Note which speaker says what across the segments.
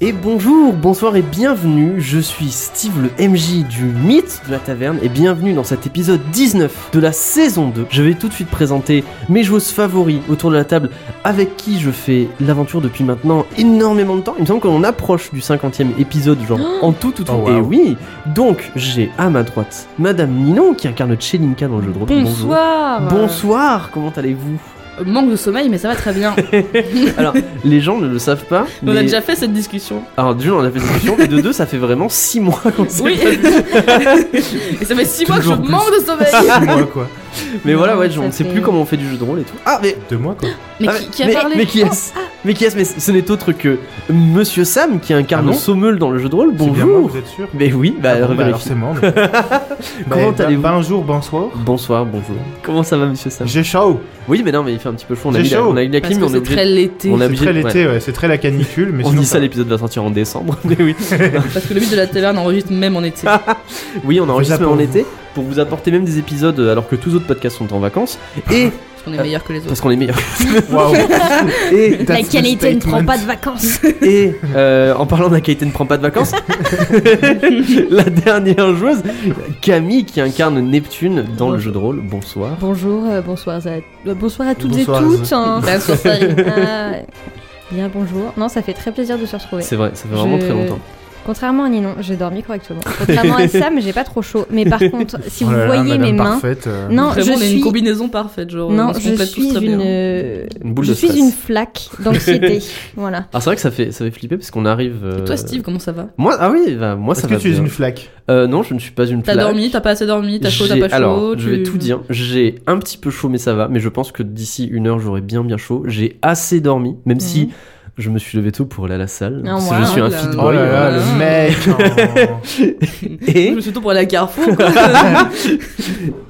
Speaker 1: Et bonjour, bonsoir et bienvenue, je suis Steve le MJ du mythe de la taverne et bienvenue dans cet épisode 19 de la saison 2. Je vais tout de suite présenter mes joueuses favoris autour de la table avec qui je fais l'aventure depuis maintenant énormément de temps. Il me semble qu'on approche du 50e épisode genre en tout tout tout.
Speaker 2: Oh,
Speaker 1: Et
Speaker 2: wow.
Speaker 1: oui, donc j'ai à ma droite Madame Ninon qui incarne Chelinka dans le jeu de rôle. Bonjour.
Speaker 3: Bonsoir.
Speaker 1: Bonsoir, comment allez-vous
Speaker 3: Euh, Manque de sommeil, mais ça va très bien.
Speaker 1: Alors, les gens ne le savent pas.
Speaker 3: On a
Speaker 1: mais-
Speaker 3: déjà fait cette discussion.
Speaker 1: Alors, déjà, on a fait une discussion, et de deux, ça fait vraiment 6 mois qu'on s'est
Speaker 3: Oui.
Speaker 1: pas vu.
Speaker 3: Et ça fait 6 mois que je
Speaker 2: Toujours plus.
Speaker 3: manque de sommeil.
Speaker 1: Ah,
Speaker 2: mois quoi.
Speaker 1: Mais
Speaker 3: Non,
Speaker 1: voilà, ouais,
Speaker 3: Ah, ça
Speaker 1: on ne sait
Speaker 3: fait-
Speaker 1: plus comment on fait du jeu de rôle et tout. Ah, mais.
Speaker 2: Deux mois quoi.
Speaker 3: Mais
Speaker 1: ah,
Speaker 3: qui, qui a
Speaker 1: mais-
Speaker 3: parlé Ah,
Speaker 1: Mais qui est-ce Mais qui est-ce Mais ce n'est autre que Monsieur Sam qui incarne
Speaker 2: Ah bon
Speaker 1: Sommel dans le jeu de rôle.
Speaker 2: C'est bien moi,
Speaker 1: Bonjour
Speaker 2: vous êtes sûr
Speaker 1: Mais oui, bah,
Speaker 2: Ah bon, bah, alors
Speaker 1: revérifie.
Speaker 2: c'est moi. mais-
Speaker 1: Comment
Speaker 2: Bah,
Speaker 1: allez-vous
Speaker 2: bah, Bonjour, bonsoir.
Speaker 1: Bonsoir, bonjour. Comment ça va, Monsieur Sam
Speaker 2: J'ai chaud.
Speaker 1: Oui, mais non, mais il fait un petit peu chaud. On a,
Speaker 2: J'ai
Speaker 1: mis la,
Speaker 2: chaud.
Speaker 1: on a eu la
Speaker 3: Parce
Speaker 1: clim, mais on
Speaker 3: que
Speaker 1: est
Speaker 3: c'est
Speaker 1: obligé.
Speaker 3: très l'été.
Speaker 1: On a-
Speaker 2: C'est
Speaker 1: obligé-
Speaker 2: très l'été, ouais, c'est très la canicule. Mais
Speaker 1: On
Speaker 2: sinon,
Speaker 1: dit ça,
Speaker 2: va.
Speaker 1: l'épisode va sortir en décembre. Mais oui.
Speaker 3: Parce que le but de la taverne enregistre même en
Speaker 1: Ah.
Speaker 3: été.
Speaker 1: Oui, on enregistre
Speaker 2: Fais ça
Speaker 1: même en
Speaker 2: pour vous.
Speaker 1: été pour vous apporter même des épisodes euh, alors que tous autres podcasts sont en vacances et
Speaker 3: Parce qu'on est meilleur que les autres.
Speaker 1: parce qu'on est meilleurs.
Speaker 2: Waouh.
Speaker 1: Et,
Speaker 4: La
Speaker 2: That's the
Speaker 4: qualité ne prend
Speaker 2: statement.
Speaker 4: pas de vacances.
Speaker 1: et euh, en parlant de la qualité ne prend pas de vacances, la dernière joueuse, Camille qui incarne Neptune dans le jeu de rôle. Bonsoir.
Speaker 4: Bonjour, euh, bonsoir à, euh, bonsoir à toutes
Speaker 2: Bonsoir.
Speaker 4: et toutes. hein.
Speaker 3: Bah, Bonsoir, Sarine.
Speaker 4: Ah, bien bonjour. Non, ça fait très plaisir de se retrouver.
Speaker 1: C'est vrai, ça fait vraiment
Speaker 4: Je-
Speaker 1: très longtemps.
Speaker 4: Contrairement à Ninon, j'ai dormi correctement. Contrairement à Sam, j'ai pas trop chaud. Mais par contre, si
Speaker 2: Oh
Speaker 4: vous
Speaker 2: là là,
Speaker 4: voyez
Speaker 2: madame
Speaker 4: mes mains,
Speaker 2: parfaite, euh,
Speaker 4: non,
Speaker 3: Vraiment,
Speaker 4: je
Speaker 3: on est
Speaker 4: suis,
Speaker 3: une combinaison parfaite. Genre,
Speaker 4: non,
Speaker 3: on se
Speaker 4: je
Speaker 3: complète tous
Speaker 4: suis
Speaker 3: très
Speaker 4: une,
Speaker 3: bien.
Speaker 4: euh,
Speaker 1: Une boule
Speaker 4: je
Speaker 1: de
Speaker 4: suis
Speaker 1: stress.
Speaker 4: une flaque d'anxiété. voilà.
Speaker 1: Ah c'est vrai que ça fait ça fait flipper parce qu'on arrive. euh,
Speaker 3: Et toi, Steve, comment ça va
Speaker 1: Moi ah oui bah, moi
Speaker 2: Est-ce
Speaker 1: ça
Speaker 2: que
Speaker 1: va
Speaker 2: tu es
Speaker 1: bien.
Speaker 2: une flaque
Speaker 1: Euh, non je ne suis pas une.
Speaker 3: T'as
Speaker 1: plaque.
Speaker 3: dormi, t'as pas assez dormi, t'as chaud, t'as
Speaker 1: J'ai-
Speaker 3: pas chaud.
Speaker 1: Alors, je
Speaker 3: tu-
Speaker 1: vais tout dire. J'ai un petit peu chaud, mais ça va. Mais je pense que d'ici une heure, j'aurai bien, bien chaud. J'ai assez dormi, même si je me suis levé tôt pour aller à la salle.
Speaker 4: Ah,
Speaker 1: parce que
Speaker 4: voilà.
Speaker 1: je suis un
Speaker 3: Oh là
Speaker 1: fit
Speaker 3: là.
Speaker 2: Oh
Speaker 1: boy.
Speaker 2: là là,
Speaker 1: voilà.
Speaker 2: le mec oh.
Speaker 3: Je
Speaker 1: Et,
Speaker 3: me suis tout pour aller à Carrefour. quoi.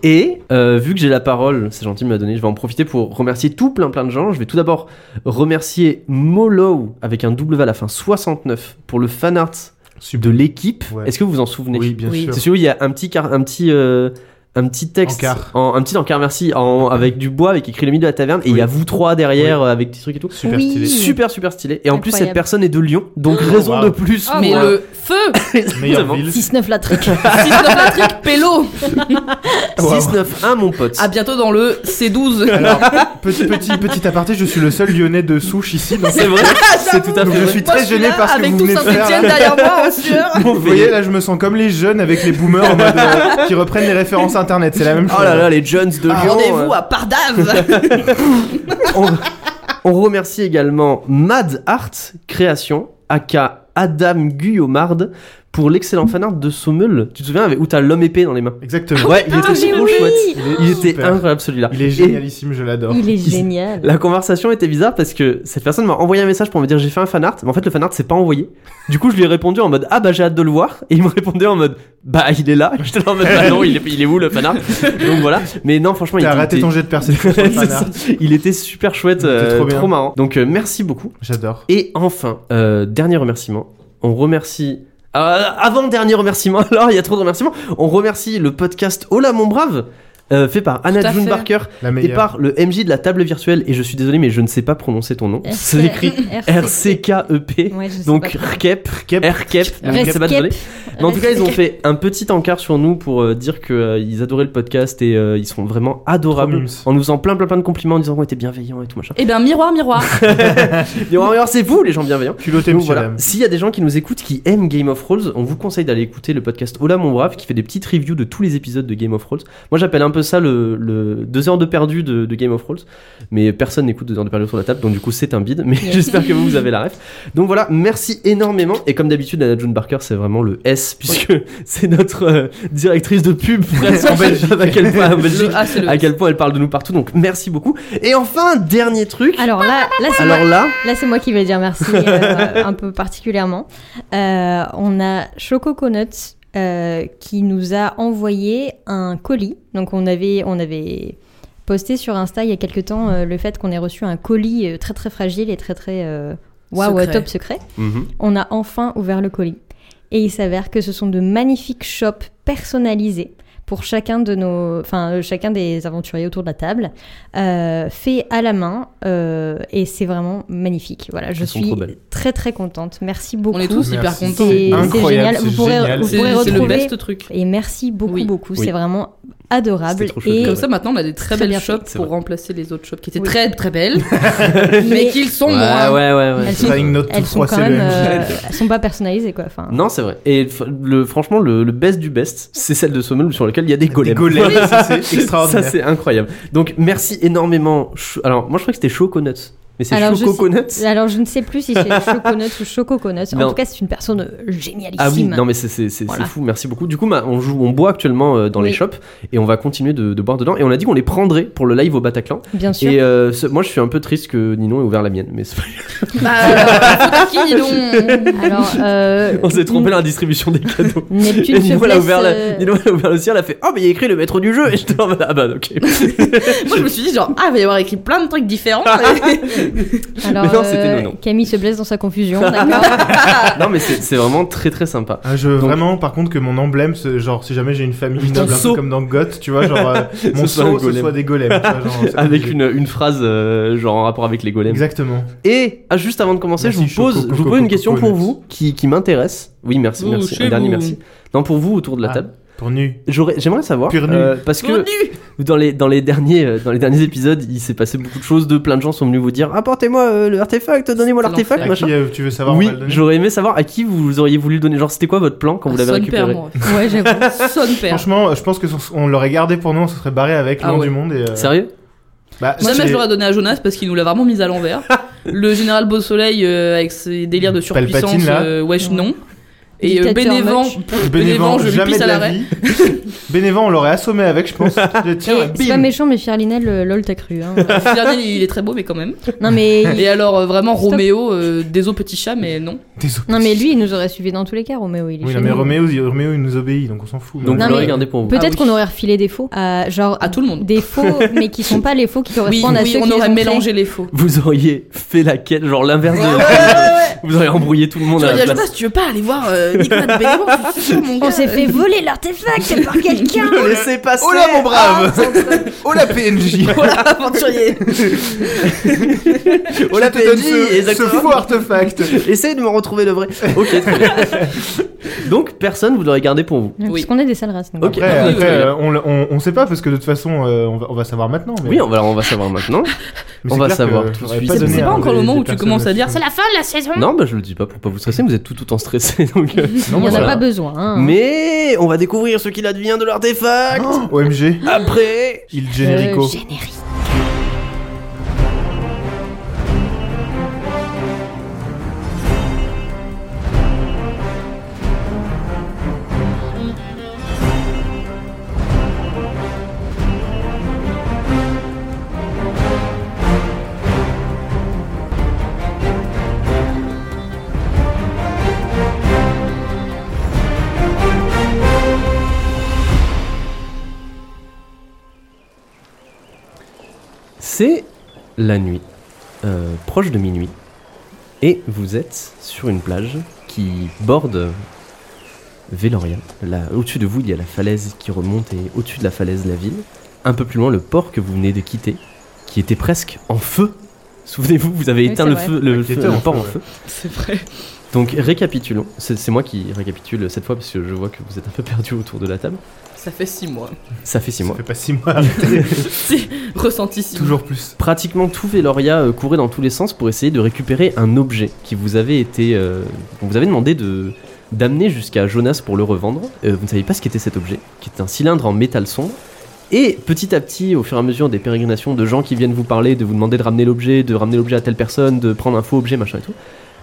Speaker 1: et euh, vu que j'ai la parole, c'est gentil de me la donner, je vais en profiter pour remercier tout plein, plein de gens. Je vais tout d'abord remercier Molo avec un W à la fin 69 pour le fan art de l'équipe.
Speaker 2: Ouais.
Speaker 1: Est-ce que vous vous en souvenez
Speaker 2: Oui, bien
Speaker 3: Oui.
Speaker 2: sûr.
Speaker 1: C'est celui où il y a un petit car- un petit euh, un petit texte,
Speaker 2: Encart.
Speaker 1: en- un petit encart, merci, en, avec du bois, avec écrit le mythe de la taverne, et il y a
Speaker 2: Oui.
Speaker 1: vous trois derrière euh, avec des trucs et tout.
Speaker 2: Super
Speaker 4: Oui.
Speaker 2: stylé.
Speaker 1: Super super stylé. Et en plus
Speaker 4: Incroyable.
Speaker 1: cette personne est de Lyon, donc raison
Speaker 2: wow.
Speaker 1: de plus.
Speaker 3: Ah, Mais
Speaker 1: pour, euh,
Speaker 3: le feu
Speaker 2: Oh, Meilleure
Speaker 1: Exactement.
Speaker 2: ville.
Speaker 4: 6-9 la trique.
Speaker 3: Fils de Patrick Pello
Speaker 2: Wow.
Speaker 1: 691 mon pote.
Speaker 3: À bientôt dans le C12.
Speaker 2: Alors, petit, petit, petit aparté, je suis le seul lyonnais de souche ici. donc-
Speaker 1: C'est vrai, c'est tout à
Speaker 2: Donc
Speaker 1: fait
Speaker 2: je
Speaker 1: vrai.
Speaker 2: suis
Speaker 3: Moi,
Speaker 2: très
Speaker 3: je suis
Speaker 2: gêné
Speaker 3: là
Speaker 2: par ce que
Speaker 3: avec
Speaker 2: vous
Speaker 3: tout
Speaker 2: venez de faire.
Speaker 3: Saint-Etienne
Speaker 2: là.
Speaker 3: derrière moi hein, en sueur.
Speaker 1: Bon,
Speaker 2: Vous voyez, là, je me sens comme les jeunes avec les boomers en mode, euh, qui reprennent les références internet. C'est la même chose.
Speaker 1: Oh là là, les Jones de Lyon. euh.
Speaker 3: Ah, Rendez-vous à Pardave.
Speaker 1: on, on remercie également Mad Art Création, aka Adam Guillomard, pour l'excellent fanart de Sommel. Tu te souviens avec, où t'as l'homme épée dans les mains
Speaker 2: Exactement.
Speaker 1: Ouais, il
Speaker 3: Ah,
Speaker 1: était
Speaker 3: j'ai
Speaker 1: trop
Speaker 3: oublié.
Speaker 1: chouette. Il était
Speaker 2: Super.
Speaker 1: incroyable celui-là.
Speaker 2: Il est
Speaker 1: Et-
Speaker 2: génialissime, je l'adore.
Speaker 4: Il est
Speaker 1: Il-
Speaker 4: génial.
Speaker 1: La conversation était bizarre parce que cette personne m'a envoyé un message pour me dire j'ai fait un fanart, mais en fait le fanart s'est pas envoyé. Du coup je lui ai répondu en mode ah bah j'ai hâte de le voir et il me répondait en mode bah il est là. J'étais là en mode bah non il est, il est où le fanart Donc voilà. Mais non franchement il
Speaker 2: T'as
Speaker 1: était-
Speaker 2: raté ton jet de perception. sur le
Speaker 1: C'est
Speaker 2: fanart.
Speaker 1: ça. il était super chouette,
Speaker 2: Il était
Speaker 1: euh,
Speaker 2: trop
Speaker 1: trop,
Speaker 2: bien.
Speaker 1: marrant. Donc euh, merci beaucoup.
Speaker 2: J'adore.
Speaker 1: Et enfin euh, dernier remerciement, on remercie. euh, avant dernier remerciement, alors il y a trop de remerciements. On remercie le podcast Hola mon brave, euh, fait par
Speaker 3: Tout
Speaker 1: Anna
Speaker 3: à
Speaker 1: June
Speaker 3: fait.
Speaker 1: Barker,
Speaker 2: La
Speaker 1: et
Speaker 2: meilleure.
Speaker 1: par le MJ de la table virtuelle, et je suis désolé, mais je ne sais pas prononcer ton nom. C'est écrit RCKEP.
Speaker 4: Ouais, je sais
Speaker 1: E Donc E
Speaker 4: pas.
Speaker 1: RKEP,
Speaker 2: Kep.
Speaker 1: RKEP, donc
Speaker 4: Reste
Speaker 1: c'est pas désolé.
Speaker 4: Kep.
Speaker 1: Mais en tout cas, ils ont
Speaker 4: Reste
Speaker 1: fait un petit encart sur nous pour euh, dire que euh, ils adoraient le podcast et euh, ils sont vraiment
Speaker 2: Trop
Speaker 1: adorables
Speaker 2: mimes.
Speaker 1: en nous faisant plein plein plein de compliments en disant qu'on était bienveillants et tout machin.
Speaker 3: Eh bien, miroir, miroir.
Speaker 1: Et on va voir, c'est vous les gens bienveillants.
Speaker 2: Culotté,
Speaker 1: Donc
Speaker 2: monsieur,
Speaker 1: voilà,
Speaker 2: dame.
Speaker 1: s'il y a des gens qui nous écoutent qui aiment Game of Thrones, on vous conseille d'aller écouter le podcast Hola mon brave qui fait des petites reviews de tous les épisodes de Game of Thrones. Moi j'appelle un peu ça le, le deux heures de perdu de, de Game of Thrones, mais personne n'écoute deux heures de perdu sur la table, donc du coup c'est un bide. Mais
Speaker 4: Yes.
Speaker 1: j'espère que vous, vous avez la ref. Donc voilà, merci énormément et comme d'habitude Anna June Barker c'est vraiment le S puisque c'est notre euh, directrice de pub presque en Belgique. à quel point en Belgique,
Speaker 3: Le A, c'est le
Speaker 1: à
Speaker 3: S.
Speaker 1: quel point elle parle de nous partout. Donc merci beaucoup. Et enfin dernier truc.
Speaker 4: Alors là, là c'est moi
Speaker 1: Alors là,
Speaker 4: Là, c'est moi qui vais dire merci euh, un peu particulièrement. Euh, on a Choco Conuts euh, qui nous a envoyé un colis. Donc, on avait, on avait posté sur Insta il y a quelques temps euh, le fait qu'on ait reçu un colis euh, très très fragile et très très euh, waouh
Speaker 3: Secret.
Speaker 4: top secret.
Speaker 1: Mhm.
Speaker 4: On a enfin ouvert le colis et il s'avère que ce sont de magnifiques shops personnalisés pour chacun de nos, enfin euh, chacun des aventuriers autour de la table, euh, fait à la main euh, et c'est vraiment magnifique. Voilà, je
Speaker 1: Elles sont
Speaker 4: suis
Speaker 1: trop belles.
Speaker 4: très très contente. Merci beaucoup.
Speaker 3: On est tous hyper
Speaker 2: Merci.
Speaker 3: contents.
Speaker 4: C'est
Speaker 2: C'est
Speaker 4: c'est
Speaker 2: incroyable,
Speaker 4: génial. Vous
Speaker 2: c'est
Speaker 4: pourrez,
Speaker 2: génial.
Speaker 4: Vous
Speaker 3: C'est
Speaker 4: pourrez
Speaker 3: c'est le
Speaker 4: retrouver.
Speaker 3: best truc.
Speaker 4: Et merci beaucoup
Speaker 3: Oui.
Speaker 4: beaucoup.
Speaker 1: Oui.
Speaker 4: C'est vraiment
Speaker 1: C'était
Speaker 4: adorable
Speaker 1: trop chouette,
Speaker 4: et
Speaker 1: ouais.
Speaker 3: Comme ça, maintenant, on a des très,
Speaker 4: Très
Speaker 3: belles
Speaker 4: bien
Speaker 3: shops
Speaker 1: fait. C'est
Speaker 3: pour
Speaker 1: vrai.
Speaker 3: remplacer les autres shops qui étaient
Speaker 4: Oui.
Speaker 3: très très belles, mais
Speaker 4: mais
Speaker 3: qui le sont
Speaker 1: Ouais, ouais,
Speaker 3: moins.
Speaker 1: ouais, ouais.
Speaker 4: Elles
Speaker 1: c'est
Speaker 4: sont-
Speaker 2: Pas
Speaker 1: vrai.
Speaker 2: une note tout
Speaker 4: elles sont quand
Speaker 2: froissée
Speaker 4: même,
Speaker 2: le MJ.
Speaker 4: euh, elles sont pas personnalisées quoi. Enfin,
Speaker 1: Hein. Non, c'est vrai. Et f- le, franchement, le, le best du best, c'est celle de Sommel sur laquelle il y a des golems.
Speaker 2: Des golems, ça, c'est extraordinaire.
Speaker 1: Ça, c'est incroyable. Donc, merci énormément. Cho- Alors, moi, je crois que c'était Choconuts. Mais c'est
Speaker 4: Alors, je
Speaker 1: Chococonuts
Speaker 4: Alors, je ne sais plus si c'est Choconut ou Chococonut.
Speaker 1: Non.
Speaker 4: En tout cas, c'est une personne génialissime.
Speaker 1: ah oui, non mais c'est c'est- c'est-
Speaker 4: Voilà.
Speaker 1: c'est fou, merci beaucoup. Du coup, ma- on joue, on boit actuellement euh, dans les
Speaker 4: Oui.
Speaker 1: shops et on va continuer de, de boire dedans. Et on a dit qu'on les prendrait pour le live au Bataclan.
Speaker 4: Bien sûr.
Speaker 1: Et euh, ce- moi, je suis un peu triste que Ninon ait ouvert la mienne, mais c'est pas-
Speaker 3: Bah, alors, qui dis donc
Speaker 4: Alors, euh,
Speaker 1: on s'est trompé dans la distribution des cadeaux.
Speaker 4: Neptune
Speaker 1: Et
Speaker 4: se
Speaker 1: Ninon elle a
Speaker 4: blesse,
Speaker 1: ouvert, la...
Speaker 4: euh,
Speaker 1: Ninon, elle a ouvert le ciel, elle a fait oh mais il y a écrit le maître du jeu et j'étais en mode ah bah ok.
Speaker 3: Moi, je me suis dit, genre, ah, il va y avoir écrit plein de trucs différents.
Speaker 4: alors,
Speaker 1: Mais non, c'était
Speaker 4: euh, ah.
Speaker 1: nous, non.
Speaker 4: Camille se blesse dans sa confusion, d'accord
Speaker 1: non mais c'est c'est vraiment très très sympa.
Speaker 2: Ah, je veux
Speaker 1: Donc-
Speaker 2: vraiment, par contre, que mon emblème, ce- genre, si jamais j'ai une famille
Speaker 1: Ton
Speaker 2: noble, un
Speaker 1: sceau.
Speaker 2: peu comme dans Goth, tu vois, genre, euh, mon
Speaker 1: Ce soit un
Speaker 2: sceau, ce
Speaker 1: golem.
Speaker 2: soit des golems. tu vois, genre, c'est
Speaker 1: Avec
Speaker 2: obligé.
Speaker 1: une, une phrase euh, genre en rapport avec les golems.
Speaker 2: Exactement.
Speaker 1: Et ah, juste avant de commencer,
Speaker 2: Merci,
Speaker 1: je vous pose,
Speaker 2: Choco,
Speaker 1: je vous
Speaker 2: Coco,
Speaker 1: pose une
Speaker 2: Coco,
Speaker 1: question
Speaker 2: Coco,
Speaker 1: pour
Speaker 2: Nuts.
Speaker 1: vous qui, qui m'intéresse. Oui, merci,
Speaker 3: Vous,
Speaker 1: merci.
Speaker 3: chez
Speaker 1: Un dernier
Speaker 3: vous.
Speaker 1: merci. Non, pour vous autour de la
Speaker 2: Ah.
Speaker 1: table.
Speaker 2: Pour nu.
Speaker 1: J'aurais, j'aimerais savoir euh,
Speaker 2: Pur nu.
Speaker 1: parce que dans les dans les derniers euh, dans les derniers épisodes, il s'est passé beaucoup de choses. De plein de gens sont venus vous dire apportez-moi euh, le artefact, donnez-moi
Speaker 3: C'est
Speaker 1: l'artefact,
Speaker 3: l'enfer.
Speaker 2: À
Speaker 1: machin.
Speaker 2: qui euh, tu veux savoir
Speaker 1: oui,
Speaker 2: on va le donner
Speaker 1: j'aurais aimé savoir à qui vous auriez voulu le donner. Genre, c'était quoi votre plan quand vous l'avez
Speaker 3: Ah, Sonne père,
Speaker 1: récupéré
Speaker 3: moi.
Speaker 4: Ouais, j'avoue.
Speaker 3: Sonne père.
Speaker 2: Franchement, euh, je pense que son- on l'aurait gardé pour nous, on se serait barré avec
Speaker 3: Ah
Speaker 2: l'an
Speaker 3: ouais.
Speaker 2: du monde. Et, euh,
Speaker 1: Sérieux
Speaker 2: bah,
Speaker 3: Jamais
Speaker 2: c'est-
Speaker 3: je l'aurais donné à Jonas parce qu'il nous l'a vraiment mise à l'envers. le général Beau Soleil euh, avec ses délires de
Speaker 2: Palpatine,
Speaker 3: surpuissance,
Speaker 2: là.
Speaker 3: euh, wesh non. Et euh,
Speaker 4: Dictateur
Speaker 3: Bénévent,
Speaker 4: Notch.
Speaker 3: pff, Bénévent,
Speaker 2: Bénévent,
Speaker 3: je lui
Speaker 2: jamais
Speaker 3: pisse
Speaker 2: de
Speaker 3: à
Speaker 2: la
Speaker 3: l'arrêt.
Speaker 2: vie. Bénévent, on l'aurait assommé avec, je pense. Je- Tiens,
Speaker 4: C'est
Speaker 2: bim.
Speaker 4: pas méchant, mais Firlinel, le lol, t'as cru. hein.
Speaker 3: Le dernier, il est très beau, mais quand même.
Speaker 4: Non, mais. il-
Speaker 3: Et alors, euh, vraiment,
Speaker 4: Stop.
Speaker 3: Roméo, euh, désolé petit chat, mais non.
Speaker 2: Désolé.
Speaker 4: Non, mais lui, il nous aurait suivi dans tous les cas, Roméo. Il est
Speaker 2: Oui,
Speaker 4: chez
Speaker 2: non, mais
Speaker 4: nous.
Speaker 2: Roméo, il- Roméo, il nous obéit, donc on s'en fout.
Speaker 1: Donc,
Speaker 4: Non,
Speaker 1: vous l'aurez
Speaker 4: mais-
Speaker 1: gardé pour vous.
Speaker 4: Peut-être
Speaker 3: Ah oui.
Speaker 4: qu'on aurait refilé des faux. à- genre,
Speaker 3: À tout le monde.
Speaker 4: des faux, mais qui sont pas les faux qui
Speaker 3: Oui,
Speaker 4: correspondent à
Speaker 3: oui,
Speaker 4: ceux
Speaker 3: on
Speaker 4: qui les
Speaker 3: aurait
Speaker 4: ont
Speaker 3: mélangé les faux.
Speaker 1: Vous auriez fait la quête, genre l'inverse de. Vous auriez embrouillé tout le monde
Speaker 3: Je
Speaker 1: à
Speaker 3: dis à
Speaker 1: la place.
Speaker 3: Jonas, tu veux pas aller voir euh, Nicolas de Bénévent Je suis sûr, mon
Speaker 4: fait.
Speaker 3: gars,
Speaker 4: On s'est
Speaker 3: euh,
Speaker 4: fait voler l'artefact par quelqu'un
Speaker 1: Laissez passer. Ah,
Speaker 2: Oh là, mon
Speaker 3: Ah,
Speaker 2: brave Oh la PNJ
Speaker 3: Oh là, aventurier
Speaker 1: Oh la
Speaker 2: Je te
Speaker 1: PNJ,
Speaker 2: donne ce, ce
Speaker 1: exactement.
Speaker 2: faux artefact
Speaker 1: Essayez de me retrouver le vrai. Ok, très bien. Donc, personne, vous l'aurez gardé pour vous.
Speaker 4: Parce
Speaker 3: Oui.
Speaker 4: qu'on est des sales races. nous.
Speaker 1: Ok.
Speaker 2: Après,
Speaker 1: Ah oui,
Speaker 2: après,
Speaker 1: oui, oui.
Speaker 2: euh, on, le- on, on sait pas parce que de toute façon, euh, on, va, on va savoir maintenant. Mais,
Speaker 1: Oui, Ah, on va, on va savoir maintenant.
Speaker 2: mais
Speaker 1: on
Speaker 2: c'est
Speaker 1: va
Speaker 2: clair
Speaker 1: savoir
Speaker 2: que
Speaker 1: tout de
Speaker 2: j'aurais
Speaker 1: suite.
Speaker 2: pas
Speaker 1: C'est-
Speaker 2: donné
Speaker 1: c'est
Speaker 3: C'est
Speaker 2: à
Speaker 3: pas
Speaker 2: des-
Speaker 3: encore le
Speaker 2: des
Speaker 3: moment où tu
Speaker 2: personnes
Speaker 3: commences à
Speaker 2: là-dessus.
Speaker 3: dire c'est la fin de la saison
Speaker 1: Non, bah je le dis pas pour pas vous stresser, vous êtes tout autant stressé. Donc, euh,
Speaker 2: Non,
Speaker 4: Il y en
Speaker 2: mais
Speaker 4: a
Speaker 1: voilà.
Speaker 4: pas besoin. hein.
Speaker 1: Mais on va découvrir ce qu'il advient de l'artefact
Speaker 2: Oh, OMG,
Speaker 1: après.
Speaker 2: il générico.
Speaker 4: Euh, générique.
Speaker 1: C'est la nuit, euh, proche de minuit, et vous êtes sur une plage qui borde Véloria. Là, au-dessus de vous, il y a la falaise qui remonte et au-dessus de la falaise, la ville. Un peu plus loin, le port que vous venez de quitter, qui était presque en feu. Souvenez-vous, vous avez
Speaker 4: Oui,
Speaker 1: éteint
Speaker 4: c'est
Speaker 1: le,
Speaker 4: vrai.
Speaker 1: feu, le,
Speaker 2: Ouais,
Speaker 1: feu-
Speaker 2: qui était
Speaker 1: le
Speaker 2: en
Speaker 1: port
Speaker 2: feu,
Speaker 1: en
Speaker 2: ouais.
Speaker 1: feu.
Speaker 3: C'est vrai.
Speaker 1: Donc récapitulons, c'est c'est moi qui récapitule cette fois parce que je vois que vous êtes un peu perdu autour de la table.
Speaker 3: Ça fait 6 mois.
Speaker 1: Ça fait six
Speaker 2: Ça
Speaker 1: mois.
Speaker 2: fait pas 6 mois,
Speaker 3: Si, ressenti 6
Speaker 2: toujours plus.
Speaker 1: Pratiquement tout Veloria euh, courait dans tous les sens pour essayer de récupérer un objet qui vous avait été. euh, qu'on vous avait demandé de d'amener jusqu'à Jonas pour le revendre. Euh, vous ne saviez pas ce qu'était cet objet, qui est un cylindre en métal sombre. Et petit à petit, au fur et à mesure des pérégrinations de gens qui viennent vous parler, de vous demander de ramener l'objet, de ramener l'objet à telle personne, de prendre un faux objet, machin et tout,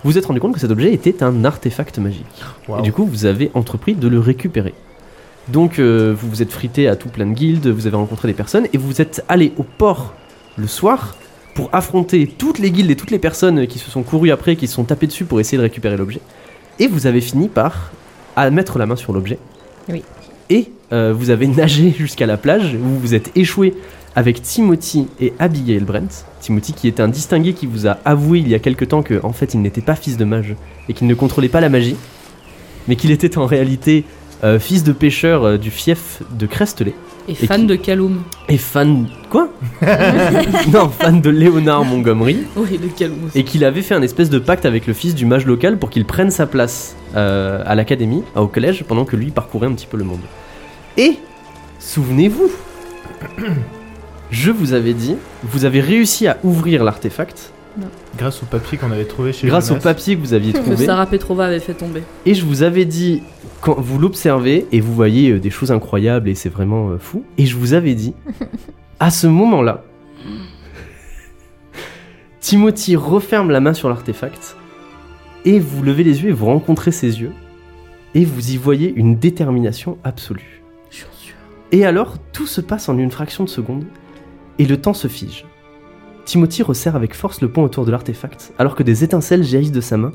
Speaker 1: vous vous êtes rendu compte que cet objet était un artefact magique.
Speaker 2: Waouh.
Speaker 1: Et du coup, vous avez entrepris de le récupérer. Donc, euh, vous vous êtes frité à tout plein de guildes, vous avez rencontré des personnes, et vous êtes allé au port le soir pour affronter toutes les guildes et toutes les personnes qui se sont courues après, qui se sont tapées dessus pour essayer de récupérer l'objet. Et vous avez fini par à mettre la main sur l'objet.
Speaker 4: Oui.
Speaker 1: Et euh, vous avez nagé jusqu'à la plage où vous êtes échoué avec Timothy et Abigail Brent. Timothy qui était un distingué qui vous a avoué il y a quelque temps que en fait il n'était pas fils de mage et qu'il ne contrôlait pas la magie, mais qu'il était en réalité euh, fils de pêcheur euh, du fief de Crestelet,
Speaker 3: Et
Speaker 1: Et
Speaker 3: fan
Speaker 1: qui-
Speaker 3: de Caloum.
Speaker 1: et fan... Quoi Non, fan de Léonard Montgomery,
Speaker 3: Oui, de Caloum aussi.
Speaker 1: et qu'il avait fait un espèce de pacte avec le fils du mage local pour qu'il prenne sa place euh, à l'académie, euh, au collège, pendant que lui parcourait un petit peu le monde. Et, souvenez-vous, je vous avais dit, vous avez réussi à ouvrir l'artefact
Speaker 2: Grâce au papier qu'on avait trouvé chez
Speaker 1: grâce au
Speaker 2: Jonas.
Speaker 1: papier que vous aviez
Speaker 3: Que
Speaker 1: trouvé.
Speaker 3: Sarah Petrova avait fait tomber.
Speaker 1: Et je vous avais dit, quand vous l'observez et vous voyez euh, des choses incroyables et c'est vraiment euh, fou, et je vous avais dit, à ce moment-là, Timothy referme la main sur l'artefact, et vous levez les yeux et vous rencontrez ses yeux, et vous y voyez une détermination absolue.
Speaker 3: Je suis sûr.
Speaker 1: Et alors, tout se passe en une fraction de seconde, et le temps se fige. Timothy resserre avec force le poing autour de l'artefact, alors que des étincelles jaillissent de sa main,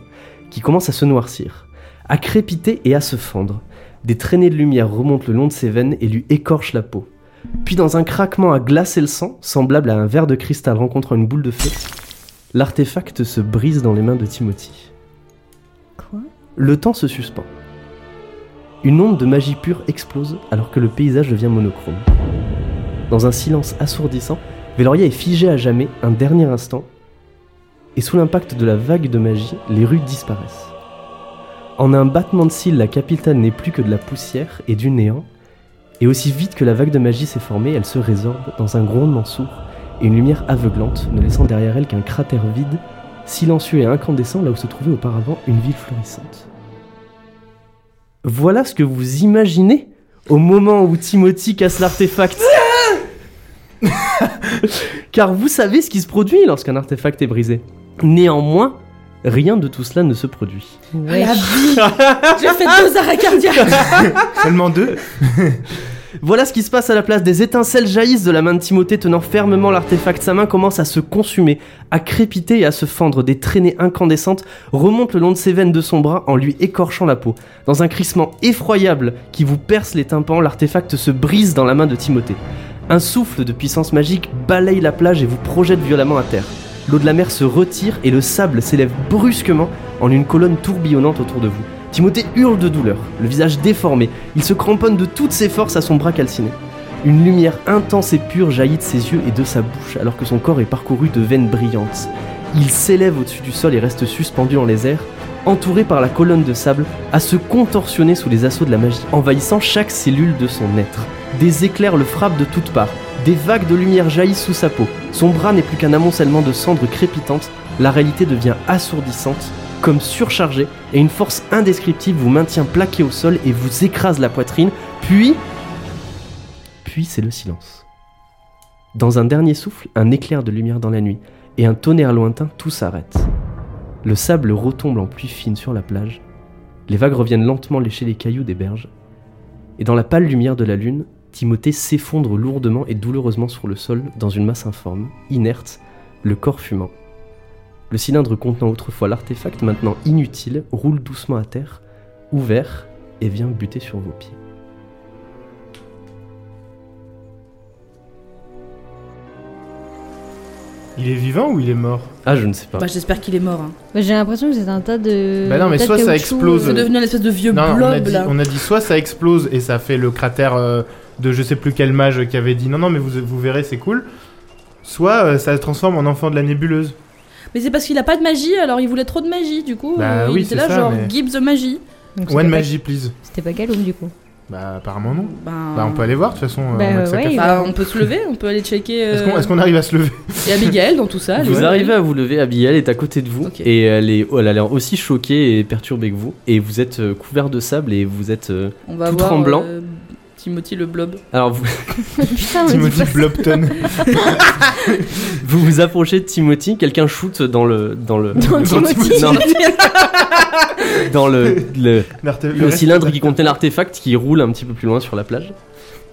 Speaker 1: qui commence à se noircir, à crépiter et à se fendre. Des traînées de lumière remontent le long de ses veines et lui écorchent la peau. Puis, dans un craquement à glacer le sang, semblable à un verre de cristal rencontrant une boule de feu, l'artefact se brise dans les mains de Timothy.
Speaker 4: Quoi
Speaker 1: Le temps se suspend. Une onde de magie pure explose alors que le paysage devient monochrome. Dans un silence assourdissant, Veloria est figée à jamais un dernier instant, et sous l'impact de la vague de magie, les rues disparaissent. En un battement de cils, la capitale n'est plus que de la poussière et du néant, et aussi vite que la vague de magie s'est formée, elle se résorbe dans un grondement sourd et une lumière aveuglante, ne laissant derrière elle qu'un cratère vide silencieux et incandescent là où se trouvait auparavant une ville florissante. Voilà ce que vous imaginez au moment où Timothy casse l'artefact. Car vous savez ce qui se produit lorsqu'un artefact est brisé. Néanmoins, rien de tout cela ne se produit.
Speaker 3: Ah, La vie J'ai fait deux arrêts cardiaques
Speaker 2: Seulement deux
Speaker 1: Voilà ce qui se passe à la place. Des étincelles jaillissent de la main de Timothée tenant fermement l'artefact. Sa main commence à se consumer, à crépiter et à se fendre. Des traînées incandescentes remontent le long de ses veines de son bras en lui écorchant la peau. Dans un crissement effroyable qui vous perce les tympans, l'artefact se brise dans la main de Timothée. Un souffle de puissance magique balaye la plage et vous projette violemment à terre. L'eau de la mer se retire et le sable s'élève brusquement en une colonne tourbillonnante autour de vous. Timothée hurle de douleur, le visage déformé, il se cramponne de toutes ses forces à son bras calciné. Une lumière intense et pure jaillit de ses yeux et de sa bouche alors que son corps est parcouru de veines brillantes. Il s'élève au-dessus du sol et reste suspendu dans les airs, entouré par la colonne de sable, à se contorsionner sous les assauts de la magie, envahissant chaque cellule de son être. Des éclairs le frappent de toutes parts, des vagues de lumière jaillissent sous sa peau. Son bras n'est plus qu'un amoncellement de cendres crépitantes, la réalité devient assourdissante, comme surchargée, et une force indescriptible vous maintient plaqué au sol et vous écrase la poitrine, puis... Puis c'est le silence. Dans un dernier souffle, un éclair de lumière dans la nuit, et un tonnerre lointain, tout s'arrête. Le sable retombe en pluie fine sur la plage, les vagues reviennent lentement lécher les cailloux des berges, et dans la pâle lumière de la lune, Timothée s'effondre lourdement et douloureusement sur le sol dans une masse informe, inerte, le corps fumant. Le cylindre contenant autrefois l'artefact, maintenant inutile, roule doucement à terre, ouvert, et vient buter sur vos pieds.
Speaker 2: Il est vivant ou il est mort
Speaker 1: Ah, je ne sais pas.
Speaker 3: Bah, j'espère qu'il est mort. hein.
Speaker 2: Euh,
Speaker 4: Bah, J'ai l'impression que c'est un tas de.
Speaker 2: Bah non, mais
Speaker 4: tas de
Speaker 2: soit ça
Speaker 4: caoutchouc,
Speaker 2: explose.
Speaker 4: euh,
Speaker 3: C'est devenu un espèce de vieux
Speaker 2: Non,
Speaker 3: blob
Speaker 2: non, on a, dit,
Speaker 3: là.
Speaker 2: on a dit soit ça explose et ça fait le cratère euh, de je sais plus quel mage qui avait dit non, non, mais vous, vous verrez, c'est cool. Soit euh, ça se transforme en enfant de la nébuleuse.
Speaker 3: Mais c'est parce qu'il a pas de magie, alors il voulait trop de magie, du coup.
Speaker 2: Bah
Speaker 3: euh,
Speaker 2: oui,
Speaker 3: il était
Speaker 2: c'est
Speaker 3: là,
Speaker 2: ça,
Speaker 3: genre,
Speaker 2: mais-
Speaker 3: Gibbs de magie.
Speaker 4: donc c'était
Speaker 2: One
Speaker 4: pas-
Speaker 2: Magie, please.
Speaker 4: C'était pas Galoum du coup.
Speaker 2: Bah, apparemment non.
Speaker 3: Ben...
Speaker 2: Bah, on peut aller voir, de toute façon. euh,
Speaker 4: Bah,
Speaker 2: on a que ça
Speaker 4: ouais,
Speaker 2: qu'à
Speaker 4: il
Speaker 2: faire.
Speaker 3: Bah, on peut se lever, on peut aller checker. euh,
Speaker 2: Est-ce qu'on est-ce qu'on arrive à se lever
Speaker 3: Et Abigail dans tout ça.
Speaker 1: Vous
Speaker 3: elle-
Speaker 1: arrivez à vous lever, Abigail est à côté de vous
Speaker 3: Ok.
Speaker 1: et elle, est, elle a l'air aussi choquée et perturbée que vous. Et vous êtes euh, couvert de sable et vous êtes. euh,
Speaker 3: On va
Speaker 1: tout
Speaker 3: voir,
Speaker 1: tremblant.
Speaker 3: euh, Timothy le blob.
Speaker 1: Alors vous,
Speaker 4: Putain, mais dis
Speaker 2: Timothy
Speaker 4: Ah, pas ça.
Speaker 2: Blobton.
Speaker 1: vous vous approchez de Timothy, quelqu'un shoot dans le. Dans le.
Speaker 4: Dans Timothy.
Speaker 1: Non, dans le- le,
Speaker 2: L'arte-
Speaker 1: le
Speaker 2: reste- euh,
Speaker 1: cylindre qui contenait l'artefact qui roule un petit peu plus loin sur la plage.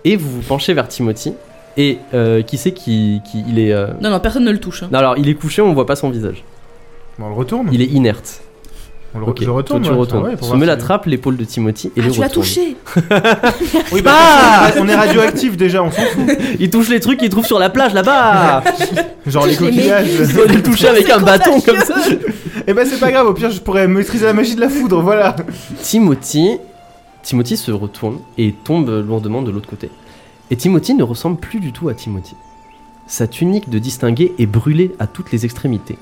Speaker 1: Et vous vous penchez vers Timothy. Et euh, qui c'est qui, qui- il est. euh,
Speaker 3: Non, non, personne ne le touche. hein.
Speaker 1: Non, alors il est couché, on voit pas son visage.
Speaker 2: Bon, on le retourne.
Speaker 1: Il est inerte.
Speaker 2: On le re-
Speaker 1: Ok.
Speaker 2: Je retourne.
Speaker 1: Toi, tu
Speaker 2: ouais.
Speaker 1: retournes.
Speaker 2: Ah ouais, pour voir
Speaker 1: Soumets
Speaker 2: si-
Speaker 1: l'attrape l'épaule de Timothy et
Speaker 3: Ah,
Speaker 1: le
Speaker 3: tu l'as
Speaker 1: retourne.
Speaker 3: touché
Speaker 2: Oui, bah, on est radioactif déjà, on s'en fout.
Speaker 1: Il touche les trucs qu'il trouve sur la plage là-bas.
Speaker 2: Genre les
Speaker 4: Touche les
Speaker 2: coquillages. Eh ben,
Speaker 1: il doit les toucher avec un bâton comme ça.
Speaker 2: Et bah, c'est pas grave, au pire, je pourrais maîtriser la magie de la foudre, voilà.
Speaker 1: Timothy Timothy se retourne et tombe lourdement de l'autre côté. Et Timothy ne ressemble plus du tout à Timothy. Sa tunique de distingué est brûlée à toutes les extrémités.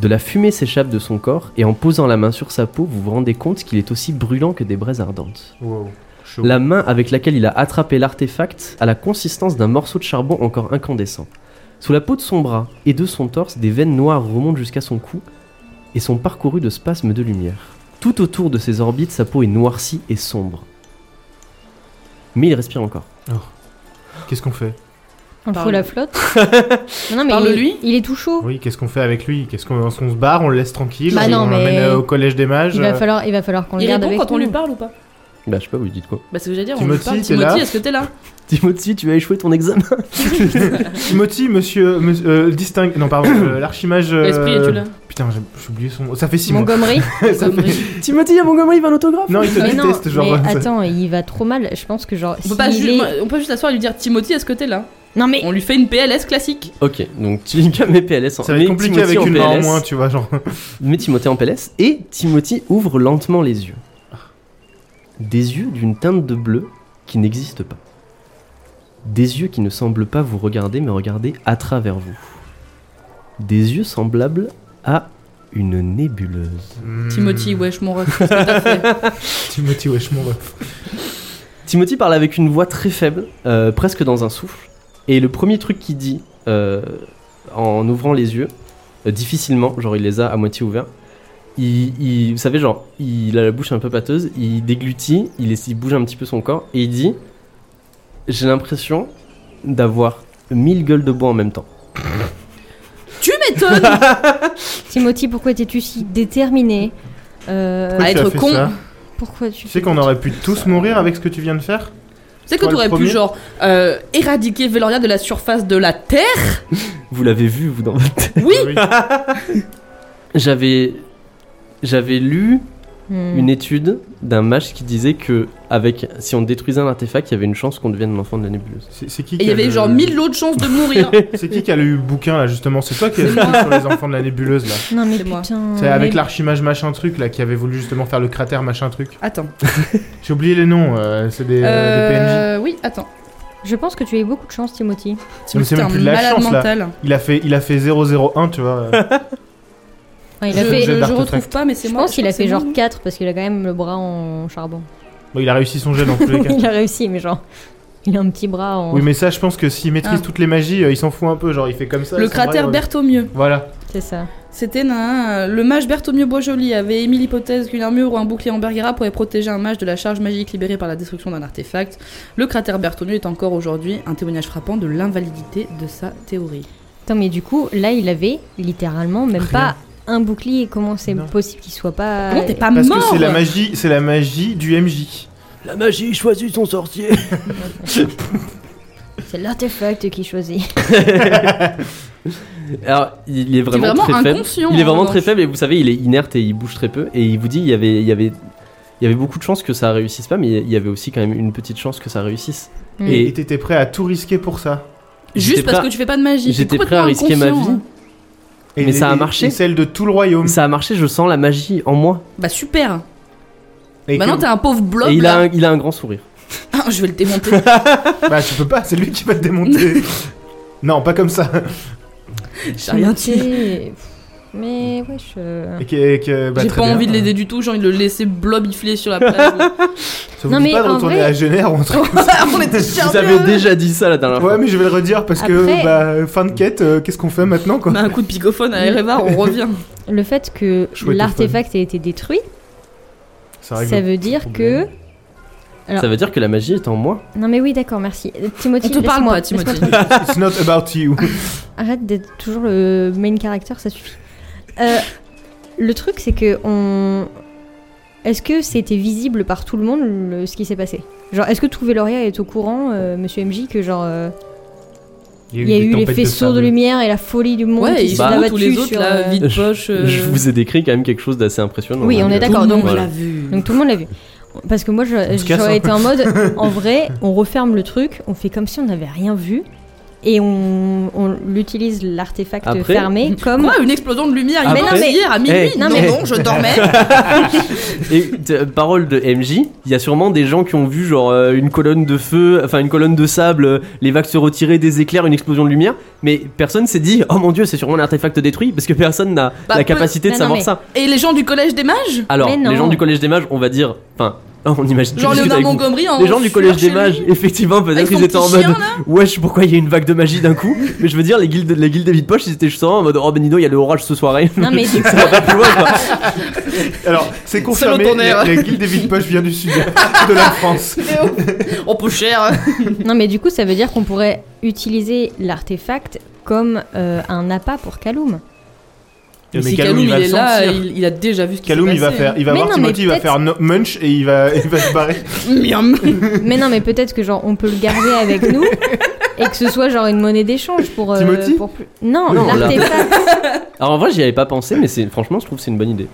Speaker 1: De la fumée s'échappe de son corps et en posant la main sur sa peau, vous vous rendez compte qu'il est aussi brûlant que des braises ardentes.
Speaker 2: Wow. Chaud.
Speaker 1: La main avec laquelle il a attrapé l'artefact a la consistance d'un morceau de charbon encore incandescent. Sous la peau de son bras et de son torse, des veines noires remontent jusqu'à son cou et sont parcourues de spasmes de lumière. Tout autour de ses orbites, sa peau est noircie et sombre. Mais il respire encore.
Speaker 2: Qu'est-ce qu'on fait
Speaker 4: On
Speaker 3: Parle.
Speaker 4: fout la flotte. non, non, mais il,
Speaker 3: Parle-lui.
Speaker 4: il est tout chaud.
Speaker 2: Oui, qu'est-ce qu'on fait avec lui Qu'est-ce qu'on est-ce qu'on se barre On le laisse tranquille
Speaker 4: Bah
Speaker 2: On
Speaker 4: non,
Speaker 2: l'emmène
Speaker 4: mais-
Speaker 2: euh, au collège des mages
Speaker 4: Il va falloir, il va falloir qu'on le
Speaker 3: Il
Speaker 4: garde
Speaker 3: répond
Speaker 4: avec
Speaker 3: quand on
Speaker 4: nous.
Speaker 3: lui parle ou pas
Speaker 1: Bah, je sais pas, vous lui dites quoi
Speaker 3: Bah, c'est ce que j'allais dire. on
Speaker 2: Timothy,
Speaker 3: lui parle.
Speaker 2: t'es
Speaker 3: Timothy,
Speaker 2: là
Speaker 3: est-ce que t'es là
Speaker 1: Timothy, tu as échoué ton examen
Speaker 2: Euh, Timothy, monsieur, monsieur- euh, distingue. Non, pardon, euh, l'archimage. euh,
Speaker 3: Esprit, es-tu là
Speaker 2: Putain, j'ai j'ai oublié son. Ça fait 6 mois.
Speaker 4: Montgomery
Speaker 2: Ça fait-
Speaker 1: Timothy à Montgomery, il va un autographe
Speaker 2: Non, il te
Speaker 4: Mais non,
Speaker 2: déteste, genre.
Speaker 4: mais
Speaker 2: ça-
Speaker 4: attends, il va trop mal. Je pense que genre.
Speaker 3: On peut,
Speaker 4: s'il
Speaker 3: pas ju-
Speaker 4: est-
Speaker 3: on peut juste s'asseoir et lui dire Timothy, est-ce que t'es là
Speaker 4: Non mais
Speaker 3: On lui fait une PLS classique.
Speaker 1: Ok, donc tu lis mes PLS en
Speaker 2: Ça va être
Speaker 1: mets
Speaker 2: compliqué
Speaker 1: Timothy
Speaker 2: avec
Speaker 1: en
Speaker 2: une main en
Speaker 1: PLS,
Speaker 2: moins, tu vois, genre.
Speaker 1: Mets Timothée en PLS et Timothy ouvre lentement les yeux. Des yeux d'une teinte de bleu qui n'existe pas. Des yeux qui ne semblent pas vous regarder mais regarder à travers vous. Des yeux semblables à une nébuleuse.
Speaker 2: Hmm.
Speaker 3: Timothy, wesh, mon ref. qu'est-ce que t'as fait
Speaker 2: Timothy, wesh, mon ref.
Speaker 1: Timothy parle avec une voix très faible, euh, presque dans un souffle. Et le premier truc qu'il dit, euh, en ouvrant les yeux, euh, difficilement, genre il les a à moitié ouverts, il, il- vous savez, genre, il a la bouche un peu pâteuse, il déglutit, il, essaie- il bouge un petit peu son corps, et il dit J'ai l'impression d'avoir mille gueules de bois en même temps.
Speaker 3: Tu m'étonnes
Speaker 4: Timothy, pourquoi t'es-tu si déterminé Euh,
Speaker 3: Pourquoi À être
Speaker 2: Tu as fait
Speaker 3: con.
Speaker 2: ça
Speaker 4: Pourquoi tu
Speaker 2: Tu sais qu'on aurait pu tous mourir avec ce que tu viens de faire
Speaker 3: C'est que
Speaker 2: Toi, le
Speaker 3: t'aurais pu,
Speaker 2: premier
Speaker 3: genre, euh, éradiquer Veloria de la surface de la Terre
Speaker 1: Vous l'avez vu, vous, dans votre tête.
Speaker 3: Oui
Speaker 2: Ah
Speaker 1: J'avais. J'avais lu
Speaker 4: Hmm.
Speaker 1: une étude d'un mage qui disait que avec, si on détruisait un artefact, il y avait une chance qu'on devienne l'enfant de la nébuleuse.
Speaker 2: C'est c'est qui
Speaker 3: Et il
Speaker 2: qui
Speaker 3: y
Speaker 2: a
Speaker 3: avait
Speaker 2: le-
Speaker 3: genre mille lots de chances de mourir.
Speaker 2: C'est qui qui a lu le bouquin là justement C'est toi qui as
Speaker 3: C'est
Speaker 2: lu
Speaker 3: moi.
Speaker 2: sur les enfants de la nébuleuse là
Speaker 4: Non mais
Speaker 3: C'est moi.
Speaker 4: putain.
Speaker 2: C'est avec
Speaker 4: mais-
Speaker 2: l'archimage machin truc là qui avait voulu justement faire le cratère machin truc.
Speaker 3: Attends.
Speaker 2: J'ai oublié les noms, euh, c'est des, euh, des PNJ.
Speaker 3: Euh, oui, attends.
Speaker 4: Je pense que tu as eu beaucoup de chance, Timothy.
Speaker 2: mais
Speaker 3: Timothy,
Speaker 2: c'est
Speaker 3: t'es
Speaker 2: même
Speaker 3: un
Speaker 2: plus de la
Speaker 3: malade
Speaker 2: chance, là.
Speaker 3: mental.
Speaker 2: Il a fait, il a fait 001, tu vois. euh.
Speaker 4: Enfin,
Speaker 3: Je,
Speaker 4: il a
Speaker 2: Je-
Speaker 4: fait.
Speaker 3: je-
Speaker 4: Je,
Speaker 2: Jet
Speaker 3: je
Speaker 2: euh, d'artefact.
Speaker 3: retrouve pas, mais c'est moi.
Speaker 4: pense qu'il a
Speaker 3: crois que
Speaker 4: fait
Speaker 3: c'est
Speaker 4: genre
Speaker 3: moi.
Speaker 4: 4 parce qu'il a quand même le bras en charbon.
Speaker 2: Bon, il a réussi son jet dans tous les cas.
Speaker 4: il a réussi, mais genre. Il a un petit bras en.
Speaker 2: Oui, mais ça, je pense que s'il maîtrise
Speaker 3: Ah.
Speaker 2: toutes les magies, euh, il s'en fout un peu. Genre, il fait comme ça.
Speaker 3: Le
Speaker 2: son bras, il
Speaker 3: cratère
Speaker 2: revient.
Speaker 3: Berthomieux.
Speaker 2: Voilà.
Speaker 4: C'est ça.
Speaker 3: C'était un- le mage Berthomieux Boisjoli avait émis l'hypothèse qu'une armure ou un bouclier en Bergara pourrait protéger un mage de la charge magique libérée par la destruction d'un artefact. Le cratère Berthomieux est encore aujourd'hui un témoignage frappant de l'invalidité de sa théorie.
Speaker 4: Attends, mais du coup, là, il avait littéralement même
Speaker 2: Rien.
Speaker 4: pas un bouclier. Comment c'est
Speaker 2: Non.
Speaker 4: possible qu'il soit pas.
Speaker 3: Comment t'es pas
Speaker 2: Parce
Speaker 3: Ah, mort
Speaker 2: que c'est la magie, c'est la magie du MJ.
Speaker 1: La magie choisit son sorcier.
Speaker 4: C'est l'artefact qui choisit.
Speaker 1: Alors, il est
Speaker 3: T'es
Speaker 1: vraiment,
Speaker 3: vraiment,
Speaker 1: très faible.
Speaker 3: inconscient.
Speaker 1: Il est
Speaker 3: en
Speaker 4: hein,
Speaker 1: vraiment très
Speaker 3: revanche.
Speaker 1: faible et vous savez, il est inerte et il bouge très peu. Et il vous dit, il y avait, il y avait, il y avait beaucoup de chances que ça réussisse pas, mais il y avait aussi quand même une petite chance que ça réussisse.
Speaker 4: Mm.
Speaker 1: Et-
Speaker 2: Et t'étais prêt à tout risquer pour ça.
Speaker 1: J'étais
Speaker 3: Juste parce
Speaker 1: prêt à-
Speaker 3: que tu fais pas de magie. t'es
Speaker 1: J'étais prêt à
Speaker 3: complètement
Speaker 1: risquer ma vie.
Speaker 3: inconscient. hein.
Speaker 2: Et
Speaker 1: Mais
Speaker 2: les-
Speaker 1: ça a
Speaker 2: et-
Speaker 1: marché.
Speaker 2: et Celle de tout le royaume.
Speaker 1: Ça a marché, je sens la magie en moi.
Speaker 3: Bah super.
Speaker 2: Et
Speaker 3: Maintenant
Speaker 2: que-
Speaker 3: t'es un pauvre blob.
Speaker 1: et il a,
Speaker 3: là.
Speaker 1: un, il a un grand sourire.
Speaker 3: Ah, je vais le démonter.
Speaker 2: Bah tu peux pas, c'est lui qui va te démonter. non, pas comme ça.
Speaker 3: J'ai
Speaker 1: Bah,
Speaker 3: rien dit.
Speaker 4: Timothy, Mais
Speaker 2: Mm.
Speaker 4: wesh. euh,
Speaker 2: Et que- et que- bah,
Speaker 3: J'ai
Speaker 2: très
Speaker 3: pas
Speaker 2: bien.
Speaker 3: envie de l'aider du tout, j'ai envie de le laisser blob ifler sur la plage. là.
Speaker 2: Ça vous
Speaker 4: Non,
Speaker 2: dit
Speaker 4: mais
Speaker 2: pas de
Speaker 4: en
Speaker 2: retourner
Speaker 4: vrai-
Speaker 2: à Genève ou un truc
Speaker 3: On était
Speaker 1: Vous
Speaker 3: charmés.
Speaker 1: avez déjà dit ça la dernière
Speaker 2: Ouais,
Speaker 1: fois.
Speaker 2: mais je vais le redire parce
Speaker 4: Après-
Speaker 2: que bah, fin de quête, euh, qu'est-ce qu'on fait maintenant
Speaker 3: On
Speaker 2: quoi
Speaker 3: met un coup de picophone à Ereva, on revient.
Speaker 4: Le fait que
Speaker 2: Chouette
Speaker 4: l'artefact ait été détruit,
Speaker 2: Ça
Speaker 4: ça veut dire que.
Speaker 2: problème.
Speaker 1: Ça veut dire que la magie est en moi.
Speaker 4: Non mais oui d'accord merci. Euh, Timothy,
Speaker 3: On te parle
Speaker 4: laisse-moi-
Speaker 3: pas, Timothy.
Speaker 4: laisse-moi tranquille.
Speaker 2: It's not about you.
Speaker 4: Arrête d'être toujours le main character, ça suffit. Euh, le truc c'est que on. Est-ce que c'était visible par tout le monde le- ce qui s'est passé Genre est-ce que tout Veloria est au courant, euh, Monsieur MJ, que genre euh, il y a eu les faits sourds de lumière et la folie du monde
Speaker 3: Ouais,
Speaker 4: qui
Speaker 3: ils
Speaker 4: s'est
Speaker 3: sont où
Speaker 4: abattu
Speaker 3: tous les autres
Speaker 4: sur,
Speaker 3: là,
Speaker 4: euh,
Speaker 3: vide
Speaker 1: Je-
Speaker 3: poche. euh,
Speaker 1: Je vous ai décrit quand même quelque chose d'assez impressionnant.
Speaker 4: Oui,
Speaker 1: hein,
Speaker 4: on est
Speaker 1: que-
Speaker 3: Tout
Speaker 4: d'accord,
Speaker 3: le
Speaker 4: donc-
Speaker 3: monde
Speaker 1: Voilà.
Speaker 3: l'a vu.
Speaker 4: Donc tout le monde l'a vu. Parce que moi, je-
Speaker 2: se casse, hein.
Speaker 4: j'aurais été en mode, en vrai, on referme le truc, on fait comme si on n'avait rien vu, et on, on l'utilise l'artefact
Speaker 1: Après-
Speaker 4: fermé comme
Speaker 3: Quoi Une explosion de lumière
Speaker 1: Ah
Speaker 3: il
Speaker 1: bon
Speaker 3: mais hier à minuit
Speaker 1: Eh,
Speaker 3: Non,
Speaker 1: eh.
Speaker 3: mais non, je dormais.
Speaker 1: Et t- parole de MJ, il y a sûrement des gens qui ont vu genre euh, une colonne de feu, enfin une colonne de sable, euh, les vagues se retirer, des éclairs, une explosion de lumière, mais personne s'est dit oh mon dieu c'est sûrement un artefact détruit parce que personne n'a la
Speaker 3: Bah, peu-
Speaker 1: capacité de
Speaker 4: Non, non,
Speaker 1: savoir
Speaker 4: mais-
Speaker 1: ça.
Speaker 3: Et les gens du collège des mages
Speaker 1: Alors
Speaker 4: Mais non.
Speaker 1: les gens du collège des mages, on va dire, enfin on imagine. je
Speaker 3: Genre
Speaker 1: discute
Speaker 3: Léonard
Speaker 1: avec vous.
Speaker 3: Montgomery en
Speaker 1: Les gens du collège des
Speaker 3: chez lui,
Speaker 1: mages, effectivement,
Speaker 3: avec
Speaker 1: peut-être
Speaker 3: son
Speaker 1: ils étaient en
Speaker 3: petit
Speaker 1: mode
Speaker 3: chien, là.
Speaker 1: wesh pourquoi il y a une vague de magie d'un coup, mais je veux dire les guildes, les guildes des vides poches ils étaient juste en mode oh Benino il y a le orage ce soir.
Speaker 4: Non, mais du
Speaker 1: ça va pas plus loin quoi.
Speaker 2: Alors, c'est confirmé,
Speaker 3: Selon ton air.
Speaker 2: la, la guilde des vides poches vient du sud de la France.
Speaker 3: Oh, peu cher
Speaker 4: Non, mais du coup, ça veut dire qu'on pourrait utiliser l'artefact comme euh, un appât pour Kaloum.
Speaker 3: Mais si Kaloum il est là, il, il a déjà vu ce qui
Speaker 2: Kaloum,
Speaker 3: s'est
Speaker 2: il va
Speaker 3: passé.
Speaker 2: faire, il va
Speaker 4: Mais
Speaker 2: voir
Speaker 4: non, mais
Speaker 2: Timothy, il va
Speaker 4: peut-être-
Speaker 2: faire no- munch et il va, il va se barrer.
Speaker 3: Miam.
Speaker 4: mais non, mais peut-être que genre on peut le garder avec nous et que ce soit genre une monnaie d'échange pour. euh,
Speaker 2: Timothy
Speaker 4: pour plus- Non,
Speaker 1: Non,
Speaker 4: l'artefact.
Speaker 1: Alors en vrai j'y avais pas pensé mais c'est franchement je trouve que c'est une bonne idée.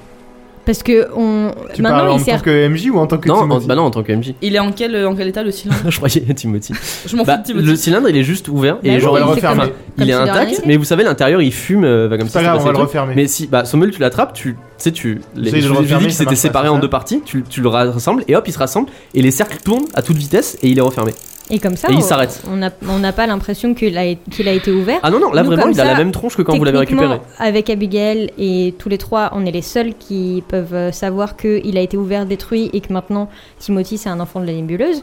Speaker 4: Parce que on.
Speaker 2: Tu parles
Speaker 4: Maintenant,
Speaker 2: en
Speaker 4: il
Speaker 2: tant
Speaker 4: sert.
Speaker 2: que MJ ou en tant que
Speaker 1: Non, en,
Speaker 2: Timothy
Speaker 1: bah non en tant que MJ.
Speaker 3: Il est en quel, en quel état le cylindre
Speaker 1: je croyais Timothy.
Speaker 3: Je m'en
Speaker 1: Bah,
Speaker 3: fous de Timothy.
Speaker 1: le cylindre il est juste ouvert et
Speaker 4: Bah
Speaker 1: genre
Speaker 2: oui,
Speaker 1: il,
Speaker 2: il fait
Speaker 1: referme.
Speaker 2: comme-
Speaker 1: il
Speaker 4: comme
Speaker 1: est
Speaker 4: si de rien
Speaker 1: intact,
Speaker 4: n'était.
Speaker 1: mais vous savez l'intérieur il fume euh, va comme
Speaker 2: C'est
Speaker 1: ça.
Speaker 2: pas
Speaker 1: c'est
Speaker 2: grave, on
Speaker 1: passé le
Speaker 2: va le
Speaker 1: truc.
Speaker 2: refermer.
Speaker 1: Mais si bah Sommel tu l'attrapes, tu tu sais tu les,
Speaker 2: J'essaie de
Speaker 1: je
Speaker 2: le
Speaker 1: vous ai dit
Speaker 2: refermer,
Speaker 1: qu'ils
Speaker 2: ça
Speaker 1: s'étaient
Speaker 2: marche pas,
Speaker 1: séparés
Speaker 2: c'est
Speaker 1: en
Speaker 2: ça
Speaker 1: deux parties, tu, tu le ra- rassembles et hop ils se rassemblent et les cercles tournent à toute vitesse et il est refermé.
Speaker 4: Et comme ça,
Speaker 1: et il
Speaker 4: on-
Speaker 1: s'arrête.
Speaker 4: on n'a on n'a pas l'impression qu'il a, qu'il a été ouvert.
Speaker 1: Ah non non, là
Speaker 4: Nous,
Speaker 1: vraiment
Speaker 4: comme
Speaker 1: il a
Speaker 4: ça,
Speaker 1: la même tronche que quand vous l'avez
Speaker 4: Techniquement,
Speaker 1: récupéré.
Speaker 4: Avec Abigail et tous les trois, on est les seuls qui peuvent euh, savoir qu'il a été ouvert, détruit et que maintenant Timothy c'est un enfant de la nébuleuse.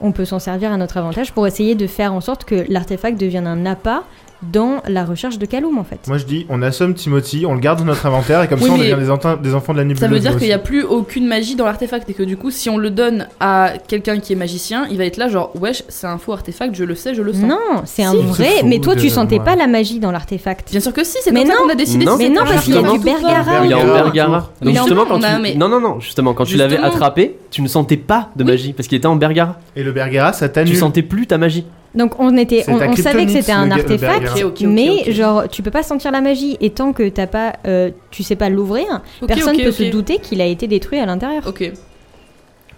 Speaker 4: On peut s'en servir à notre avantage pour essayer de faire en sorte que l'artefact devienne un appât dans la recherche de Kaloum en fait.
Speaker 2: Moi je dis, on assomme Timothy, on le garde dans notre inventaire et comme
Speaker 3: Oui,
Speaker 2: ça on
Speaker 3: mais-
Speaker 2: devient des, enten- des enfants de la nébuleuse.
Speaker 3: Ça veut dire
Speaker 2: nous
Speaker 3: qu'il n'y a
Speaker 2: aussi.
Speaker 3: plus aucune magie dans l'artefact et que du coup, si on le donne à quelqu'un qui est magicien, il va être là genre wesh, c'est un faux artefact, je le sais, je le sens.
Speaker 4: Non, c'est un
Speaker 3: Si.
Speaker 4: vrai.
Speaker 2: C'est fou
Speaker 4: Mais toi,
Speaker 2: de-
Speaker 4: tu sentais
Speaker 2: ouais.
Speaker 4: pas la magie dans l'artefact.
Speaker 3: Bien sûr que si, c'est
Speaker 4: Mais
Speaker 3: comme ça
Speaker 4: non.
Speaker 3: qu'on a décidé.
Speaker 1: Non.
Speaker 3: si
Speaker 4: Mais
Speaker 3: c'était
Speaker 4: non,
Speaker 3: un
Speaker 4: parce qu'il y a
Speaker 3: artefact
Speaker 4: du
Speaker 3: ou pas.
Speaker 4: Bergara.
Speaker 1: Il est en
Speaker 2: Bergara.
Speaker 1: Bergara.
Speaker 3: Il est
Speaker 1: Donc
Speaker 3: en
Speaker 1: justement
Speaker 3: tout,
Speaker 1: quand
Speaker 3: on a-
Speaker 1: tu
Speaker 3: mais-
Speaker 1: non non non, justement quand tu l'avais
Speaker 3: Justement.
Speaker 1: attrapé, tu ne sentais pas de
Speaker 3: Oui.
Speaker 1: magie parce qu'il était en Bergara.
Speaker 2: Et le Bergara, ça t'annule.
Speaker 1: Tu sentais plus ta magie.
Speaker 4: Donc on était,
Speaker 2: C'est
Speaker 4: on,
Speaker 2: ta
Speaker 4: on savait que
Speaker 2: kryptonite, euh,
Speaker 4: c'était un
Speaker 2: le ga- le
Speaker 4: artefact.
Speaker 2: Bergara.
Speaker 3: Ok, ok, ok,
Speaker 4: mais
Speaker 3: ok.
Speaker 4: genre tu peux pas sentir la magie et tant que t'as pas euh, tu sais pas l'ouvrir
Speaker 3: Ok,
Speaker 4: personne
Speaker 3: ok,
Speaker 4: peut
Speaker 3: ok.
Speaker 4: se douter qu'il a été détruit à l'intérieur
Speaker 3: Ok.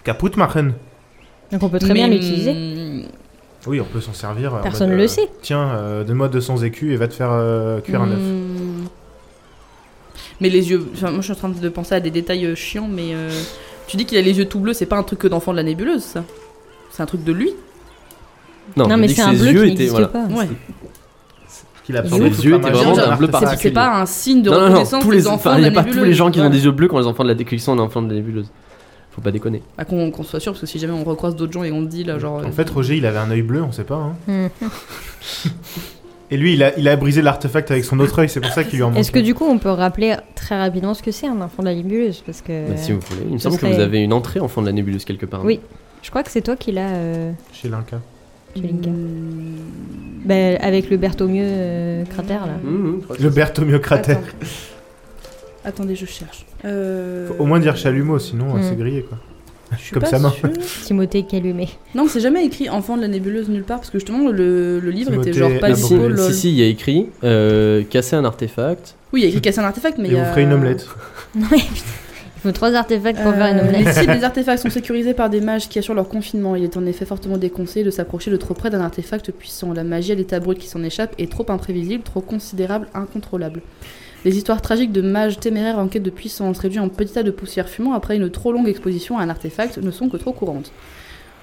Speaker 2: Caput Machen.
Speaker 4: donc on peut très bien
Speaker 3: Mais,
Speaker 4: l'utiliser
Speaker 3: hum,
Speaker 2: Oui, on peut s'en servir. en
Speaker 4: Personne
Speaker 2: mode,
Speaker 4: le
Speaker 2: euh,
Speaker 4: sait.
Speaker 2: Tiens, euh, donne-moi 200 écus et va te faire euh, cuire un œuf.
Speaker 3: Hmm. Mais les yeux. enfin, moi, je suis en train de penser à des détails euh, chiants, mais euh, tu dis qu'il a les yeux tout bleus, c'est pas un truc que d'enfant de la nébuleuse, ça. C'est un truc de lui.
Speaker 1: Non,
Speaker 4: non
Speaker 1: on
Speaker 4: mais
Speaker 1: dit que
Speaker 4: c'est un
Speaker 1: ses
Speaker 4: bleu
Speaker 1: yeux
Speaker 4: qui
Speaker 1: étaient-
Speaker 4: n'existe
Speaker 1: voilà.
Speaker 4: pas
Speaker 3: Ouais.
Speaker 2: Qu'il a
Speaker 1: Ses
Speaker 2: absorbé toute
Speaker 1: yeux
Speaker 2: la
Speaker 1: étaient
Speaker 2: magie
Speaker 1: vraiment
Speaker 2: d'un
Speaker 1: d'un bleu
Speaker 2: artefact.
Speaker 1: particulier.
Speaker 3: C'est c'est pas un signe de
Speaker 1: non, non, non,
Speaker 3: reconnaissance
Speaker 1: tous les,
Speaker 3: des enfants
Speaker 1: enfin,
Speaker 3: de
Speaker 1: il y
Speaker 3: la
Speaker 1: a pas tous les
Speaker 3: nébuleuse.
Speaker 1: gens qui ont
Speaker 3: Voilà.
Speaker 1: des yeux bleus quand les enfants de la, qui sont enfants de la nébuleuse. Faut pas déconner.
Speaker 3: Ah, qu'on qu'on soit sûr, parce que si jamais on recroise d'autres gens et on dit là, genre. euh,
Speaker 2: En fait, Roger, il avait un œil bleu, on sait pas. hein.
Speaker 4: Hmm.
Speaker 2: Et lui, il a, il a brisé l'artefact avec son autre œil, c'est pour ça qu'il lui en manque.
Speaker 4: Est-ce que du coup on peut rappeler très rapidement ce que c'est un enfant de la nébuleuse parce que
Speaker 1: Bah, si vous voulez. Il me
Speaker 4: ce
Speaker 1: semble que vous
Speaker 4: serait-
Speaker 1: avez une entrée enfant de la nébuleuse quelque part.
Speaker 4: Oui. je crois que c'est toi qui l'as euh,
Speaker 2: Chez l'Inca.
Speaker 4: Chelinka.
Speaker 3: hmm,
Speaker 4: bah, avec le Berthomieux euh, cratère là.
Speaker 1: Mmh, je crois que
Speaker 2: Le Bertomio cratère.
Speaker 3: attends. Attendez, je cherche. Euh,
Speaker 2: Faut au moins dire chalumeau, sinon euh,
Speaker 4: Hmm.
Speaker 2: c'est
Speaker 3: Mm.
Speaker 2: grillé quoi.
Speaker 3: je suis
Speaker 2: comme
Speaker 3: pas
Speaker 2: sa main.
Speaker 3: sûre.
Speaker 4: Timothée Calumet.
Speaker 3: Non, c'est jamais écrit enfant de la nébuleuse nulle part, parce que justement, le, le livre était
Speaker 2: Timothée
Speaker 3: genre pas
Speaker 2: Ah,
Speaker 1: c'est-
Speaker 2: Abreu.
Speaker 1: si,
Speaker 3: dispo.
Speaker 2: bon,
Speaker 1: si,
Speaker 3: lol.
Speaker 1: si, il y a écrit euh, casser un artefact.
Speaker 3: Oui, il y a écrit casser un artefact, mais.
Speaker 2: Et
Speaker 3: il y
Speaker 2: vous
Speaker 3: a-
Speaker 2: ferez une omelette.
Speaker 4: Non, mais putain, Il faut trois artefacts pour faire une
Speaker 3: Euh,
Speaker 4: omelette.
Speaker 3: mais si des artefacts sont sécurisés par des mages qui assurent leur confinement, il est en effet fortement déconseillé de s'approcher de trop près d'un artefact puissant. La magie à l'état brut qui s'en échappe est trop imprévisible, trop considérable, incontrôlable. Les histoires tragiques de mages téméraires en quête de puissance, réduits en petits tas de poussière fumant après une trop longue exposition à un artefact, ne sont que trop courantes.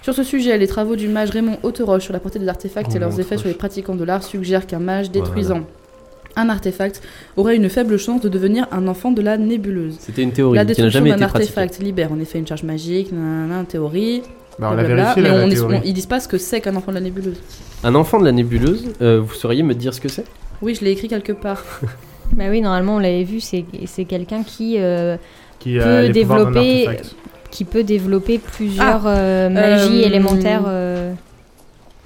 Speaker 3: Sur ce sujet, les travaux du mage Raymond Hauteroche sur la portée des artefacts et
Speaker 2: Raymond
Speaker 3: leurs effets sur
Speaker 2: Hauteroche.
Speaker 3: les pratiquants de l'art suggèrent qu'un mage
Speaker 1: Voilà.
Speaker 3: détruisant un artefact aurait une faible chance de devenir un enfant de la nébuleuse.
Speaker 1: C'était une théorie
Speaker 3: La
Speaker 1: qui n'a
Speaker 3: destruction
Speaker 1: jamais
Speaker 3: d'un
Speaker 1: été pratiquée.
Speaker 3: artefact libère en effet une charge magique, nanana, théorie,
Speaker 2: Bah, on l'a
Speaker 3: blablabla,
Speaker 2: vérifié là,
Speaker 3: mais
Speaker 2: la
Speaker 3: on est-
Speaker 2: théorie.
Speaker 3: on- ils disent pas ce que c'est qu'un enfant de la nébuleuse.
Speaker 1: Un enfant de la nébuleuse, euh, vous sauriez me dire ce que c'est
Speaker 3: Oui, je l'ai écrit quelque part.
Speaker 4: Bah oui, normalement on l'avait vu, c'est c'est quelqu'un qui euh,
Speaker 2: Qui a
Speaker 4: peut
Speaker 2: les pouvoirs d'un
Speaker 4: développer-
Speaker 2: artefact.
Speaker 4: qui peut développer plusieurs euh, magies
Speaker 3: Ah, euh,
Speaker 4: élémentaires euh,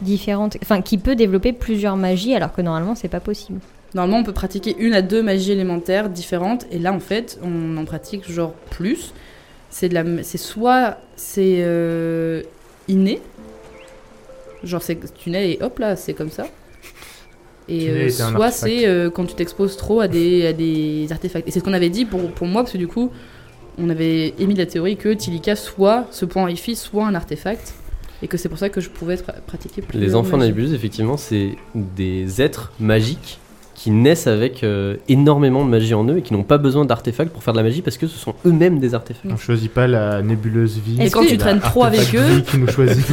Speaker 4: différentes. Enfin, qui peut développer plusieurs magies alors que normalement c'est pas possible.
Speaker 3: Normalement, on peut pratiquer une à deux magies élémentaires différentes, et là, en fait, on en pratique genre plus. C'est de la, m- c'est soit c'est euh, inné, genre c'est tu nais et hop là, c'est comme ça. Et
Speaker 2: Tu nais et
Speaker 3: euh,
Speaker 2: t'es un
Speaker 3: soit
Speaker 2: artefact.
Speaker 3: c'est euh, quand tu t'exposes trop à des, à des artefacts. Et c'est ce qu'on avait dit pour, pour moi, parce que du coup, on avait émis la théorie que Tilika soit ce point IFI, soit un artefact. et que c'est pour ça que je pouvais pra- pratiquer plus.
Speaker 1: Les
Speaker 3: en
Speaker 1: enfants
Speaker 3: magie.
Speaker 1: nébuleuses, effectivement, c'est des êtres magiques qui naissent avec euh, énormément de magie en eux et qui n'ont pas besoin d'artefacts pour faire de la magie parce que ce sont eux-mêmes des artefacts.
Speaker 2: On choisit pas la nébuleuse vie.
Speaker 3: Et quand Mm. tu
Speaker 2: la
Speaker 3: traînes trop avec
Speaker 2: Bah, artefact
Speaker 3: eux-
Speaker 2: vie qui nous choisit.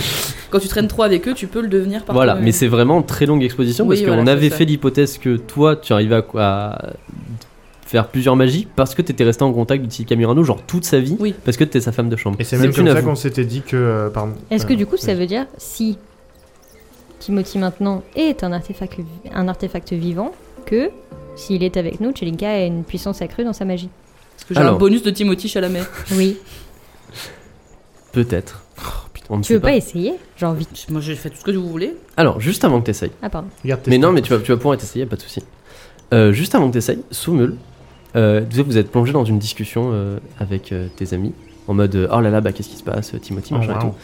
Speaker 3: Quand tu traînes trop avec eux, tu peux le devenir par
Speaker 1: Voilà,
Speaker 3: toi-même.
Speaker 1: mais c'est vraiment très longue exposition
Speaker 3: Oui,
Speaker 1: parce qu'on
Speaker 3: voilà, c'est
Speaker 1: avait
Speaker 3: ça.
Speaker 1: fait l'hypothèse que toi, tu arrivais à, à faire plusieurs magies parce que t'étais resté en contact du petit Camurano genre toute sa vie
Speaker 3: Oui.
Speaker 1: parce que t'étais sa femme de chambre.
Speaker 2: Et c'est même
Speaker 1: plus
Speaker 2: comme ça
Speaker 1: neuf.
Speaker 2: qu'on s'était dit que. euh, pardon.
Speaker 4: Est-ce que
Speaker 2: Euh,
Speaker 4: du coup, ça
Speaker 2: oui.
Speaker 4: veut dire si Timothy maintenant est un artefact, un artefact vivant, que s'il est avec nous, Chelinka a une puissance accrue dans sa magie
Speaker 3: Parce que j'ai
Speaker 1: Alors.
Speaker 3: un bonus de Timothy Chalamet.
Speaker 4: Oui.
Speaker 1: Peut-être. Oh, On ne
Speaker 4: tu
Speaker 1: sait
Speaker 4: veux pas, essayer Genre vite.
Speaker 3: Moi, j'ai fait tout ce que vous voulez.
Speaker 1: Alors, juste avant que t'essayes.
Speaker 4: Ah, pardon.
Speaker 2: Regarde tes
Speaker 1: Mais non,
Speaker 2: stats.
Speaker 1: mais tu vas, tu vas pouvoir t'essayer, pas de souci. Euh, juste avant que tu essayes, Soumul, euh, vous vous êtes plongé dans une discussion euh, avec euh, tes amis, en mode euh, oh là là, bah qu'est-ce qui se passe, Timothy,
Speaker 2: Oh,
Speaker 1: machin et
Speaker 2: wow.
Speaker 1: tout.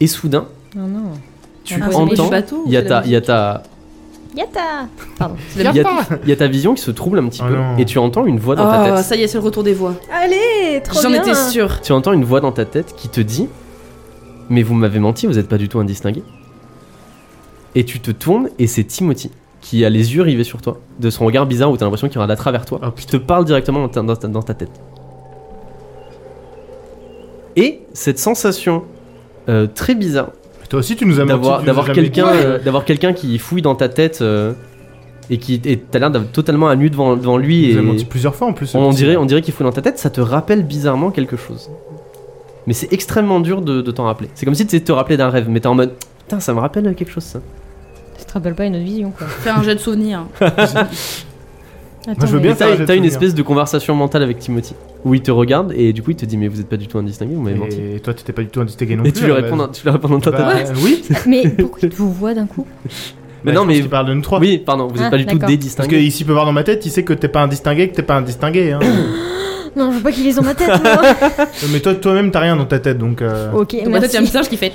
Speaker 1: Et soudain,
Speaker 4: Non, non.
Speaker 1: tu
Speaker 4: Ah, c'est
Speaker 3: le bruit du
Speaker 1: entends,
Speaker 3: bateau,
Speaker 1: il y, a
Speaker 3: c'est
Speaker 1: ta-
Speaker 3: la
Speaker 1: il y a ta-
Speaker 4: Yata Pardon.
Speaker 3: C'est la
Speaker 1: il y a- il y a ta vision qui se trouble un petit
Speaker 2: Oh
Speaker 1: peu,
Speaker 2: non.
Speaker 1: et tu entends une voix dans ta
Speaker 3: Ah,
Speaker 1: tête.
Speaker 3: ça y est, c'est le retour des voix.
Speaker 4: Allez, trop
Speaker 3: J'en
Speaker 4: bien
Speaker 3: étais sûre.
Speaker 1: Tu entends une voix dans ta tête qui te dit Mais vous m'avez menti, vous n'êtes pas du tout indistingué. Et tu te tournes et c'est Timothy qui a les yeux rivés sur toi, de son regard bizarre où t'as l'impression qu'il regarde à travers toi,
Speaker 2: Oh,
Speaker 1: qui te parle directement dans ta, dans ta- dans ta tête. Et cette sensation euh, très bizarre
Speaker 2: Toi aussi, tu nous as menti, tu
Speaker 1: d'avoir
Speaker 2: nous
Speaker 1: d'avoir
Speaker 2: as jamais
Speaker 1: quelqu'un
Speaker 2: dit.
Speaker 1: euh, d'avoir quelqu'un qui fouille dans ta tête euh, et qui et t'as l'air d'être totalement à nu devant devant lui
Speaker 2: Tu nous as
Speaker 1: et
Speaker 2: menti plusieurs fois en plus.
Speaker 1: on, on dirait, on dirait qu'il faut dans ta tête, ça te rappelle bizarrement quelque chose. Mais c'est extrêmement dur de, de t'en rappeler. C'est comme si tu te rappelais d'un rêve, mais t'es en mode putain, ça me rappelle quelque chose ça.
Speaker 4: Ça te rappelle pas une autre vision, quoi.
Speaker 3: Fais un jet de souvenirs.
Speaker 4: Attends,
Speaker 2: veux
Speaker 4: mais-
Speaker 2: bien
Speaker 1: Et
Speaker 2: faire un
Speaker 1: T'as
Speaker 2: jet de
Speaker 1: t'as une
Speaker 2: souvenirs.
Speaker 1: espèce de conversation mentale avec Timothy où il te regarde et du coup il te dit, mais vous êtes pas du tout indistingué, vous m'avez menti.
Speaker 2: Et toi, t'étais pas du tout indistingué non
Speaker 1: Et
Speaker 2: plus.
Speaker 1: tu lui
Speaker 2: à la
Speaker 1: réponds,
Speaker 2: base.
Speaker 1: dans- tu lui réponds dans ta
Speaker 2: Bah,
Speaker 1: tête.
Speaker 2: oui.
Speaker 4: Mais pourquoi il te vous voit d'un coup
Speaker 1: Mais non,
Speaker 2: Bah, je pense
Speaker 1: mais-
Speaker 2: qu'il parle de nous trois.
Speaker 1: Oui, pardon, vous êtes
Speaker 4: Ah,
Speaker 1: pas du tout
Speaker 4: d'accord.
Speaker 1: dédistingué.
Speaker 2: Parce que ici peut voir dans ma tête, il sait que t'es pas indistingué, que t'es pas indistingué. hein.
Speaker 4: Non, je veux pas qu'il est en ma tête, moi
Speaker 2: mais toi, toi-même, t'as rien dans ta tête, donc. euh,
Speaker 4: Ok,
Speaker 3: Dans ma tête, il y a un
Speaker 4: merci.
Speaker 3: petit singe qui fait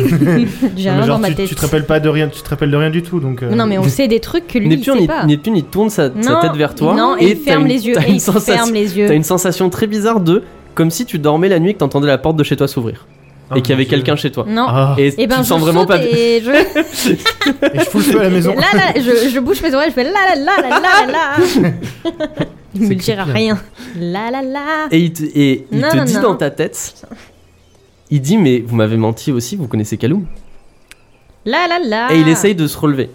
Speaker 4: Oh, J'ai
Speaker 2: mais
Speaker 4: rien
Speaker 2: genre,
Speaker 4: dans ma
Speaker 2: tu,
Speaker 4: tête.
Speaker 2: tu te rappelles pas de rien, tu te rappelles de rien du tout, donc. euh,
Speaker 4: Non, mais on sait des trucs que lui, il
Speaker 1: Neptune,
Speaker 4: sait
Speaker 1: il,
Speaker 4: pas.
Speaker 1: Neptune, il tourne sa, sa
Speaker 4: Non,
Speaker 1: tête vers toi
Speaker 4: Non,
Speaker 1: et
Speaker 4: et il
Speaker 1: t'as
Speaker 4: ferme
Speaker 1: une-
Speaker 4: les yeux.
Speaker 1: t'as
Speaker 4: Et
Speaker 1: une
Speaker 4: il
Speaker 1: sensation-
Speaker 4: ferme les yeux.
Speaker 1: T'as une sensation très bizarre de comme si tu dormais la nuit et que t'entendais la porte de chez toi s'ouvrir
Speaker 2: oh
Speaker 1: et qu'il y
Speaker 2: mon
Speaker 1: avait
Speaker 2: Dieu.
Speaker 1: quelqu'un chez toi.
Speaker 4: Non.
Speaker 2: Ah, et...
Speaker 1: Et
Speaker 4: Et
Speaker 1: tu
Speaker 4: ben, je
Speaker 1: te sens vraiment
Speaker 4: saute
Speaker 1: pas.
Speaker 4: et je...
Speaker 2: Ah, je fous le feu à la maison.
Speaker 4: Là, là, je, je bouge mes oreilles, je fais la la la la la la. Il
Speaker 2: C'est
Speaker 4: me dira
Speaker 2: creepy, hein.
Speaker 4: rien. La la la.
Speaker 1: Et il te, et il
Speaker 4: Non,
Speaker 1: te
Speaker 4: non,
Speaker 1: dit
Speaker 4: non.
Speaker 1: dans ta tête, il dit mais vous m'avez menti aussi, vous connaissez Kaloum.
Speaker 4: La la la.
Speaker 1: Et il essaye de se relever.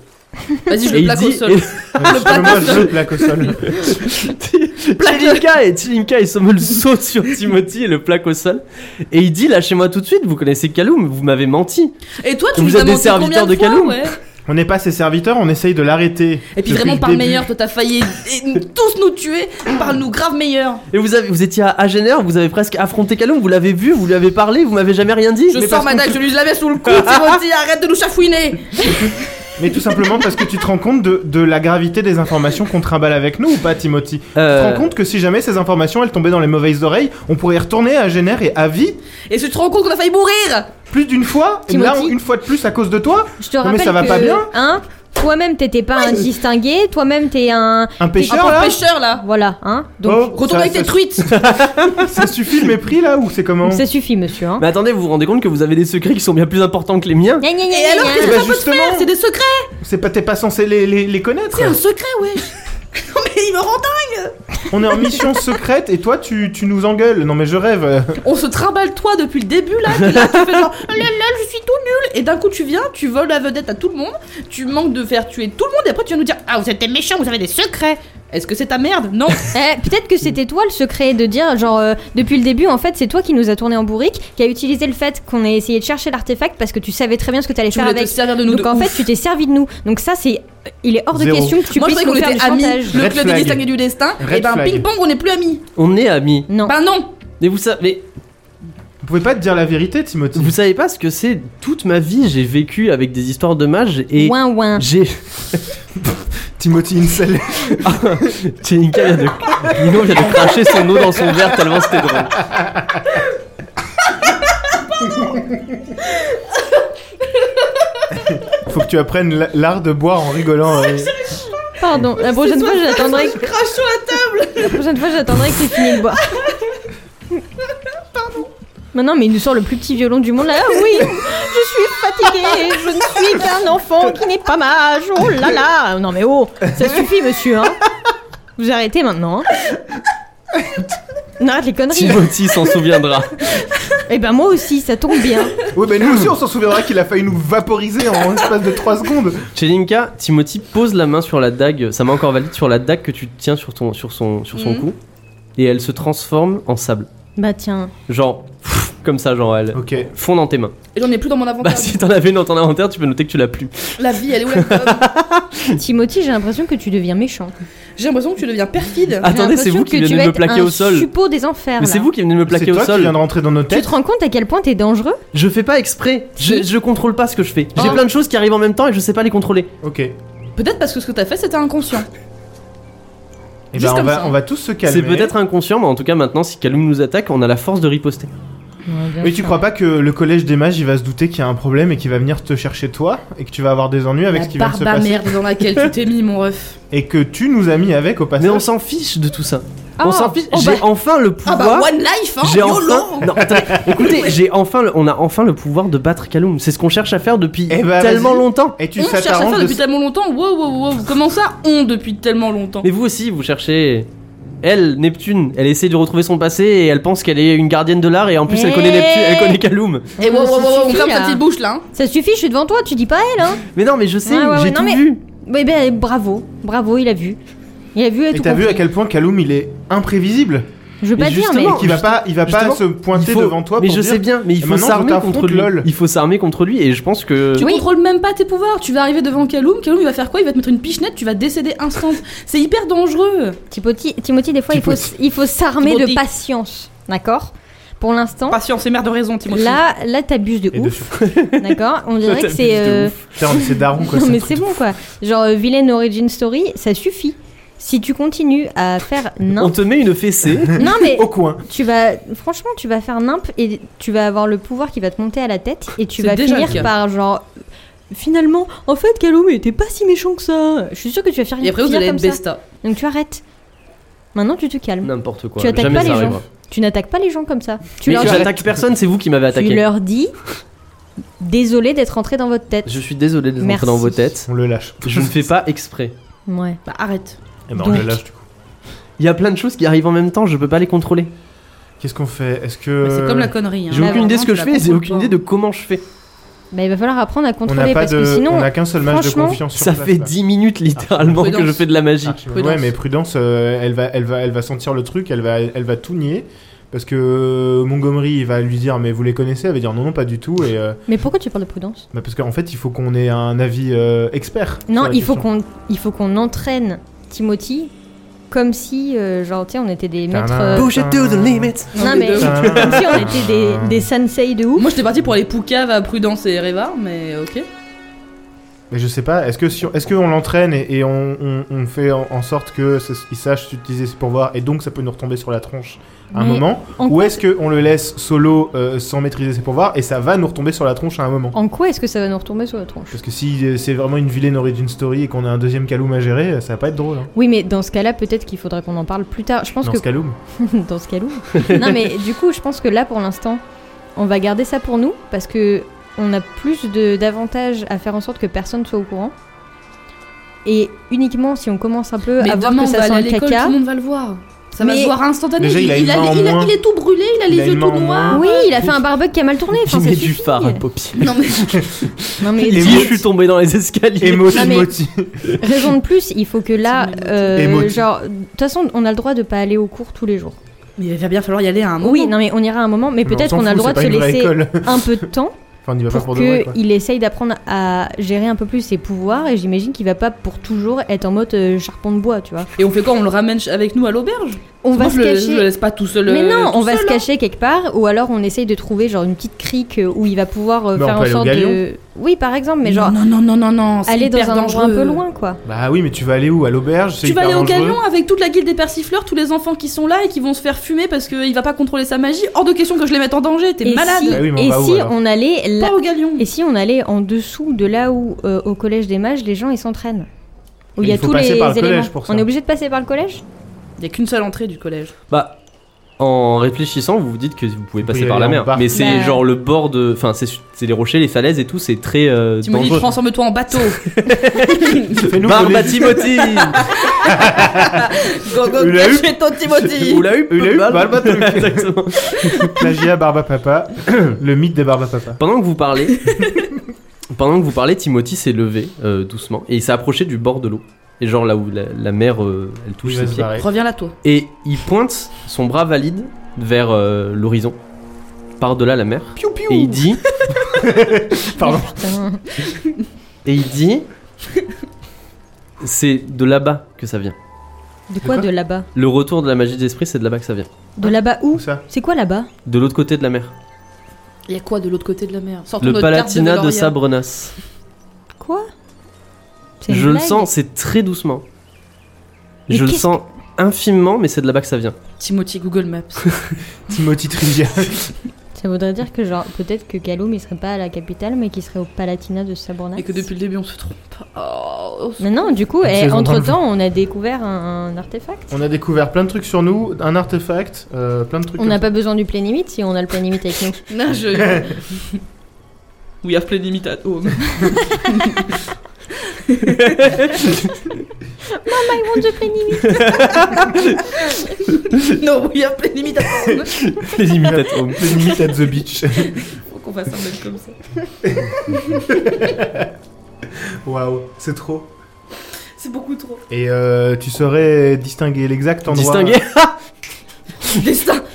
Speaker 3: Vas-y, je
Speaker 1: et
Speaker 3: le
Speaker 1: il
Speaker 3: plaque
Speaker 1: dit,
Speaker 3: au sol.
Speaker 2: Moi, je le plaque au sol.
Speaker 1: Tilinka et Tilinka et Sommel sautent sur Timothy et le plaque au sol. Et il dit lâchez-moi tout de suite, vous connaissez Kaloum, vous m'avez menti.
Speaker 3: Et toi, tu
Speaker 1: Vous
Speaker 3: nous as
Speaker 1: êtes des
Speaker 3: menti
Speaker 1: serviteurs
Speaker 3: combien
Speaker 1: de hein
Speaker 3: fois,
Speaker 1: Kaloum
Speaker 3: ouais
Speaker 2: On n'est pas ses serviteurs, on essaye de l'arrêter.
Speaker 3: Et puis
Speaker 2: Depuis
Speaker 3: vraiment
Speaker 2: le
Speaker 3: par le
Speaker 2: début.
Speaker 3: meilleur, toi t'as failli et- et tous nous tuer, parle-nous grave meilleur.
Speaker 1: Et vous, avez, vous étiez à Agener, vous avez presque affronté Kaloum, vous l'avez vu, vous lui avez parlé, vous m'avez jamais rien dit.
Speaker 3: Je sors ma dague, je lui la mets sous le cou, Timothy, arrête de nous chafouiner.
Speaker 2: Mais tout simplement parce que tu te rends compte de, de la gravité des informations qu'on trimballe avec nous ou pas, Timothy Tu te
Speaker 1: Euh,
Speaker 2: rends compte que si jamais ces informations elles tombaient dans les mauvaises oreilles, on pourrait y retourner à Génère et à vie
Speaker 3: Et tu te rends compte qu'on a failli mourir
Speaker 2: plus d'une fois, et
Speaker 4: Timothy
Speaker 2: là on- une fois de plus à cause de toi,
Speaker 4: Je te
Speaker 2: Non, mais
Speaker 4: rappelle
Speaker 2: ça va
Speaker 4: que,
Speaker 2: pas bien.
Speaker 4: Hein Toi-même, t'étais pas indistingué. Toi-même, t'es un.
Speaker 2: un
Speaker 3: Un
Speaker 2: pêcheur
Speaker 3: pauvre
Speaker 2: là.
Speaker 3: pêcheur là
Speaker 4: Voilà, hein. Donc,
Speaker 2: Oh, ça-
Speaker 3: Retourne avec
Speaker 2: ça-
Speaker 3: tes truites
Speaker 2: Ça suffit le mépris là ou c'est comment
Speaker 4: ça suffit, monsieur. Hein.
Speaker 3: Bah.
Speaker 1: Mais attendez, vous vous rendez compte que vous avez des secrets qui sont bien plus importants que les miens
Speaker 4: Gna, gna, gna,
Speaker 3: Et
Speaker 4: gna,
Speaker 3: alors,
Speaker 4: gna.
Speaker 2: Eh
Speaker 3: qu'est-ce que
Speaker 2: ben,
Speaker 3: ça peut te faire
Speaker 2: justement.
Speaker 3: C'est des secrets,
Speaker 2: C'est pas t'es pas censé les, les, les connaître.
Speaker 3: c'est un secret, ouais Non mais il me rend dingue
Speaker 2: On est en mission secrète et toi tu, tu nous engueules. Non mais je rêve.
Speaker 3: On se trimballe toi depuis le début là, et là tu fais genre là, là, je suis tout nul Et d'un coup tu viens, tu voles la vedette à tout le monde, tu manques de faire tuer tout le monde et après tu viens nous dire Ah vous êtes des méchants, vous avez des secrets Est-ce que c'est ta merde Non
Speaker 4: Eh, Peut-être que c'était toi le secret de dire, genre, euh, depuis le début, en fait, c'est toi qui nous a tourné en bourrique, qui a utilisé le fait qu'on ait essayé de chercher l'artefact parce que tu savais très bien ce que t'allais
Speaker 3: Tu
Speaker 4: faire
Speaker 3: voulais te
Speaker 4: avec.
Speaker 3: servir de Euh, nous
Speaker 4: Donc,
Speaker 3: de
Speaker 4: en
Speaker 3: ouf.
Speaker 4: fait, tu t'es servi de nous. Donc, ça, c'est. Il est hors de
Speaker 2: Zéro.
Speaker 4: question que tu
Speaker 3: Moi je
Speaker 4: puisses
Speaker 3: croyais
Speaker 4: nous
Speaker 3: qu'on
Speaker 4: faire
Speaker 3: était amis,
Speaker 4: du chantage.
Speaker 3: le
Speaker 2: Red
Speaker 3: club des
Speaker 2: flag.
Speaker 3: distingués du destin, et
Speaker 2: Red
Speaker 3: ben
Speaker 2: flag.
Speaker 3: ping-pong on n'est plus amis
Speaker 1: On est amis.
Speaker 4: Non.
Speaker 3: Ben non
Speaker 1: Mais vous savez,
Speaker 2: Vous pouvez pas te dire la vérité, Timothy.
Speaker 1: vous savez pas ce que c'est Toute ma vie, j'ai vécu avec des histoires de mages et.
Speaker 4: Ouin ouin.
Speaker 1: J'ai.
Speaker 2: Timothy Insel.
Speaker 1: Tchélinka vient de. Nino vient de cracher son eau dans son verre tellement c'était drôle.
Speaker 2: Faut que tu apprennes la- l'art de boire en
Speaker 3: Ah,
Speaker 2: rigolant. euh.
Speaker 4: Pardon, la prochaine fois j'attendrai que...
Speaker 3: Crache sur la table
Speaker 4: la prochaine fois j'attendrai que t'aies fini de boire. Pardon. Maintenant mais il nous sort le plus petit violon du monde là. Ah oui, je suis fatiguée, je ne suis qu'un enfant qui n'est pas mage. Oh là là Non mais oh, ça suffit monsieur, hein Vous arrêtez maintenant. hein. On arrête les conneries.
Speaker 1: Timothy s'en souviendra.
Speaker 4: Eh ben moi aussi, ça tombe bien.
Speaker 2: Oui, mais nous aussi, on s'en souviendra qu'il a failli nous vaporiser en l'espace de 3 secondes.
Speaker 1: Chez Linka, Timothy pose la main sur la dague, ça m'a encore valide, sur la dague que tu tiens sur, ton, sur son, sur son
Speaker 3: Mhm.
Speaker 1: cou. Et elle se transforme en sable.
Speaker 4: Bah tiens,
Speaker 1: Genre, pff, comme ça, genre, elle
Speaker 2: Ok.
Speaker 1: fond dans tes mains.
Speaker 3: Et j'en ai plus dans mon inventaire.
Speaker 1: Bah, si t'en avais une dans ton inventaire, tu peux noter que tu l'as plus.
Speaker 3: La vie, elle est où la com
Speaker 4: Timothy, j'ai l'impression que tu deviens méchant.
Speaker 3: J'ai l'impression que tu deviens perfide.
Speaker 1: Ah, Attendez, c'est vous qui venez de me plaquer au sol.
Speaker 4: Je suppôt des
Speaker 3: Ah,
Speaker 4: enfers.
Speaker 1: Mais c'est
Speaker 4: là.
Speaker 1: vous qui venez de me
Speaker 2: C'est
Speaker 1: plaquer au
Speaker 2: toi qui
Speaker 1: sol.
Speaker 2: viens de rentrer dans nos
Speaker 4: Tu
Speaker 2: têtes.
Speaker 4: te rends compte à quel point t'es dangereux
Speaker 1: Je fais pas exprès. Je, je contrôle pas ce que je fais. J'ai
Speaker 3: Oh.
Speaker 1: plein de choses qui arrivent en même temps et je sais pas les contrôler.
Speaker 2: Ok. Et
Speaker 3: Peut-être parce que ce que t'as fait, c'était inconscient. Juste
Speaker 2: ben, on
Speaker 3: comme
Speaker 2: va,
Speaker 3: ça.
Speaker 2: on va tous se calmer.
Speaker 1: C'est peut-être inconscient, mais en tout cas maintenant, si Kaloum nous attaque, on a la force de riposter.
Speaker 2: Mais tu crois pas que le collège des mages, il va se douter qu'il y a un problème et qu'il va venir te chercher toi et que tu vas avoir des ennuis avec
Speaker 3: la
Speaker 2: ce qui vient de se
Speaker 3: barbe à
Speaker 2: passer
Speaker 3: merde dans laquelle tu t'es mis, mon ref.
Speaker 2: et que tu nous as mis avec au
Speaker 1: Mais on
Speaker 2: passage.
Speaker 1: s'en fiche de tout ça.
Speaker 4: Ah,
Speaker 1: on s'en fiche.
Speaker 4: oh
Speaker 1: j'ai
Speaker 4: bah-
Speaker 1: enfin le
Speaker 3: Ah
Speaker 1: pouvoir.
Speaker 3: bah, One Life, hein
Speaker 1: j'ai enfin. Non, attendez, écoutez, j'ai enfin, le- on a enfin le pouvoir de battre Kaloum. C'est ce qu'on cherche à faire depuis
Speaker 2: Eh bah,
Speaker 1: tellement
Speaker 2: vas-y.
Speaker 1: longtemps.
Speaker 2: Et tu
Speaker 3: On
Speaker 2: ça
Speaker 3: cherche à
Speaker 2: t'arrange
Speaker 3: faire
Speaker 2: de-
Speaker 3: depuis tellement longtemps. Wow, wow, wow. Comment ça, on depuis tellement longtemps
Speaker 1: Mais vous aussi, vous cherchez. Elle, Neptune, elle essaie de retrouver son passé et elle pense qu'elle est une gardienne de l'art et en plus elle connaît
Speaker 4: Eh
Speaker 1: Neptune, elle connaît Kaloum.
Speaker 3: Et Eh, wow,
Speaker 4: Ça
Speaker 3: wow, wow, on
Speaker 4: suffit,
Speaker 3: ferme
Speaker 4: là.
Speaker 3: ta petite bouche là. hein.
Speaker 4: Ça suffit, je suis devant toi, tu dis pas elle, hein
Speaker 1: Mais non, mais je sais,
Speaker 4: Ouais, ouais, ouais,
Speaker 1: j'ai
Speaker 4: non,
Speaker 1: tout
Speaker 4: mais-
Speaker 1: vu.
Speaker 4: Eh ben bravo, bravo, il a vu. Il a vu et,
Speaker 2: Et
Speaker 4: tout
Speaker 2: t'as vu à
Speaker 4: compris.
Speaker 2: quel point Kaloum il est imprévisible
Speaker 4: Je veux
Speaker 1: Mais
Speaker 4: pas dire, mais...
Speaker 1: justement,
Speaker 2: et qu'il va pas, il va pas
Speaker 1: justement,
Speaker 2: se pointer
Speaker 1: Il faut-
Speaker 2: devant toi
Speaker 1: Mais
Speaker 2: pour
Speaker 1: je
Speaker 2: dire-
Speaker 1: sais bien, mais il
Speaker 2: Et
Speaker 1: faut
Speaker 2: maintenant, je
Speaker 1: s'armer
Speaker 2: t'affronte,
Speaker 1: contre lui.
Speaker 2: lol.
Speaker 1: Il faut s'armer contre lui et je pense que.
Speaker 3: Tu
Speaker 4: Oui.
Speaker 3: contrôles même pas tes pouvoirs. Tu vas arriver devant Kaloum. Kaloum, il va faire quoi Il va te mettre une pichenette. Tu vas décéder instant. C'est hyper dangereux.
Speaker 4: Timothy, Timothy, des fois, il faut, s- il faut s'armer de
Speaker 3: Timothy.
Speaker 4: patience, d'accord Pour l'instant,
Speaker 3: Patience et merde de raison, Timothy.
Speaker 4: là, là t'abuses de
Speaker 2: Et de
Speaker 4: ouf, d'accord On dirait que
Speaker 1: t'abuses
Speaker 4: c'est...
Speaker 1: de
Speaker 4: euh,
Speaker 2: Putain, mais c'est daron quoi.
Speaker 4: non,
Speaker 2: ce
Speaker 4: mais
Speaker 2: truc.
Speaker 4: c'est bon, quoi. Genre, euh, vilaine origin story, ça suffit. Si tu continues à faire
Speaker 1: On
Speaker 4: nimp...
Speaker 1: te met une fessée.
Speaker 4: non, mais
Speaker 2: Au coin.
Speaker 4: tu vas... Franchement, tu vas faire nimp et tu vas avoir le pouvoir qui va te monter à la tête et tu
Speaker 3: C'est
Speaker 4: vas
Speaker 3: déjà le
Speaker 4: finir
Speaker 3: cas.
Speaker 4: par, genre... Finalement, en fait, Kaloum, il était pas si méchant que ça. Je suis sûre que tu vas faire
Speaker 3: Et après, vous
Speaker 4: finir
Speaker 3: allez
Speaker 4: comme
Speaker 3: être
Speaker 4: ça.
Speaker 3: besta.
Speaker 4: Donc tu arrêtes. Maintenant, tu te calmes.
Speaker 1: N'importe quoi.
Speaker 4: Tu attaques
Speaker 1: Jamais
Speaker 4: pas
Speaker 1: ça
Speaker 4: les gens.
Speaker 1: arrivera.
Speaker 4: Tu n'attaques pas les gens comme ça. Tu,
Speaker 1: Mais
Speaker 4: leur, dis,
Speaker 1: j'attaque personne, c'est vous qui m'avez
Speaker 4: tu
Speaker 1: attaqué.
Speaker 4: leur dis Désolé d'être entré dans votre tête.
Speaker 1: Je suis désolé de les
Speaker 4: Merci.
Speaker 1: entrer dans vos têtes.
Speaker 2: On le lâche.
Speaker 1: Je ne fais pas exprès.
Speaker 4: Ouais.
Speaker 3: Bah arrête.
Speaker 2: Eh ben, on le
Speaker 4: Donc.
Speaker 2: lâche du coup.
Speaker 1: Il y a plein de choses qui arrivent en même temps, je peux pas les contrôler.
Speaker 2: Qu'est-ce qu'on fait Est-ce que.
Speaker 3: C'est comme la connerie. Hein.
Speaker 1: J'ai
Speaker 4: Bah,
Speaker 1: aucune idée de ce que je
Speaker 3: vraiment,
Speaker 1: fais,
Speaker 3: tu
Speaker 1: j'ai
Speaker 3: la
Speaker 1: aucune idée de comment je fais.
Speaker 4: Bah, il va falloir apprendre à
Speaker 2: On n'a
Speaker 4: contrôler
Speaker 2: pas
Speaker 4: parce
Speaker 2: de.
Speaker 4: que sinon.
Speaker 2: on a qu'un seul match de
Speaker 4: franchement,
Speaker 2: confiance. sur
Speaker 1: Ça
Speaker 2: place,
Speaker 1: fait
Speaker 2: là.
Speaker 1: 10 minutes littéralement que
Speaker 3: Prudence.
Speaker 1: je fais de la magie.
Speaker 2: Ah,
Speaker 3: Prudence.
Speaker 2: Ouais, mais prudence, euh, elle, va, elle, va, elle va sentir le truc, elle va, elle va tout nier. Parce que euh, Montgomery, il va lui dire, mais vous les connaissez Elle va dire, non, non, pas du tout. Et, euh,
Speaker 4: Mais pourquoi tu parles de prudence
Speaker 2: bah, parce qu'en fait, il faut qu'on ait un avis euh, expert. sur
Speaker 4: Non,
Speaker 2: la
Speaker 4: il faut,
Speaker 2: question.
Speaker 4: qu'on, il faut qu'on entraîne Timothy comme si, euh, genre, tu sais, on était des
Speaker 2: Tadam.
Speaker 4: maîtres. euh,
Speaker 2: Push it to the limit.
Speaker 4: Non, mais. Comme si Ah. on était des, des sensei de ouf.
Speaker 3: Moi, j'étais parti pour aller Poucave à Prudence et Reva, mais ok.
Speaker 2: Mais je sais pas, est-ce que si, est-ce qu'on l'entraîne et, et on, on- on fait en, en sorte que ça- il sache s'utiliser ses pouvoirs et donc ça peut nous retomber sur la tronche à un
Speaker 4: Mais
Speaker 2: moment
Speaker 4: en
Speaker 2: Ou
Speaker 4: quoi-
Speaker 2: est-ce qu'on le laisse solo euh, sans maîtriser ses pouvoirs et ça va nous retomber sur la tronche à un moment
Speaker 4: En quoi est-ce que ça va nous retomber sur la tronche
Speaker 2: Parce que si euh, c'est vraiment une vilaine origin story et qu'on a un deuxième Kaloum à gérer, ça va pas être drôle. hein.
Speaker 4: Oui, mais dans ce cas-là, peut-être qu'il faudrait qu'on en parle plus tard. Je pense
Speaker 2: Dans
Speaker 4: que
Speaker 2: ce Kaloum.
Speaker 4: dans ce calou. non, mais du coup, je pense que là, pour l'instant, on va garder ça pour nous parce que on a plus de d'avantages à faire en sorte que personne soit au courant. Et uniquement si on commence un peu
Speaker 3: Mais
Speaker 4: à voir
Speaker 3: demain,
Speaker 4: que
Speaker 3: on
Speaker 4: ça
Speaker 3: va
Speaker 4: sent
Speaker 3: aller à
Speaker 4: le
Speaker 3: l'école,
Speaker 4: caca.
Speaker 3: Tout le monde va le voir. Ça va
Speaker 4: Mais-
Speaker 3: se voir instantané.
Speaker 2: Déjà, il a une main en
Speaker 3: il,
Speaker 2: moins.
Speaker 3: il est tout brûlé, il a les
Speaker 2: Il a
Speaker 3: yeux
Speaker 2: une
Speaker 3: tout
Speaker 2: main en
Speaker 3: noirs.
Speaker 4: Oui, il a fait un barbuck qui a mal tourné.
Speaker 1: Tu
Speaker 4: Enfin, ça
Speaker 1: mets du
Speaker 4: suffit.
Speaker 1: phare à Poppy.
Speaker 3: Non, mais
Speaker 4: Non mais
Speaker 1: Et
Speaker 2: Émo-
Speaker 1: je suis tombé dans les escaliers.
Speaker 2: Émo
Speaker 4: Non, mais-
Speaker 2: Timothy.
Speaker 4: raison de plus, il faut que là,
Speaker 3: C'est
Speaker 4: euh,
Speaker 2: Émotif.
Speaker 4: genre, de toute façon, on a le droit de pas aller au cours tous les jours.
Speaker 3: mais il va bien falloir y aller à un moment.
Speaker 4: Oui, non mais on ira à un moment,
Speaker 2: Mais
Speaker 4: mais
Speaker 2: on
Speaker 4: peut-être
Speaker 2: s'en
Speaker 4: qu'on a le
Speaker 2: fout,
Speaker 4: droit
Speaker 2: c'est
Speaker 4: de
Speaker 2: pas
Speaker 4: se
Speaker 2: une vraie
Speaker 4: laisser
Speaker 2: école.
Speaker 4: un peu de temps
Speaker 2: Enfin, on y va pas
Speaker 4: pour
Speaker 2: pour de vrai. quoi.
Speaker 4: qu'il essaye d'apprendre à gérer un peu plus ses pouvoirs et j'imagine qu'il va pas pour toujours être en mode euh, charpent de bois, tu vois.
Speaker 3: Et on fait quoi On le ramène ch- avec nous à l'auberge
Speaker 4: On
Speaker 3: Moi,
Speaker 4: va
Speaker 3: je
Speaker 4: se
Speaker 3: le-
Speaker 4: cacher.
Speaker 3: Je le laisse pas tout seul.
Speaker 4: Mais
Speaker 3: euh,
Speaker 4: non,
Speaker 3: tout
Speaker 4: on va
Speaker 3: seul,
Speaker 4: se
Speaker 3: hein.
Speaker 4: cacher quelque part ou alors on essaye de trouver genre une petite crique euh, où il va pouvoir euh,
Speaker 2: Bah, on
Speaker 4: faire
Speaker 2: peut aller au
Speaker 4: en sorte
Speaker 2: Galion.
Speaker 4: de. Oui, par exemple, mais genre
Speaker 3: Non, non, non, non, non. c'est
Speaker 4: aller dans
Speaker 3: hyper
Speaker 4: un endroit un
Speaker 3: dangereux.
Speaker 4: peu loin quoi.
Speaker 2: Bah oui, mais tu vas aller où À l'auberge c'est
Speaker 3: Tu vas aller
Speaker 2: hyper
Speaker 3: au
Speaker 2: dangereux.
Speaker 3: galion avec toute la guilde des persifleurs, tous les enfants qui sont là et qui vont se faire fumer parce qu'il va pas contrôler sa magie. Hors de question que je les mette en danger, t'es
Speaker 4: et
Speaker 3: malade.
Speaker 4: si,
Speaker 2: Bah oui, mais on
Speaker 4: et
Speaker 2: va où,
Speaker 4: si
Speaker 2: alors
Speaker 4: on allait là-
Speaker 3: Pas au galion.
Speaker 4: et si on allait en dessous de là où euh, au collège des mages les gens ils s'entraînent où
Speaker 2: Mais
Speaker 4: il y a
Speaker 2: il faut
Speaker 4: tous
Speaker 2: passer
Speaker 4: les
Speaker 2: par le
Speaker 4: éléments.
Speaker 2: collège pour ça.
Speaker 4: on est obligé de passer par le collège
Speaker 3: Il y a qu'une seule entrée du collège.
Speaker 1: Bah, en réfléchissant, vous vous dites que vous pouvez
Speaker 2: Vous
Speaker 1: passer
Speaker 2: pouvez
Speaker 1: par la
Speaker 2: aller en
Speaker 1: mer.
Speaker 2: barque.
Speaker 1: Mais c'est
Speaker 4: Bah.
Speaker 1: genre le bord de. Enfin, c'est c'est les rochers, les falaises et tout, c'est très euh,
Speaker 3: Timothy,
Speaker 1: dangereux.
Speaker 3: transforme-toi en bateau.
Speaker 2: Fais-nous voler.
Speaker 1: Barba Timothy
Speaker 3: go, go,
Speaker 2: Il a eu-
Speaker 3: cachez ton Timothy.
Speaker 1: Oula, eu peu
Speaker 2: Il a
Speaker 1: de
Speaker 2: eu
Speaker 1: balles.
Speaker 2: Barba Truc.
Speaker 1: Exactement.
Speaker 3: hein.
Speaker 2: Plagiat Barba Papa, le mythe de Barba Papa.
Speaker 1: Pendant que vous parlez, pendant que vous parlez, Timothy s'est levé euh, doucement et il s'est approché du bord de l'eau. Et genre là où la, la mer, euh, elle touche
Speaker 2: Il
Speaker 1: ses
Speaker 2: va se
Speaker 1: pieds.
Speaker 2: barrer.
Speaker 3: Reviens là, toi.
Speaker 1: Et il pointe son bras valide vers euh, l'horizon, par-delà la mer. Et il dit,
Speaker 2: Pardon.
Speaker 4: Putain.
Speaker 1: et il dit, c'est de là-bas que ça vient.
Speaker 4: De quoi
Speaker 2: quoi
Speaker 4: de là-bas
Speaker 1: Le retour de la magie des esprits, c'est de là-bas que ça vient.
Speaker 4: De là-bas où
Speaker 2: Où ça
Speaker 4: C'est quoi là-bas
Speaker 1: De l'autre côté de la mer.
Speaker 3: Il y a quoi de l'autre côté de la mer Sortons
Speaker 1: Le
Speaker 3: notre carte
Speaker 1: Palatinat de,
Speaker 3: Veloria.
Speaker 1: Sabrenas.
Speaker 4: Quoi C'est une
Speaker 1: Je le
Speaker 4: blague
Speaker 1: sens, c'est très doucement.
Speaker 4: Mais
Speaker 1: Je le
Speaker 4: qu'est-ce
Speaker 1: sens infiniment, mais c'est de là-bas que ça vient.
Speaker 3: Timothy Google Maps.
Speaker 2: Timothy Trivia.
Speaker 4: Ça voudrait dire que, genre, peut-être que Galoum, il serait pas à la capitale, mais qu'il serait au Palatinat de Sabornas.
Speaker 3: Et que depuis le début, on se trompe. Oh,
Speaker 4: Mais non, du coup,
Speaker 2: Une
Speaker 4: eh,
Speaker 2: saison
Speaker 4: entre-temps, on a découvert un, un artefact.
Speaker 2: On a découvert plein de trucs sur nous, un artefact, euh, plein de trucs.
Speaker 4: On
Speaker 2: comme
Speaker 4: n'a
Speaker 2: ça.
Speaker 4: pas besoin du Plénimite si on a le Plénimite avec nous.
Speaker 3: non, je. We have oh. plenty limit at home.
Speaker 4: I want the Plénimite
Speaker 3: non, we have plenty limit at home.
Speaker 1: Les imitates home.
Speaker 2: C'est limite at the beach.
Speaker 3: Faut qu'on fasse un mec comme ça.
Speaker 2: Waouh, c'est trop.
Speaker 3: C'est beaucoup trop.
Speaker 2: Et euh, tu saurais distinguer l'exact endroit.
Speaker 1: Distinguer,
Speaker 3: Destin.
Speaker 2: Tu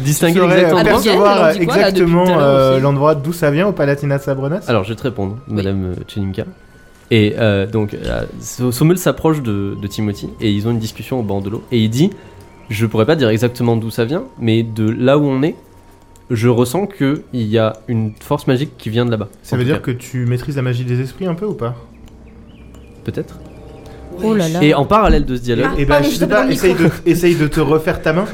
Speaker 1: distinguer
Speaker 2: saurais
Speaker 1: exactement.
Speaker 3: endroit.
Speaker 2: percevoir
Speaker 3: Elle en dit quoi, là, depuis tout à
Speaker 2: exactement
Speaker 3: l'heure
Speaker 2: euh,
Speaker 3: aussi
Speaker 2: l'endroit d'où ça vient au Palatinat de Sabrenas.
Speaker 1: Alors, je vais te répondre, Madame euh, Chelinka. Et euh, donc, euh, So- Sommel s'approche de, de Timothy et ils ont une discussion au banc de l'eau. Et il dit Je pourrais pas dire exactement d'où ça vient, mais de là où on est, je ressens qu'il y a une force magique qui vient de là-bas.
Speaker 2: ça
Speaker 1: En
Speaker 2: veut
Speaker 1: tout
Speaker 2: dire
Speaker 1: cas,
Speaker 2: que tu maîtrises la magie des esprits un peu ou pas
Speaker 1: Peut-être.
Speaker 4: Oh là là.
Speaker 1: Et en parallèle de ce dialogue,
Speaker 3: Ah,
Speaker 2: Et Eh ben, je
Speaker 3: pardon, je
Speaker 2: sais
Speaker 3: te prends
Speaker 2: pas,
Speaker 3: le
Speaker 2: essaye de, essaye de te refaire ta main.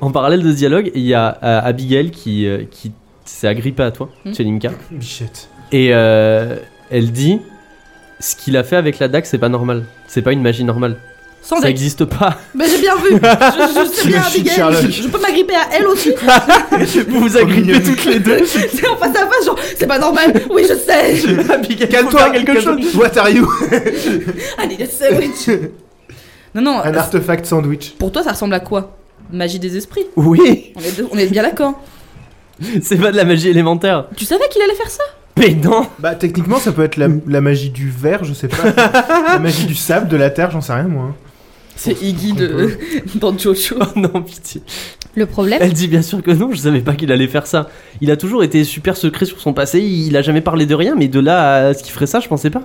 Speaker 1: en parallèle de ce dialogue, il y a euh, Abigail qui, euh, qui s'est agrippée à toi,
Speaker 3: Hmm.
Speaker 1: Chelinka.
Speaker 2: Bichette.
Speaker 1: Et euh, elle dit Ce qu'il a fait avec la dague, c'est pas normal. C'est pas une magie normale.
Speaker 3: Sans
Speaker 1: ça
Speaker 3: ex.
Speaker 1: existe pas.
Speaker 3: Mais j'ai bien vu. Je, je sais
Speaker 2: Le
Speaker 3: bien,
Speaker 2: chute
Speaker 3: Abigail.
Speaker 2: Sherlock.
Speaker 3: Je, je peux m'agripper à elle aussi.
Speaker 1: Vous vous
Speaker 2: agrippez
Speaker 1: toutes les deux.
Speaker 3: C'est en face à face, genre, c'est pas normal. Oui, je sais.
Speaker 2: Calme-toi, quelque chose. What are you
Speaker 3: Allez, le sandwich. Non, non.
Speaker 2: Un artefact sandwich.
Speaker 3: Pour toi, ça ressemble à quoi Magie des esprits.
Speaker 1: Oui,
Speaker 3: On est, deux- on est bien d'accord.
Speaker 1: c'est pas de la magie élémentaire.
Speaker 3: Tu savais qu'il allait faire ça
Speaker 1: Mais non
Speaker 2: Bah, techniquement, ça peut être la, la magie du verre, je sais pas. la magie du sable, de la terre, j'en sais rien moi. hein.
Speaker 3: C'est Iggy de... dans Jojo.
Speaker 1: Oh non, pitié.
Speaker 4: Le problème,
Speaker 1: Elle dit bien sûr que non, je savais pas qu'il allait faire ça. Il a toujours été super secret sur son passé, il a jamais parlé de rien, mais de là à ce qu'il ferait ça, je pensais pas.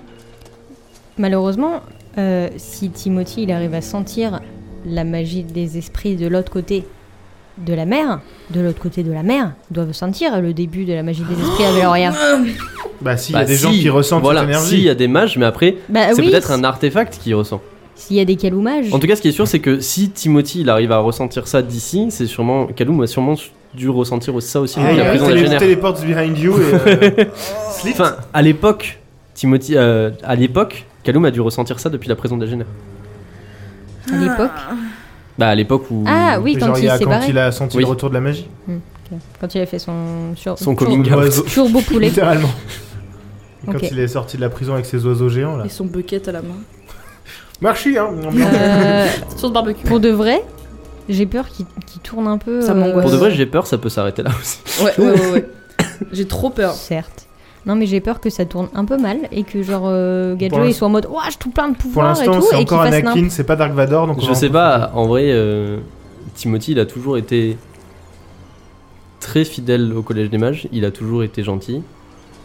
Speaker 4: malheureusement, euh, si Timothy il arrive à sentir la magie des esprits de l'autre côté de la mer, de l'autre côté de la mer, ils doivent sentir le début de la magie des esprits à Veloria.
Speaker 2: Bah, si, il
Speaker 1: Bah,
Speaker 2: y a des
Speaker 1: si,
Speaker 2: gens qui ressentent
Speaker 1: voilà,
Speaker 2: cette
Speaker 1: Si,
Speaker 2: énergie. Ah,
Speaker 1: il y a des mages, mais après,
Speaker 4: Bah
Speaker 1: c'est
Speaker 4: oui,
Speaker 1: peut-être un artefact qui ressent.
Speaker 4: s'il y a des caloumages.
Speaker 1: En tout cas, ce qui est sûr, c'est que si Timothy il arrive à ressentir ça d'ici, c'est sûrement. Kaloum a sûrement dû ressentir ça aussi.
Speaker 2: Ah,
Speaker 1: donc
Speaker 2: il
Speaker 1: la
Speaker 2: y a
Speaker 1: prison
Speaker 2: un
Speaker 1: est
Speaker 2: télé-
Speaker 1: génère.
Speaker 2: téléporte behind you et. euh, Slit.
Speaker 1: Enfin, à l'époque, Timothy. euh, à l'époque, Kaloum a dû ressentir ça depuis la prison d'Agener.
Speaker 4: À l'époque.
Speaker 1: Bah, à l'époque où.
Speaker 4: Ah oui, quand
Speaker 2: Genre, il
Speaker 4: il
Speaker 2: y a-
Speaker 4: s'est
Speaker 2: quand
Speaker 4: barré.
Speaker 2: il a senti
Speaker 1: Oui.
Speaker 2: le retour de la magie.
Speaker 4: Ok. Quand il a fait son sur-
Speaker 1: Son
Speaker 4: tur-
Speaker 1: coming out.
Speaker 2: Oiseau.
Speaker 4: turbo poulet.
Speaker 2: Littéralement.
Speaker 4: Ok.
Speaker 2: Quand il est sorti de la prison avec ses oiseaux géants là.
Speaker 3: Et son bucket à la main.
Speaker 2: Marchi, hein
Speaker 4: Euh,
Speaker 3: Sur le barbecue.
Speaker 4: pour de vrai, j'ai peur qu'il qu'il tourne un peu.
Speaker 3: Ça
Speaker 4: euh,
Speaker 3: m'angoisse.
Speaker 1: Pour de vrai, j'ai peur, ça peut s'arrêter là aussi.
Speaker 3: Ouais, ouais, ouais. ouais. J'ai trop peur.
Speaker 4: Certes. Non, mais j'ai peur que ça tourne un peu mal et que, genre, euh, Gadjo,
Speaker 2: Pour l'inst-
Speaker 4: il soit en mode Ouah, je trouve plein de
Speaker 2: Pour
Speaker 4: pouvoirs et
Speaker 2: l'instant,
Speaker 4: tout,
Speaker 2: c'est
Speaker 4: et qu'il
Speaker 2: encore
Speaker 4: fasse n'importe
Speaker 2: Anakin, c'est pas Dark Vador, donc on
Speaker 1: Je
Speaker 2: va en
Speaker 1: sais
Speaker 2: profiter.
Speaker 1: pas, en vrai, euh, Timothy, il a toujours été très fidèle au Collège des Mages, il a toujours été gentil,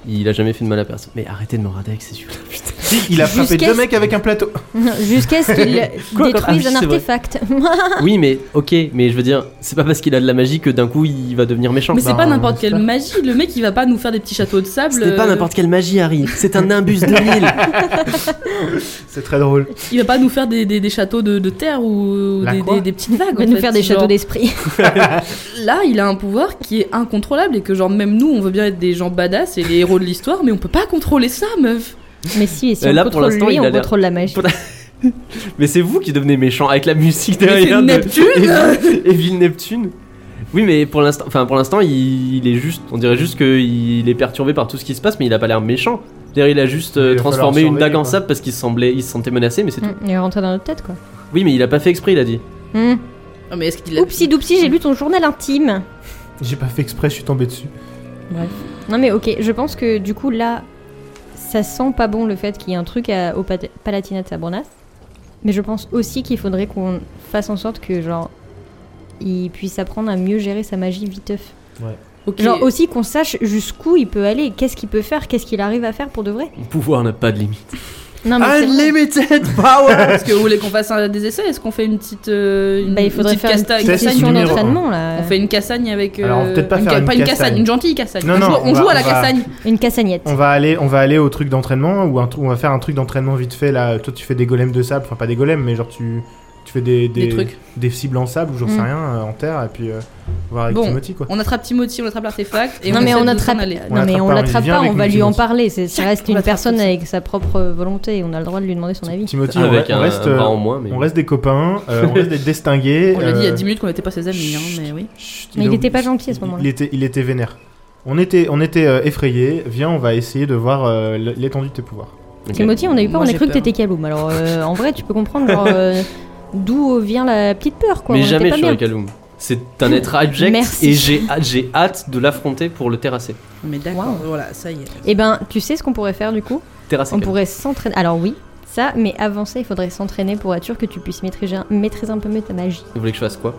Speaker 1: il a jamais fait de mal à personne. Mais arrêtez de me rader avec ces yeux-là, putain.
Speaker 2: Si, il a frappé
Speaker 4: Jusqu'à
Speaker 2: deux
Speaker 4: ce-
Speaker 2: mecs avec un plateau.
Speaker 4: Jusqu'à ce qu'il
Speaker 1: Quoi, quand- ah oui,
Speaker 4: détruise un
Speaker 1: c'est vrai.
Speaker 4: artefact.
Speaker 1: Oui, mais ok, mais je veux dire, c'est pas parce qu'il a de la magie que d'un coup il va devenir méchant.
Speaker 3: Mais c'est
Speaker 2: bah,
Speaker 3: pas
Speaker 2: on
Speaker 3: n'importe quelle
Speaker 2: espère.
Speaker 3: magie. Le mec, il va pas nous faire des petits châteaux de sable.
Speaker 1: C'était pas
Speaker 3: euh,
Speaker 1: n'importe quelle magie, Harry, c'est un imbus 2000.
Speaker 2: C'est très drôle.
Speaker 3: Il va pas nous faire des, des, des châteaux de, de terre ou
Speaker 2: La
Speaker 3: des,
Speaker 2: quoi
Speaker 3: des- des petites vagues.
Speaker 4: Il va
Speaker 3: en
Speaker 4: nous
Speaker 3: fait.
Speaker 4: faire des
Speaker 3: Genre,
Speaker 4: châteaux d'esprit.
Speaker 3: Là, il a un pouvoir qui est incontrôlable et que, genre, même nous, on veut bien être des gens badass et les héros de l'histoire, mais on peut pas contrôler ça, meuf.
Speaker 4: mais si, et si
Speaker 1: Et
Speaker 4: on
Speaker 1: Euh, là, pour
Speaker 4: contrôle
Speaker 1: l'instant,
Speaker 4: lui,
Speaker 1: il a
Speaker 4: on
Speaker 1: l'air-
Speaker 4: contrôle la magie.
Speaker 1: Pour- Mais c'est vous qui devenez méchant avec la musique
Speaker 3: Mais
Speaker 1: derrière.
Speaker 3: c'est
Speaker 1: de-
Speaker 3: Neptune
Speaker 1: et Ville Neptune. Oui, mais pour l'instant, enfin pour l'instant, il, il est juste. On dirait juste qu'il est perturbé par tout ce qui se passe, mais il a pas l'air méchant. D'ailleurs, il a juste euh,
Speaker 2: Il va falloir
Speaker 1: transformé une
Speaker 2: surveiller,
Speaker 1: dague en
Speaker 2: quoi.
Speaker 1: sable parce qu'il semblait, il se sentait menacé, mais c'est tout.
Speaker 4: Mm, Il est rentré dans notre tête, quoi.
Speaker 1: Oui, mais il a pas fait exprès, il a dit.
Speaker 4: Mm.
Speaker 3: Non, mais est-ce qu'il a.
Speaker 4: Oupsi doupsi, j'ai lu ton journal intime.
Speaker 2: J'ai pas fait exprès, je suis tombé dessus.
Speaker 3: Bref.
Speaker 4: Non mais ok, je pense que du coup là, ça sent pas bon le fait qu'il y ait un truc à- au Pat- Palatinat de Sabornas. Mais je pense aussi qu'il faudrait qu'on fasse en sorte que genre il puisse apprendre à mieux gérer sa magie viteuf.
Speaker 3: Ok.
Speaker 4: Genre aussi qu'on sache jusqu'où il peut aller, qu'est-ce qu'il peut faire, qu'est-ce qu'il arrive à faire pour de vrai.
Speaker 1: Le pouvoir n'a pas de limite.
Speaker 4: Non mais c'est vrai.
Speaker 1: Unlimited power.
Speaker 3: Est-ce que vous voulez qu'on fasse un- des essais Est-ce qu'on fait une petite. euh, une,
Speaker 4: Bah, il faudrait
Speaker 3: petite
Speaker 4: faire une
Speaker 3: casta-
Speaker 4: petite
Speaker 2: Test
Speaker 4: session
Speaker 2: numéro un.
Speaker 4: d'entraînement là.
Speaker 3: On fait une cassagne avec. euh,
Speaker 2: Alors, on va peut-être pas
Speaker 3: une,
Speaker 2: faire
Speaker 3: ca-
Speaker 2: une
Speaker 3: pas une cassagne,
Speaker 2: cassagne.
Speaker 3: une gentille cassagne.
Speaker 2: Non,
Speaker 3: on
Speaker 2: non,
Speaker 3: joue, on
Speaker 2: on
Speaker 3: joue
Speaker 2: va-
Speaker 3: à la
Speaker 2: on va-
Speaker 3: cassagne.
Speaker 4: Une cassagnette.
Speaker 2: On va aller, on va aller au truc d'entraînement ou un tru- on va faire un truc d'entraînement vite fait là. Toi, tu fais des golems de sable, enfin pas des golems, mais genre tu, tu fais des, des,
Speaker 3: Des trucs.
Speaker 2: des cibles en sable ou j'en sais
Speaker 4: Mm.
Speaker 2: rien euh, en terre et puis euh, on va avec
Speaker 3: Bon.
Speaker 2: Timothy quoi.
Speaker 3: On attrape Timothy, on attrape l'artefact. Et
Speaker 4: non
Speaker 3: on
Speaker 4: mais
Speaker 3: essaie
Speaker 4: on
Speaker 3: de s'en
Speaker 4: attrape,
Speaker 3: aller.
Speaker 2: On
Speaker 4: non mais
Speaker 2: l'attrape
Speaker 4: on
Speaker 2: pas, on
Speaker 4: l'attrape
Speaker 2: vient
Speaker 4: pas,
Speaker 2: avec
Speaker 4: on va
Speaker 2: nous,
Speaker 4: lui en
Speaker 2: Timothy.
Speaker 4: parler. c'est- Ça reste
Speaker 3: on
Speaker 4: une
Speaker 3: l'attrape
Speaker 4: personne
Speaker 3: comme ça.
Speaker 4: avec sa propre volonté et on a le droit de lui demander son avis.
Speaker 2: Timothy, Ah, on,
Speaker 1: Avec
Speaker 2: re- on
Speaker 1: un,
Speaker 2: reste,
Speaker 1: un bras
Speaker 2: euh,
Speaker 1: en moins, mais
Speaker 2: on reste des copains, euh, on reste des distingués.
Speaker 3: On l'a dit il y a
Speaker 2: euh,
Speaker 3: 10 minutes qu'on n'était pas ses amis, hein, mais oui.
Speaker 2: Chut,
Speaker 4: Mais il
Speaker 2: est-
Speaker 4: était pas gentil à ce
Speaker 2: il-
Speaker 4: moment-là.
Speaker 2: Il était, il était vénère. On était, on était euh, effrayés. Viens, on va essayer de voir euh, l- l'étendue de tes pouvoirs.
Speaker 1: Ok.
Speaker 4: Timothy, on a eu peur,
Speaker 3: Moi,
Speaker 4: on a
Speaker 3: j'ai
Speaker 4: cru que
Speaker 3: peur.
Speaker 4: t'étais Kaloum. Alors euh, en vrai, tu peux comprendre genre, euh, d'où vient la petite peur quoi.
Speaker 1: mais
Speaker 4: on était
Speaker 1: jamais
Speaker 4: pas
Speaker 1: sur
Speaker 4: bien.
Speaker 1: le Kaloum. C'est un être abject
Speaker 4: Merci.
Speaker 1: et j'ai hâte- j'ai hâte de l'affronter pour le terrasser.
Speaker 3: Mais d'accord,
Speaker 4: Wow.
Speaker 3: voilà, ça y est.
Speaker 4: Eh ben, tu sais ce qu'on pourrait faire du coup
Speaker 1: Terrasser.
Speaker 4: On
Speaker 1: Kaloum.
Speaker 4: pourrait s'entraîner. Alors oui, ça, mais avant ça, il faudrait s'entraîner pour être sûr que tu puisses maîtriser un, maîtriser un peu mieux ta magie.
Speaker 1: Vous voulez que je fasse quoi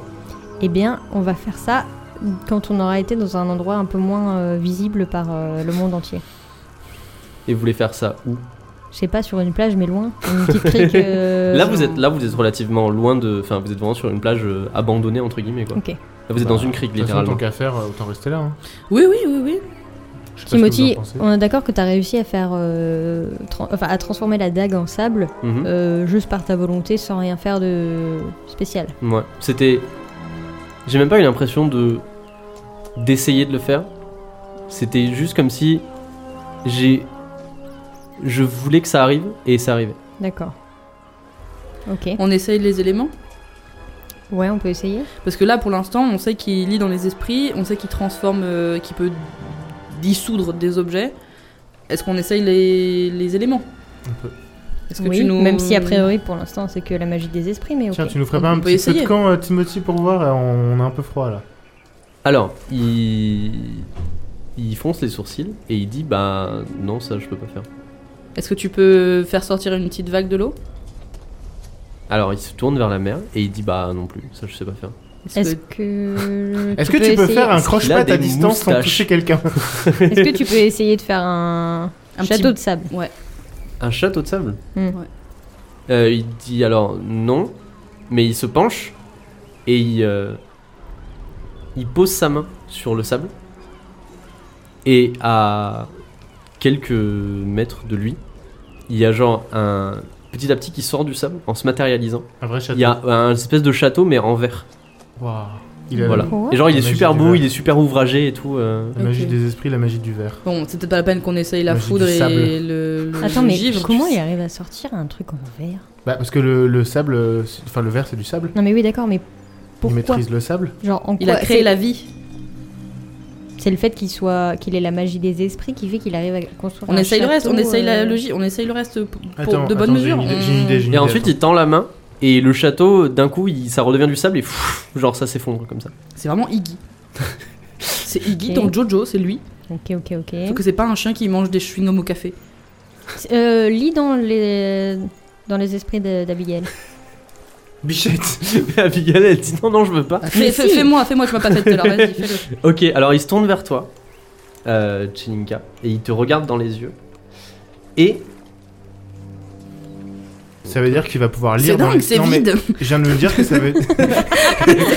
Speaker 4: Eh bien, on va faire ça quand on aura été dans un endroit un peu moins euh, visible par euh, le monde entier.
Speaker 1: Et vous voulez faire ça où
Speaker 4: Je sais pas, sur une plage, mais loin. Une petite crique. euh,
Speaker 1: Là vous
Speaker 4: genre-
Speaker 1: êtes là vous êtes relativement loin de enfin vous êtes vraiment sur une plage euh, abandonnée entre guillemets quoi.
Speaker 4: Ok.
Speaker 1: Là vous êtes dans une crique littéralement.
Speaker 2: Tant qu'à faire, euh, autant rester là. hein.
Speaker 3: Oui, oui, oui, oui.
Speaker 4: Timothy, on est d'accord que t'as réussi à faire, euh, tran- enfin, à transformer la dague en sable
Speaker 1: Mhm.
Speaker 4: Euh, juste par ta volonté sans rien faire de spécial.
Speaker 1: Ouais. C'était j'ai même pas eu l'impression de d'essayer de le faire. C'était juste comme si j'ai je voulais que ça arrive et ça arrivait.
Speaker 4: D'accord. Ok.
Speaker 3: On essaye les éléments.
Speaker 4: Ouais, on peut essayer.
Speaker 3: Parce que là, pour l'instant, on sait qu'il lit dans les esprits, on sait qu'il transforme, euh, qu'il peut dissoudre des objets. Est-ce qu'on essaye les, les éléments Est-ce
Speaker 4: oui, même si euh, a priori pour l'instant c'est que la magie des esprits, mais ok.
Speaker 2: Tiens, tu nous ferais
Speaker 3: On
Speaker 2: pas un
Speaker 3: peut
Speaker 2: petit peu
Speaker 3: essayer.
Speaker 2: de camp, euh, Timothy, pour voir euh, on, on a un peu froid là.
Speaker 1: Alors, il il fonce les sourcils et il dit bah non ça je peux pas faire.
Speaker 3: Est-ce que tu peux faire sortir une petite vague de l'eau
Speaker 1: Alors il se tourne vers la mer et il dit bah non plus ça je sais pas faire.
Speaker 4: Est-ce que
Speaker 2: Est-ce que tu peux
Speaker 4: essayer-
Speaker 2: faire un
Speaker 4: Est-ce
Speaker 1: qu'il a
Speaker 2: croche-patte à
Speaker 1: des
Speaker 2: distance sans
Speaker 1: moustaches
Speaker 2: toucher quelqu'un
Speaker 4: que tu peux essayer de faire un,
Speaker 3: un
Speaker 4: château
Speaker 3: petit-
Speaker 4: de sable
Speaker 1: Un château de sable
Speaker 4: Mm.
Speaker 3: Ouais.
Speaker 1: Euh, Il dit alors non, mais il se penche et il, euh, il pose sa main sur le sable. Et à quelques mètres de lui, il y a genre un petit à petit qui sort du sable en se matérialisant.
Speaker 2: Un vrai château.
Speaker 1: Il y a un espèce de château mais en verre.
Speaker 2: Waouh. Il a
Speaker 1: Voilà.
Speaker 4: Quoi
Speaker 1: Et genre il est
Speaker 2: La magie
Speaker 1: super
Speaker 2: du
Speaker 1: beau,
Speaker 2: verre.
Speaker 1: il est super ouvragé et tout. euh.
Speaker 2: La magie
Speaker 3: Ok.
Speaker 2: des esprits, la magie du verre.
Speaker 3: Bon, c'est peut-être pas la peine qu'on essaye la
Speaker 2: Moi, j'ai
Speaker 3: foudre
Speaker 2: du sable.
Speaker 3: et le, le-
Speaker 4: Attends,
Speaker 3: le
Speaker 4: mais
Speaker 3: givre.
Speaker 4: comment
Speaker 3: tu
Speaker 4: il
Speaker 3: sais.
Speaker 4: arrive à sortir un truc en verre
Speaker 2: Bah parce que le, le sable, euh, c'est- enfin le verre c'est du sable.
Speaker 4: Non mais oui, d'accord, mais
Speaker 2: il
Speaker 4: pourquoi
Speaker 2: maîtrise le sable.
Speaker 4: Genre en
Speaker 3: Il a
Speaker 4: quoi-
Speaker 3: créé
Speaker 4: c'est-
Speaker 3: la vie.
Speaker 4: C'est le fait qu'il soit, qu'il ait la magie des esprits qui fait qu'il arrive à construire.
Speaker 3: On
Speaker 4: un
Speaker 3: essaye le reste, on
Speaker 4: château,
Speaker 3: essaye la
Speaker 4: euh,
Speaker 3: logique, on essaye le reste pour, pour-
Speaker 2: Attends,
Speaker 3: de bonne
Speaker 2: attends,
Speaker 3: mesure.
Speaker 2: J'ai une idée.
Speaker 3: on-
Speaker 2: j'ai une idée, j'ai une
Speaker 1: Et
Speaker 2: idée,
Speaker 1: ensuite il tend la main et le château d'un coup il, ça redevient du sable et pfff, genre ça s'effondre comme ça.
Speaker 3: C'est vraiment Iggy. c'est Iggy
Speaker 4: Ok.
Speaker 3: dans Jojo, c'est lui.
Speaker 4: Ok, ok, ok.
Speaker 3: Sauf que c'est pas un chien qui mange des chewing-gums au café.
Speaker 4: Euh, lis dans les dans les esprits de- d'Abigail.
Speaker 1: Bichette Mais Abigail, elle dit non, non, je veux pas.
Speaker 4: Ah,
Speaker 3: Fais- fais- Fais-moi, fais-moi, tu m'as pas fait tout à l'heure, vas-y, fais-le.
Speaker 1: Ok, alors il se tourne vers toi, euh, Cheninka, et il te regarde dans les yeux. Et
Speaker 2: Ça veut dire qu'il va pouvoir lire.
Speaker 3: C'est
Speaker 2: dans les-
Speaker 3: dingue, c'est
Speaker 2: Non, mais
Speaker 3: vide.
Speaker 2: Je viens de me dire que ça va. être-
Speaker 3: C'est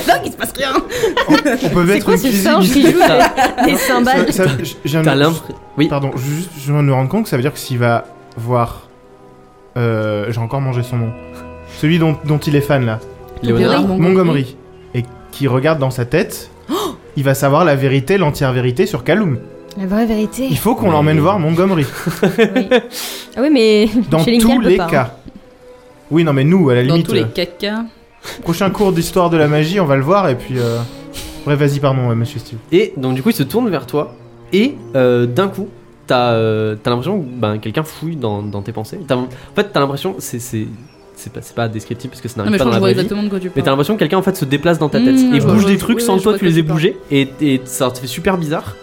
Speaker 3: dingue, il se passe rien.
Speaker 2: On peut mettre une cuisine.
Speaker 4: qui joue
Speaker 1: t'as
Speaker 4: des cymbales
Speaker 2: Ça- ça- je- Ah, je viens de-
Speaker 1: t'as l'impression. Oui,
Speaker 2: Pardon, je- juste, je viens de me rendre compte que ça veut dire que s'il va voir. euh, J'ai encore mangé son nom. Celui dont, dont il est fan là,
Speaker 1: Léonard.
Speaker 3: Montgomery.
Speaker 2: Montgomery, et qui regarde dans sa tête, il va savoir la vérité, l'entière vérité sur Kaloum.
Speaker 4: La vraie vérité.
Speaker 2: Il faut qu'on l'emmène voir Montgomery,
Speaker 4: Oui. Ah oui, mais
Speaker 2: dans
Speaker 4: Chez Lincoln,
Speaker 2: tous
Speaker 4: elle peut
Speaker 2: les
Speaker 4: pas, hein.
Speaker 2: cas. Oui, non, mais nous, à la
Speaker 3: Dans
Speaker 2: limite,
Speaker 3: tous les
Speaker 2: euh,
Speaker 3: cacas.
Speaker 2: prochain cours d'histoire de la magie, on va le voir et puis. euh, Ouais, vas-y, pardon, ouais, monsieur Steve.
Speaker 1: Et donc du coup, il se tourne vers toi et euh, d'un coup, t'as euh, t'as l'impression que ben, quelqu'un fouille dans, dans tes pensées. T'as- en fait, t'as l'impression, c'est c'est c'est pas, c'est pas descriptif parce que ça
Speaker 3: Non,
Speaker 1: n'arrive
Speaker 3: Ah, mais je
Speaker 1: pas dans la
Speaker 3: crois que je vois
Speaker 1: vraie vie.
Speaker 3: exactement de quoi tu
Speaker 1: Mais t'as
Speaker 3: parles.
Speaker 1: l'impression que quelqu'un en fait se déplace dans ta tête
Speaker 3: Mmh,
Speaker 1: et
Speaker 3: je
Speaker 1: bouge
Speaker 3: vois,
Speaker 1: des
Speaker 3: je-
Speaker 1: trucs
Speaker 3: oui,
Speaker 1: sans
Speaker 3: oui,
Speaker 1: que toi
Speaker 3: je
Speaker 1: tu
Speaker 3: vois
Speaker 1: les aies
Speaker 3: que tu
Speaker 1: bougés et, et ça te fait super bizarre.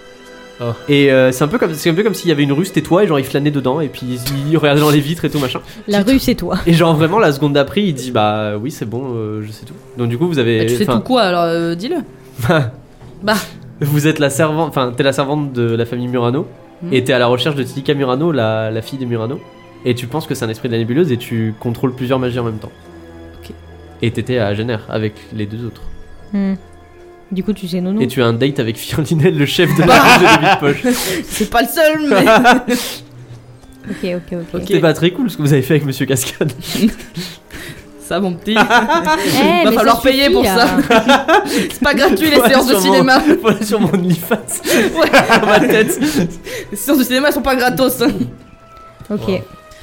Speaker 2: Ah.
Speaker 1: Et euh, c'est un peu comme c'est un peu comme s'il y avait une rue c'était toi et genre il flânait dedans et puis il regardait dans les vitres et tout machin.
Speaker 4: La rue, c'est toi.
Speaker 1: Et genre vraiment la seconde d'après il dit bah oui c'est bon euh, je sais tout. Donc du coup vous avez
Speaker 3: Bah, Tu sais
Speaker 1: enfin,
Speaker 3: tout quoi alors euh, dis-le.
Speaker 1: vous êtes la servante enfin t'es la servante de la famille Murano
Speaker 3: Hmm.
Speaker 1: et t'es à la recherche de Tilika Murano la, la fille des Murano et tu penses que c'est un esprit de la nébuleuse et tu contrôles plusieurs magies en même temps.
Speaker 3: Ok.
Speaker 1: Et t'étais à Jenner avec les deux autres.
Speaker 4: Hmm. Du coup, tu sais non, non.
Speaker 1: Et tu as un date avec Fiorinel, le chef de la bande de David Poche.
Speaker 3: C'est pas le seul, mais.
Speaker 4: Ok, ok, ok.
Speaker 3: Ok.
Speaker 1: C'était pas très cool ce que vous avez fait avec Monsieur Cascade.
Speaker 3: Ça, mon petit.
Speaker 4: Eh,
Speaker 3: Va
Speaker 4: mais
Speaker 3: falloir
Speaker 4: ça suffit, hein.
Speaker 3: payer pour
Speaker 4: là.
Speaker 3: ça. C'est pas gratuit les
Speaker 1: Ouais,
Speaker 3: séances de
Speaker 1: sûrement.
Speaker 3: cinéma.
Speaker 1: voilà sur mon OnlyFans,
Speaker 3: Ouais,
Speaker 1: dans ma tête.
Speaker 3: les séances de cinéma elles sont pas gratos.
Speaker 4: Ok,
Speaker 2: Wow.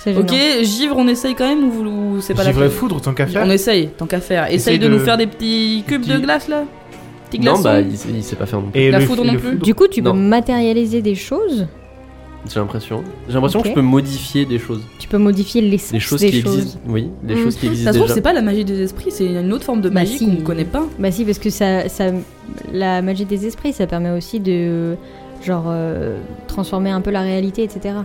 Speaker 4: c'est gênant.
Speaker 3: Ok, givre, on essaye quand même ou, ou c'est pas la
Speaker 2: J'ivrais
Speaker 3: peine
Speaker 2: foudre, tant qu'à faire.
Speaker 3: On essaye, tant qu'à faire. Essaye,
Speaker 2: Essaye
Speaker 3: de,
Speaker 2: de-
Speaker 3: nous faire des petits cubes
Speaker 2: petits-
Speaker 3: de glace là. Petits glaçons.
Speaker 1: Non, bah il, il sait pas faire non plus.
Speaker 2: Et
Speaker 3: La
Speaker 2: le-
Speaker 3: foudre
Speaker 2: et
Speaker 3: non
Speaker 2: le
Speaker 3: plus.
Speaker 2: foudre.
Speaker 4: Du coup, tu
Speaker 1: Non.
Speaker 4: peux matérialiser des choses,
Speaker 1: J'ai l'impression. J'ai l'impression
Speaker 4: Ok.
Speaker 1: que je peux modifier des choses.
Speaker 4: tu peux modifier l'essence
Speaker 1: Des choses qui existent. Oui, des
Speaker 4: Mhm.
Speaker 1: choses qui
Speaker 3: ça
Speaker 1: existent
Speaker 3: se trouve,
Speaker 1: déjà.
Speaker 3: c'est pas la magie des esprits, c'est une autre forme de
Speaker 4: Bah,
Speaker 3: magie
Speaker 4: si.
Speaker 3: qu'on connaît pas.
Speaker 4: Bah si, parce que ça, ça, la magie des esprits, ça permet aussi de genre euh, transformer un peu la réalité, etc.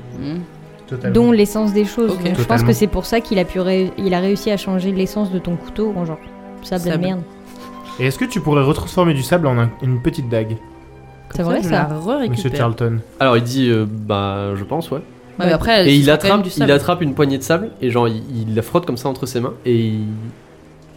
Speaker 2: Totalement.
Speaker 4: Dont l'essence des choses.
Speaker 3: Ok.
Speaker 4: Donc, je pense
Speaker 2: Totalement.
Speaker 4: que c'est pour ça qu'il a pu, ré- il a réussi à changer l'essence de ton couteau en genre sable de
Speaker 3: Sable.
Speaker 4: merde.
Speaker 2: Et est-ce que tu pourrais retransformer du sable en un- une petite dague,
Speaker 4: C'est vrai
Speaker 3: je
Speaker 4: ça.
Speaker 3: la re-récupère.
Speaker 2: monsieur Charlton
Speaker 1: Alors il dit euh, bah je pense ouais.
Speaker 3: Ouais, mais après,
Speaker 1: Et
Speaker 3: ce
Speaker 1: il
Speaker 3: sera quand même
Speaker 1: attrape,
Speaker 3: du
Speaker 1: il
Speaker 3: sable.
Speaker 1: attrape une poignée de sable et genre il, il la frotte comme ça entre ses mains et il,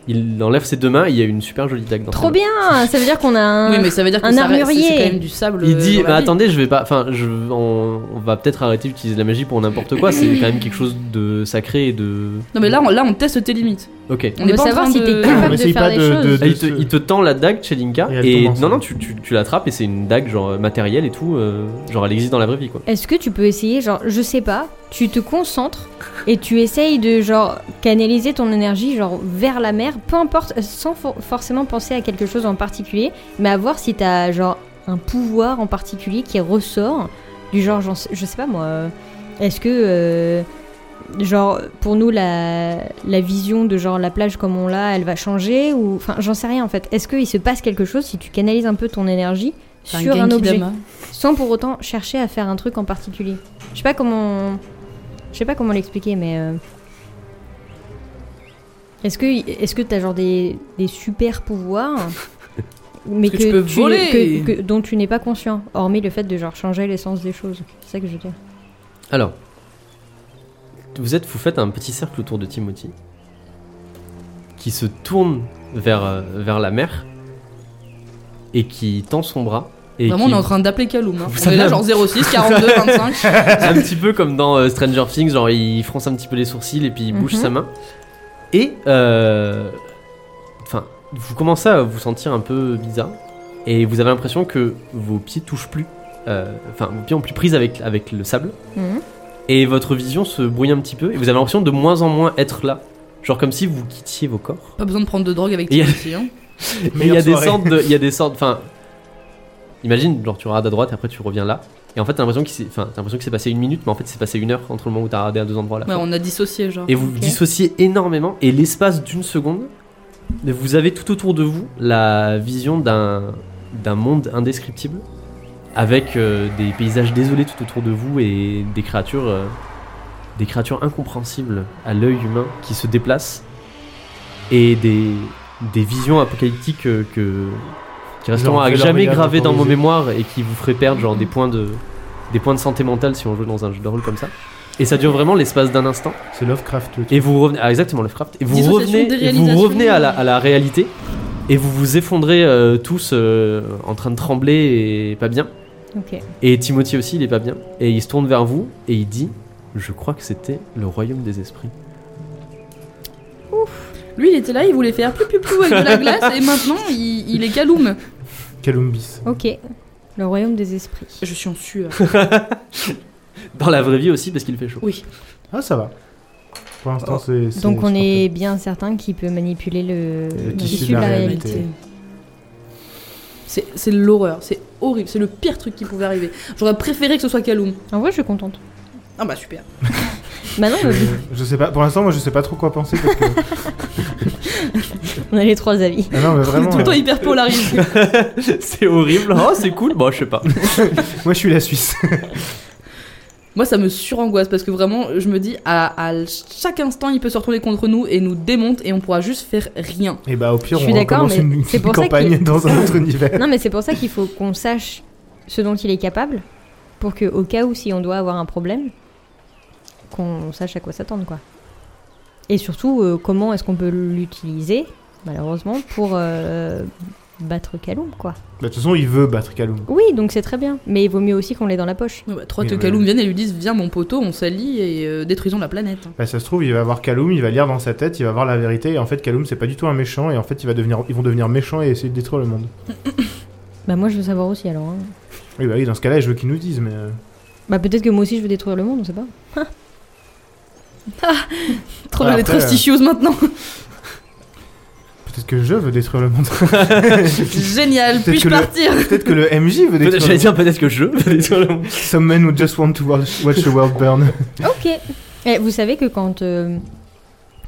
Speaker 1: il enlève ses deux mains et il y a une super jolie dague dans sa
Speaker 4: Trop
Speaker 1: main.
Speaker 4: bien. Ça veut dire qu'on a un.
Speaker 3: Oui, mais ça veut dire que
Speaker 4: Un
Speaker 3: ça reste- c'est- c'est
Speaker 4: armurier.
Speaker 3: quand même du sable.
Speaker 1: Il
Speaker 3: euh,
Speaker 1: dit,
Speaker 3: dans la
Speaker 1: bah,
Speaker 3: vie.
Speaker 1: attendez, je vais pas. Enfin, je, on, on va peut-être arrêter d'utiliser la magie pour n'importe quoi. C'est quand même quelque chose de sacré et de.
Speaker 3: Non, mais là, on, là, on teste tes limites.
Speaker 1: Ok.
Speaker 4: On
Speaker 3: n'est
Speaker 4: veut
Speaker 3: pas en
Speaker 4: savoir
Speaker 3: train
Speaker 4: si
Speaker 3: de-
Speaker 4: t'es
Speaker 2: On
Speaker 4: capable de
Speaker 2: essaye
Speaker 4: faire
Speaker 2: pas
Speaker 4: des
Speaker 2: de-
Speaker 4: choses.
Speaker 2: de-
Speaker 1: Ah, il, te,
Speaker 2: ce-
Speaker 1: il te tend la dague, Chelinka,
Speaker 2: Et elle
Speaker 1: et,
Speaker 2: tombe enceinte.
Speaker 1: non, non, tu, tu, tu l'attrapes et c'est une dague genre matérielle et tout, euh, genre elle existe dans la vraie vie quoi.
Speaker 4: Est-ce que tu peux essayer, genre, je sais pas, tu te concentres et tu essayes de, genre, canaliser ton énergie, genre, vers la mer, peu importe, sans for- forcément penser à quelque chose en particulier, mais à voir si t'as, genre, un pouvoir en particulier qui ressort, du genre, j'en sais- je sais pas moi, euh, est-ce que, euh, genre, pour nous, la, la vision de, genre, la plage comme on l'a, elle va changer, ou, enfin, j'en sais rien en fait. Est-ce qu'il se passe quelque chose si tu canalises un peu ton énergie
Speaker 3: T'as
Speaker 4: sur un
Speaker 3: Genki
Speaker 4: objet
Speaker 3: Dama.
Speaker 4: sans pour autant chercher à faire un truc en particulier. Je sais pas comment, je sais pas comment l'expliquer, mais euh, est-ce que est-ce que t'as genre des, des super pouvoirs, mais
Speaker 3: Que tu peux voler.
Speaker 4: que- que- dont tu n'es pas conscient, hormis le fait de genre changer l'essence des choses. C'est ça que je veux dire.
Speaker 1: Alors, vous êtes, vous faites un petit cercle autour de Timothy, qui se tourne vers euh, vers la mer et qui tend son bras et
Speaker 3: Vraiment,
Speaker 1: qui-
Speaker 3: on est en train d'appeler Kaloum. hein.
Speaker 1: Ça
Speaker 3: On est là,
Speaker 1: va.
Speaker 3: genre 06, 42, 25.
Speaker 1: un petit peu comme dans euh, Stranger Things, genre il fronce un petit peu les sourcils et puis il bouge
Speaker 4: Mhm.
Speaker 1: sa main. Et euh, enfin, vous commencez à vous sentir un peu bizarre et vous avez l'impression que vos pieds touchent plus, euh, enfin vos pieds ont plus prise avec avec le sable
Speaker 4: Mhm.
Speaker 1: et votre vision se brouille un petit peu et vous avez l'impression de moins en moins être là, genre comme si vous quittiez vos corps.
Speaker 3: Pas besoin de prendre de drogue avec hein.
Speaker 1: Et-
Speaker 3: tes clients.
Speaker 1: Mais il y a
Speaker 2: Meilleure
Speaker 1: des
Speaker 2: soirée.
Speaker 1: sortes de. Il y a des sortes. Enfin. Imagine, genre, tu regardes à droite et après tu reviens là. Et en fait, t'as l'impression qu'il s'est- enfin, t'as l'impression que c'est passé une minute, mais en fait, c'est passé une heure entre le moment où t'as regardé à deux endroits là.
Speaker 3: Ouais, on a dissocié, genre.
Speaker 1: Et vous vous
Speaker 4: Ok.
Speaker 1: dissociez énormément, et l'espace d'une seconde, vous avez tout autour de vous la vision d'un d'un monde indescriptible, avec euh, des paysages désolés tout autour de vous et des créatures, euh, des créatures incompréhensibles à l'œil humain qui se déplacent, et des, des visions apocalyptiques euh, que, qui resteront
Speaker 2: Genre,
Speaker 1: à
Speaker 2: Veloria
Speaker 1: jamais gravées dans mon
Speaker 2: vaporisée.
Speaker 1: mémoire et qui vous feraient perdre genre des points de des points de santé mentale si on joue dans un jeu de rôle comme ça. Et ça dure vraiment l'espace d'un instant.
Speaker 2: C'est Lovecraft. le truc.
Speaker 1: Et vous revenez, ah, exactement Lovecraft. Et vous
Speaker 3: Dissociation,
Speaker 1: revenez, et vous
Speaker 3: déréalisation.
Speaker 1: revenez à la, à la réalité. Et vous vous effondrez euh, tous euh, en train de trembler et pas bien.
Speaker 4: Ok.
Speaker 1: Et Timothy aussi, il est pas bien. Et il se tourne vers vous et il dit Je crois que c'était le royaume des esprits.
Speaker 3: Lui, il était là, il voulait faire plus plus plus avec de la glace, et maintenant, il, il est Kaloum.
Speaker 2: Calumbis.
Speaker 4: Ok. Le royaume des esprits.
Speaker 3: Je suis en sueur.
Speaker 1: Dans la vraie vie aussi, parce qu'il fait chaud.
Speaker 3: Oui.
Speaker 2: Ah, ça va. Pour l'instant, c'est. c'est-
Speaker 4: Donc on
Speaker 2: c'est
Speaker 4: est bien certain qu'il peut manipuler le,
Speaker 2: Le
Speaker 4: tissu de la réalité.
Speaker 3: C'est c'est l'horreur, c'est horrible, c'est le pire truc qui pouvait arriver. J'aurais préféré que ce soit Kaloum.
Speaker 4: En vrai, je suis contente.
Speaker 3: Ah bah super.
Speaker 4: Bah non,
Speaker 2: Je, je sais pas. Pour l'instant, moi, je sais pas trop quoi penser parce que.
Speaker 4: on a les trois avis.
Speaker 2: Ah non, mais vraiment.
Speaker 3: Tout le temps
Speaker 2: euh,
Speaker 3: hyper polarisé.
Speaker 1: c'est horrible. Oh, c'est cool. Bon, je sais pas.
Speaker 2: moi, je suis la Suisse.
Speaker 3: Moi ça me surangoisse parce que vraiment je me dis à, à chaque instant il peut se retourner contre nous et nous démonte et on pourra juste faire rien.
Speaker 2: Et bah, au pire,
Speaker 4: Je suis
Speaker 2: on
Speaker 4: d'accord,
Speaker 2: commence
Speaker 4: mais
Speaker 2: une,
Speaker 4: c'est
Speaker 2: une
Speaker 4: pour ça
Speaker 2: campagne
Speaker 4: qu'il-
Speaker 2: dans un autre univers. Bah,
Speaker 4: Non, mais c'est pour ça qu'il faut qu'on sache ce dont il est capable, pour que au cas où si on doit avoir un problème, qu'on sache à quoi s'attendre, quoi. Et surtout, euh, comment est-ce qu'on peut l'utiliser, malheureusement, pour euh, battre Kaloum, quoi.
Speaker 2: Bah, de toute façon, il veut battre Kaloum.
Speaker 4: Oui, donc c'est très bien, mais il vaut mieux aussi qu'on l'ait dans la poche.
Speaker 3: Ouais, bah, trois
Speaker 2: Oui,
Speaker 3: que
Speaker 2: mais-
Speaker 3: Kaloum viennent et lui disent viens mon poteau on s'allie et euh, détruisons la planète.
Speaker 2: Bah, ça se trouve, il va voir Kaloum, il va lire dans sa tête, il va voir la vérité. Et en fait, Kaloum, c'est pas du tout un méchant. Et en fait, il va devenir... ils vont devenir méchants et essayer de détruire le monde.
Speaker 4: Bah moi, je veux savoir aussi, alors. hein.
Speaker 2: Oui, bah oui, dans ce cas-là, je veux qu'ils nous disent, mais. euh,
Speaker 4: Bah peut-être que moi aussi, je veux détruire le monde, on sait pas.
Speaker 3: Trop
Speaker 2: Ah,
Speaker 3: bien les
Speaker 2: après,
Speaker 3: trust issues maintenant.
Speaker 2: Peut-être que je veux détruire le monde.
Speaker 3: Génial,
Speaker 2: Peut-être
Speaker 3: puis-je
Speaker 2: que le-
Speaker 3: partir
Speaker 2: Peut-être que le MJ veut
Speaker 1: Peut-être-
Speaker 2: détruire le
Speaker 1: J'allais
Speaker 2: monde.
Speaker 1: dire peut-être que je. vais sur le-
Speaker 2: Some men who just want to watch, watch the world burn.
Speaker 4: Ok. Eh, vous savez que quand euh,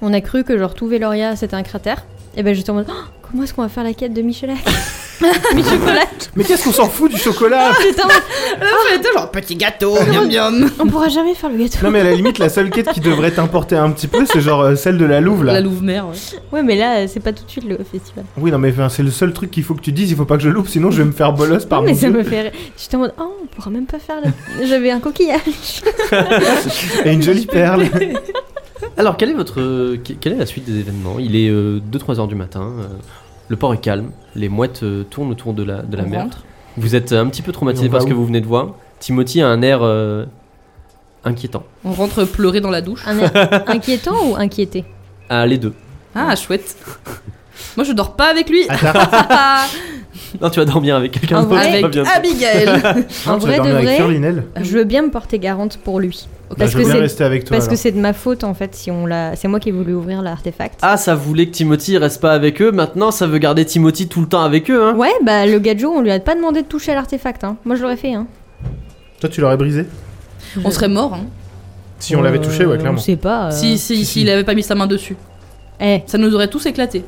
Speaker 4: on a cru que genre tout Veloria c'était un cratère, et ben j'étais en mode Oh, comment est-ce qu'on va faire la quête de Michelac Michelac
Speaker 2: mais qu'est-ce qu'on s'en fout du chocolat
Speaker 4: Putain,
Speaker 3: Là, j'étais Euh, genre petit gâteau, miam miam.
Speaker 4: on pourra jamais faire le gâteau.
Speaker 2: Non, mais à la limite, la seule quête qui devrait t'importer un petit peu, c'est genre euh, celle de la Louve là.
Speaker 3: La Louve-Mère, ouais.
Speaker 4: Ouais, mais là euh, c'est pas tout de suite le festival.
Speaker 2: Oui, non, mais enfin, c'est le seul truc qu'il faut que tu dises, il faut pas que je loupe, sinon je vais me faire bolos par
Speaker 4: Non,
Speaker 2: mon
Speaker 4: mais ça
Speaker 2: dieu.
Speaker 4: me fait. rire. J'étais en mode oh on pourra même pas faire. La... J'avais un coquillage.
Speaker 2: Et une jolie perle.
Speaker 1: Alors, quelle est votre, euh, que- quelle est la suite des événements Il est 2-3 heures du matin. euh, le port est calme. Les mouettes euh, tournent autour de la, de la
Speaker 3: On
Speaker 1: mer.
Speaker 3: rentre.
Speaker 1: Vous êtes euh, un petit peu
Speaker 2: Et
Speaker 1: traumatisé
Speaker 2: on va
Speaker 1: par ce que
Speaker 2: où
Speaker 1: vous venez de voir. Timothy a un air euh, inquiétant.
Speaker 3: On rentre pleurer dans la douche.
Speaker 4: Un air inquiétant ou inquiété
Speaker 1: Ah, les deux.
Speaker 3: Ah, chouette. Moi, je dors pas avec lui.
Speaker 2: Attends,
Speaker 1: Non, tu vas dormir avec quelqu'un
Speaker 4: En
Speaker 1: d'autre.
Speaker 4: vrai,
Speaker 1: ça
Speaker 3: avec
Speaker 1: va bien.
Speaker 3: Abigail.
Speaker 4: En
Speaker 2: tu
Speaker 4: vrai
Speaker 2: vas dormir
Speaker 4: de
Speaker 2: avec
Speaker 4: vrai, euh,
Speaker 2: Curly Nell
Speaker 4: Je veux bien me porter garante pour lui.
Speaker 2: Bah,
Speaker 4: Parce
Speaker 2: Je
Speaker 4: que
Speaker 2: veux bien
Speaker 4: c'est
Speaker 2: rester avec toi.
Speaker 4: parce que
Speaker 2: alors.
Speaker 4: c'est de ma faute en fait si on l'a. C'est moi qui ai voulu ouvrir l'artefact.
Speaker 1: Ah, ça voulait que Timothy reste pas avec eux. Maintenant, ça veut garder Timothy tout le temps avec eux. Hein.
Speaker 4: Ouais, bah le gadjo, on lui a pas demandé de toucher à l'artefact. Hein. Moi, je l'aurais fait. Hein.
Speaker 2: Toi, tu l'aurais brisé
Speaker 3: On serait mort. Hein.
Speaker 2: Si on l'avait touché, ouais,
Speaker 4: Euh,
Speaker 2: clairement.
Speaker 4: On sait pas. euh.
Speaker 3: Si, si,
Speaker 2: si,
Speaker 3: si, il avait pas mis sa main dessus.
Speaker 4: Eh,
Speaker 3: Ça nous aurait tous éclaté.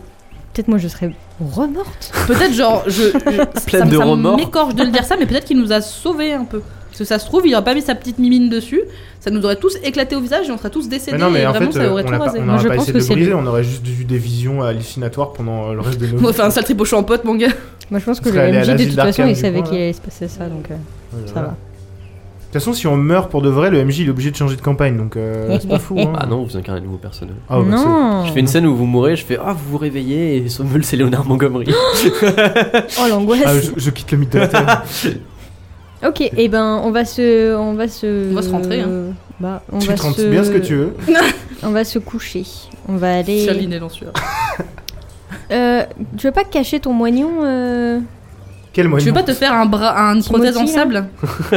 Speaker 4: peut-être moi, je serais remorte.
Speaker 3: Peut-être, genre, je. je
Speaker 1: Pleine
Speaker 3: ça, me-
Speaker 1: de
Speaker 3: ça me
Speaker 1: remords.
Speaker 3: m'écorche de le dire ça, mais peut-être qu'il nous a sauvés un peu. Parce que ça se trouve, il aurait pas mis sa petite mimine dessus. Ça nous aurait tous éclaté au visage et on serait tous décédés.
Speaker 2: Mais non, mais
Speaker 3: et
Speaker 2: en
Speaker 3: vraiment,
Speaker 2: fait,
Speaker 3: ça
Speaker 2: euh,
Speaker 3: aurait
Speaker 2: on
Speaker 3: tout
Speaker 2: n'a pas,
Speaker 3: rasé.
Speaker 2: on
Speaker 4: Moi,
Speaker 2: n'aurait
Speaker 4: je
Speaker 2: pas
Speaker 4: pense
Speaker 2: essayé
Speaker 4: que
Speaker 2: de le
Speaker 4: c'est
Speaker 2: briser,
Speaker 4: le-
Speaker 2: on aurait juste eu des visions hallucinatoires pendant euh, le reste de nos
Speaker 3: On va
Speaker 2: vies.
Speaker 3: faire un sale tripochon en pote, mon gars.
Speaker 4: Moi, je pense que
Speaker 2: On
Speaker 4: le
Speaker 2: serait allé à
Speaker 4: MJ, de
Speaker 2: l'asile
Speaker 4: toute
Speaker 2: d'Arkham,
Speaker 4: façon, il
Speaker 2: du
Speaker 4: savait
Speaker 2: coup,
Speaker 4: qu'il
Speaker 2: ouais.
Speaker 4: allait se passer ça, donc euh,
Speaker 2: Ouais,
Speaker 4: ça
Speaker 2: voilà.
Speaker 4: va.
Speaker 2: De toute façon, si on meurt pour de vrai, le MJ il est obligé de changer de campagne, donc euh, c'est pas fou. Hein.
Speaker 1: Ah non, vous incarnez le nouveau personnage.
Speaker 2: Ah, bah,
Speaker 4: non
Speaker 3: Oh.
Speaker 1: Je fais une scène où vous mourrez, je fais Ah, vous vous réveillez et Sommel, c'est Léonard Montgomery.
Speaker 4: Oh, l'angoisse
Speaker 2: c'est- Ah, je, je quitte le mythe de la Terre.
Speaker 4: Ok, et ben, on va se... On va se...
Speaker 3: On va se rentrer, hein.
Speaker 4: euh, Bah, on
Speaker 2: tu
Speaker 4: va
Speaker 2: te rends
Speaker 4: se...
Speaker 2: bien ce que tu veux.
Speaker 4: On va se coucher. On va aller...
Speaker 3: Chaline est dans sueur.
Speaker 4: Euh, tu veux pas cacher ton moignon euh...
Speaker 2: Quel moyen
Speaker 3: Tu veux pas te faire un bras, une prothèse en
Speaker 4: Timothy, là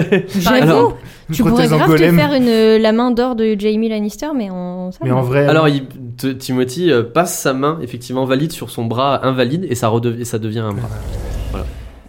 Speaker 3: sable
Speaker 4: J'avoue
Speaker 1: Alors,
Speaker 2: Une
Speaker 4: Tu pourrais
Speaker 2: prothèse en
Speaker 4: grave te
Speaker 2: golem.
Speaker 4: faire une, euh, la main d'or de Jamie Lannister, mais en... ça
Speaker 2: Mais
Speaker 4: va.
Speaker 2: en vrai,
Speaker 1: Alors, il- T- Timothy euh, passe sa main effectivement valide sur son bras invalide et ça, redev- et ça devient un bras.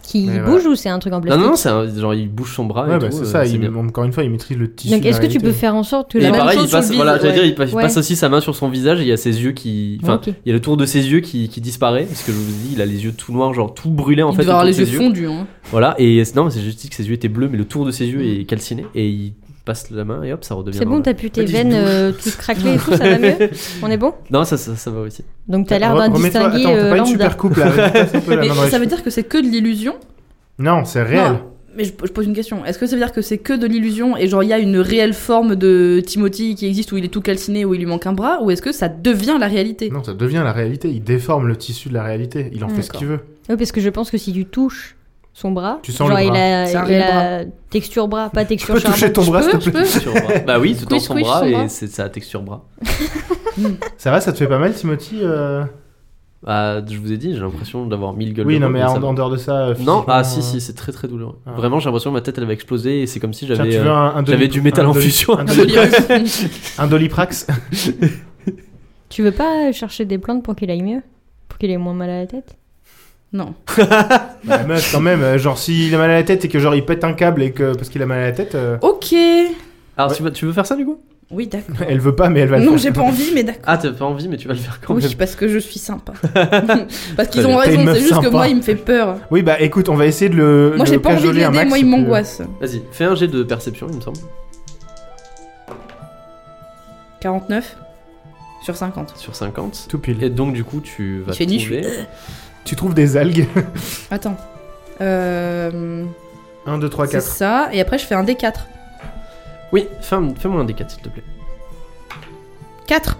Speaker 4: Qui
Speaker 2: Mais
Speaker 4: bouge ou c'est un truc en
Speaker 1: Non,
Speaker 4: plastique
Speaker 1: non, non, c'est un- genre il bouge son bras.
Speaker 2: ouais,
Speaker 1: et
Speaker 2: bah,
Speaker 1: tout,
Speaker 2: c'est
Speaker 1: euh,
Speaker 2: ça. il-
Speaker 1: bien.
Speaker 2: Encore une fois, il maîtrise le tissu.
Speaker 4: Donc,
Speaker 2: de la
Speaker 4: est-ce que tu peux
Speaker 2: réalité.
Speaker 4: faire en sorte que
Speaker 1: Et
Speaker 4: la
Speaker 3: même
Speaker 1: pareil,
Speaker 3: chose
Speaker 1: il passe,
Speaker 3: sur le
Speaker 1: voilà,
Speaker 3: bide,
Speaker 1: j'allais dire,
Speaker 3: ouais. Ah,
Speaker 1: il passe, il
Speaker 4: Ouais.
Speaker 1: passe aussi sa main sur son visage et il y a ses yeux qui. Enfin,
Speaker 4: Ok.
Speaker 1: il y a le tour de ses yeux qui, qui disparaît, parce que je vous dis, il a les yeux tout noirs, genre tout brûlé en
Speaker 3: Il
Speaker 1: fait.
Speaker 3: devait avoir
Speaker 1: autour de
Speaker 3: les yeux
Speaker 1: ses
Speaker 3: fondus. Hein.
Speaker 1: Voilà, et non, c'est juste dit que ses yeux étaient bleus, mais le tour de ses yeux
Speaker 3: Mm.
Speaker 1: est calciné et il passe la main et hop, ça redevient.
Speaker 4: C'est bon,
Speaker 1: normal.
Speaker 4: t'as pu tes
Speaker 1: Petite
Speaker 4: veines
Speaker 1: douche.
Speaker 4: euh, toutes craquelées et tout, ça va mieux On est bon
Speaker 1: Non, ça, ça, ça va aussi.
Speaker 4: Donc t'as l'air d'un
Speaker 2: Remets-toi-
Speaker 4: distingué
Speaker 2: Attends, t'as
Speaker 4: euh,
Speaker 2: pas une
Speaker 4: lambda.
Speaker 2: super coupe là. remets-toi un peu la
Speaker 3: Mais
Speaker 2: main dans les
Speaker 3: ça veut
Speaker 2: cheveux.
Speaker 3: dire que c'est que de l'illusion
Speaker 2: Non, c'est réel.
Speaker 3: Non, mais je, je pose une question. Est-ce que ça veut dire que c'est que de l'illusion et genre il y a une réelle forme de Timothy qui existe où il est tout calciné, où il lui manque un bras, ou est-ce que ça devient la réalité
Speaker 2: Non, ça devient la réalité. Il déforme le tissu de la réalité. Il en fait ce
Speaker 3: D'accord.
Speaker 2: qu'il veut.
Speaker 4: Oui, parce que je pense que si tu touches son bras,
Speaker 2: Tu sens le
Speaker 4: genre il
Speaker 2: bras.
Speaker 4: a,
Speaker 3: C'est un
Speaker 4: il
Speaker 3: réel
Speaker 4: a texture bras, pas
Speaker 2: Tu
Speaker 4: texture
Speaker 2: peux toucher
Speaker 4: charbon.
Speaker 2: ton bras,
Speaker 3: je
Speaker 2: s'il
Speaker 3: peux,
Speaker 2: te
Speaker 3: je
Speaker 2: plaît.
Speaker 1: Sur
Speaker 3: peux.
Speaker 1: bras. bah oui, tout en
Speaker 3: Squish,
Speaker 1: son
Speaker 3: squish,
Speaker 1: bras
Speaker 3: son bras.
Speaker 1: et c'est sa texture bras.
Speaker 2: Ça va, ça te fait pas mal, Timothy euh
Speaker 1: Ah, je vous ai dit, j'ai l'impression d'avoir mille gueules.
Speaker 2: Oui,
Speaker 1: de
Speaker 2: non,
Speaker 1: bois,
Speaker 2: mais
Speaker 1: ça
Speaker 2: en,
Speaker 1: va.
Speaker 2: en dehors de ça. euh,
Speaker 1: Non,
Speaker 2: physiquement,
Speaker 1: ah
Speaker 2: euh,
Speaker 1: si, si, c'est très très douloureux.
Speaker 2: Ah.
Speaker 1: Vraiment, j'ai l'impression que ma tête elle va exploser et c'est comme si
Speaker 2: Tiens,
Speaker 1: j'avais
Speaker 2: tu
Speaker 1: euh,
Speaker 2: veux un, un doli-
Speaker 1: j'avais du métal
Speaker 2: un
Speaker 1: en
Speaker 2: doli-
Speaker 1: fusion.
Speaker 2: un
Speaker 3: Un
Speaker 2: doli-
Speaker 3: doliprane.
Speaker 2: Un doliprax
Speaker 4: Tu veux pas chercher des plantes pour qu'il aille mieux Pour qu'il ait moins mal à la tête
Speaker 3: Non.
Speaker 2: Bah, meuf, quand même, euh, genre s'il a mal à la tête et que genre il pète un câble et que parce qu'il a mal à la tête, euh,
Speaker 3: Ok.
Speaker 1: Alors
Speaker 2: Ouais.
Speaker 1: tu, vas- tu veux faire ça du coup
Speaker 3: Oui, d'accord.
Speaker 2: elle veut pas mais elle va le
Speaker 3: Non,
Speaker 2: faire.
Speaker 3: j'ai pas envie, mais d'accord.
Speaker 1: Ah t'as pas envie mais tu vas le faire quand
Speaker 3: Oui,
Speaker 1: même.
Speaker 3: parce que je suis sympa. parce qu'ils
Speaker 1: Très
Speaker 3: ont
Speaker 2: bien. T'es
Speaker 3: raison,
Speaker 2: une meuf
Speaker 3: c'est juste que
Speaker 2: sympa.
Speaker 3: moi, il me fait peur.
Speaker 2: Oui bah écoute, on va essayer de le.
Speaker 3: Moi,
Speaker 2: le
Speaker 3: j'ai pas envie de
Speaker 2: cajoler un
Speaker 3: l'aider,
Speaker 2: max,
Speaker 3: moi, il
Speaker 2: puis-
Speaker 3: m'angoisse.
Speaker 1: Vas-y, fais un jet de perception il me semble.
Speaker 3: 49 sur 50.
Speaker 1: Sur 50.
Speaker 2: Tout pile.
Speaker 1: Et donc du coup tu vas
Speaker 3: Il fait ni
Speaker 1: trouver...
Speaker 2: Tu trouves des algues
Speaker 3: Attends. Euh,
Speaker 2: 1, 2, 3,
Speaker 3: c'est
Speaker 2: 4.
Speaker 3: ça, et après je fais un D4.
Speaker 1: Oui, fais un- fais-moi un D4 s'il te plaît.
Speaker 3: 4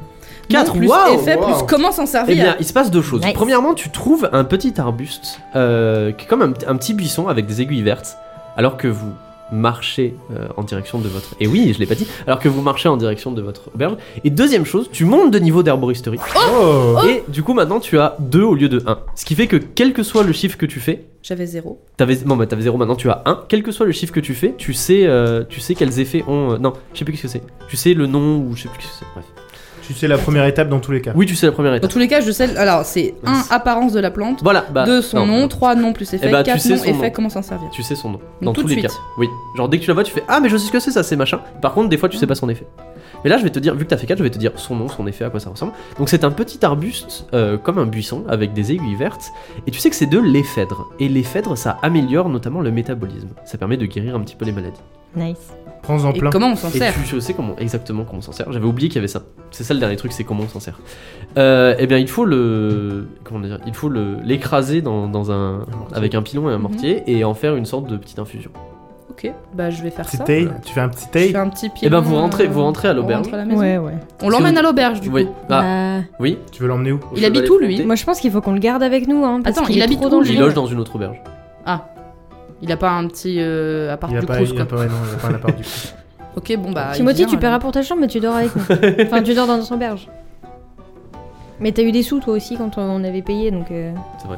Speaker 1: Quatre,
Speaker 3: plus
Speaker 1: waouh,
Speaker 3: effet,
Speaker 2: waouh.
Speaker 3: plus comment s'en
Speaker 1: Eh
Speaker 3: servir
Speaker 1: bien, il se passe deux choses.
Speaker 4: Nice.
Speaker 1: Premièrement, tu trouves un petit arbuste, euh, qui est comme un, p- un petit buisson avec des aiguilles vertes, alors que vous marchez euh, en direction de votre... Et oui, je l'ai pas dit, alors que vous marchez en direction de votre auberge. Et deuxième chose, tu montes de niveau d'herboristerie.
Speaker 2: Oh,
Speaker 1: et du coup, maintenant, tu as 2 au lieu de 1. Ce qui fait que, quel que soit le chiffre que tu fais,
Speaker 3: J'avais 0.
Speaker 1: t'avais... Non, mais t'avais 0, maintenant tu as 1. Quel que soit le chiffre que tu fais, tu sais, euh, tu sais quels effets ont... euh, Non, je sais plus ce que c'est. Tu sais le nom ou je sais plus ce que c'est. Bref.
Speaker 2: Tu sais la première étape dans tous les cas.
Speaker 1: Oui, tu sais la première
Speaker 3: Dans
Speaker 1: étape.
Speaker 3: tous les cas, je sais. Alors, c'est 1 apparence de la plante,
Speaker 1: Voilà, bah...
Speaker 3: 2 son
Speaker 1: non,
Speaker 3: nom, 3 nom plus effet,
Speaker 1: Eh bah,
Speaker 3: 4
Speaker 1: tu sais
Speaker 3: nom,
Speaker 1: son
Speaker 3: effet,
Speaker 1: nom.
Speaker 3: comment s'en servir.
Speaker 1: Tu sais son nom. Dans
Speaker 3: tout
Speaker 1: tous
Speaker 3: de
Speaker 1: les
Speaker 3: suite.
Speaker 1: cas. Oui. Genre dès que tu la vois, tu fais Ah, mais je sais ce que c'est, ça, c'est machin. Par contre, des fois,
Speaker 3: Mmh.
Speaker 1: tu sais pas son effet. Mais là, je vais te dire, vu que t'as fait 4, je vais te dire son nom, son effet, à quoi ça ressemble. Donc, c'est un petit arbuste, euh, comme un buisson, avec des aiguilles vertes. Et tu sais que c'est de l'éphédre. Et l'éphédre, ça améliore notamment le métabolisme. Ça permet de guérir un petit peu les maladies.
Speaker 4: Nice.
Speaker 2: Prends-en
Speaker 3: Et
Speaker 2: plein.
Speaker 3: comment on s'en
Speaker 1: Et
Speaker 3: sert
Speaker 1: tu- tu sais comment, exactement comment on s'en sert. J'avais oublié qu'il y avait ça. C'est ça le dernier truc, c'est comment on s'en sert. Euh, eh bien, il faut le, comment dire, il faut le l'écraser dans, dans un, avec un pilon et
Speaker 3: Mmh.
Speaker 1: un mortier et en faire une sorte de petite infusion.
Speaker 3: Ok, bah je vais faire
Speaker 2: Petit
Speaker 3: ça.
Speaker 2: tail. Tu fais un petit
Speaker 3: Je
Speaker 2: tail.
Speaker 3: fais un petit
Speaker 1: Eh
Speaker 3: pied. euh,
Speaker 1: ben, vous rentrez- vous rentrez à l'auberge.
Speaker 4: Ouais, ouais.
Speaker 3: On l'emmène
Speaker 1: vous-
Speaker 3: à l'auberge du
Speaker 1: Oui.
Speaker 3: coup.
Speaker 1: Ah,
Speaker 4: Bah,
Speaker 1: oui.
Speaker 2: Tu veux l'emmener où
Speaker 1: Au
Speaker 3: Il
Speaker 1: cheval
Speaker 3: habite où, lui
Speaker 1: effronté.
Speaker 4: moi, je pense qu'il faut qu'on le garde avec nous. Hein, parce
Speaker 3: Attends,
Speaker 4: qu'il
Speaker 3: il
Speaker 4: est
Speaker 3: habite
Speaker 4: trop
Speaker 3: où,
Speaker 4: dangereux.
Speaker 1: Il loge dans une autre auberge.
Speaker 3: Il a pas un petit euh, appart
Speaker 2: Il a
Speaker 3: de
Speaker 2: pas,
Speaker 3: cruise
Speaker 2: il a
Speaker 3: quoi.
Speaker 2: pas, ouais, non, il a pas un appart du coup.
Speaker 3: Ok, bon bah. il
Speaker 4: Timothy,
Speaker 3: vient,
Speaker 4: tu
Speaker 3: alors.
Speaker 4: paieras pour ta chambre, mais tu dors avec nous. enfin, tu dors dans notre auberge. Mais t'as eu des sous, toi aussi, quand on avait payé, donc. euh,
Speaker 1: C'est vrai.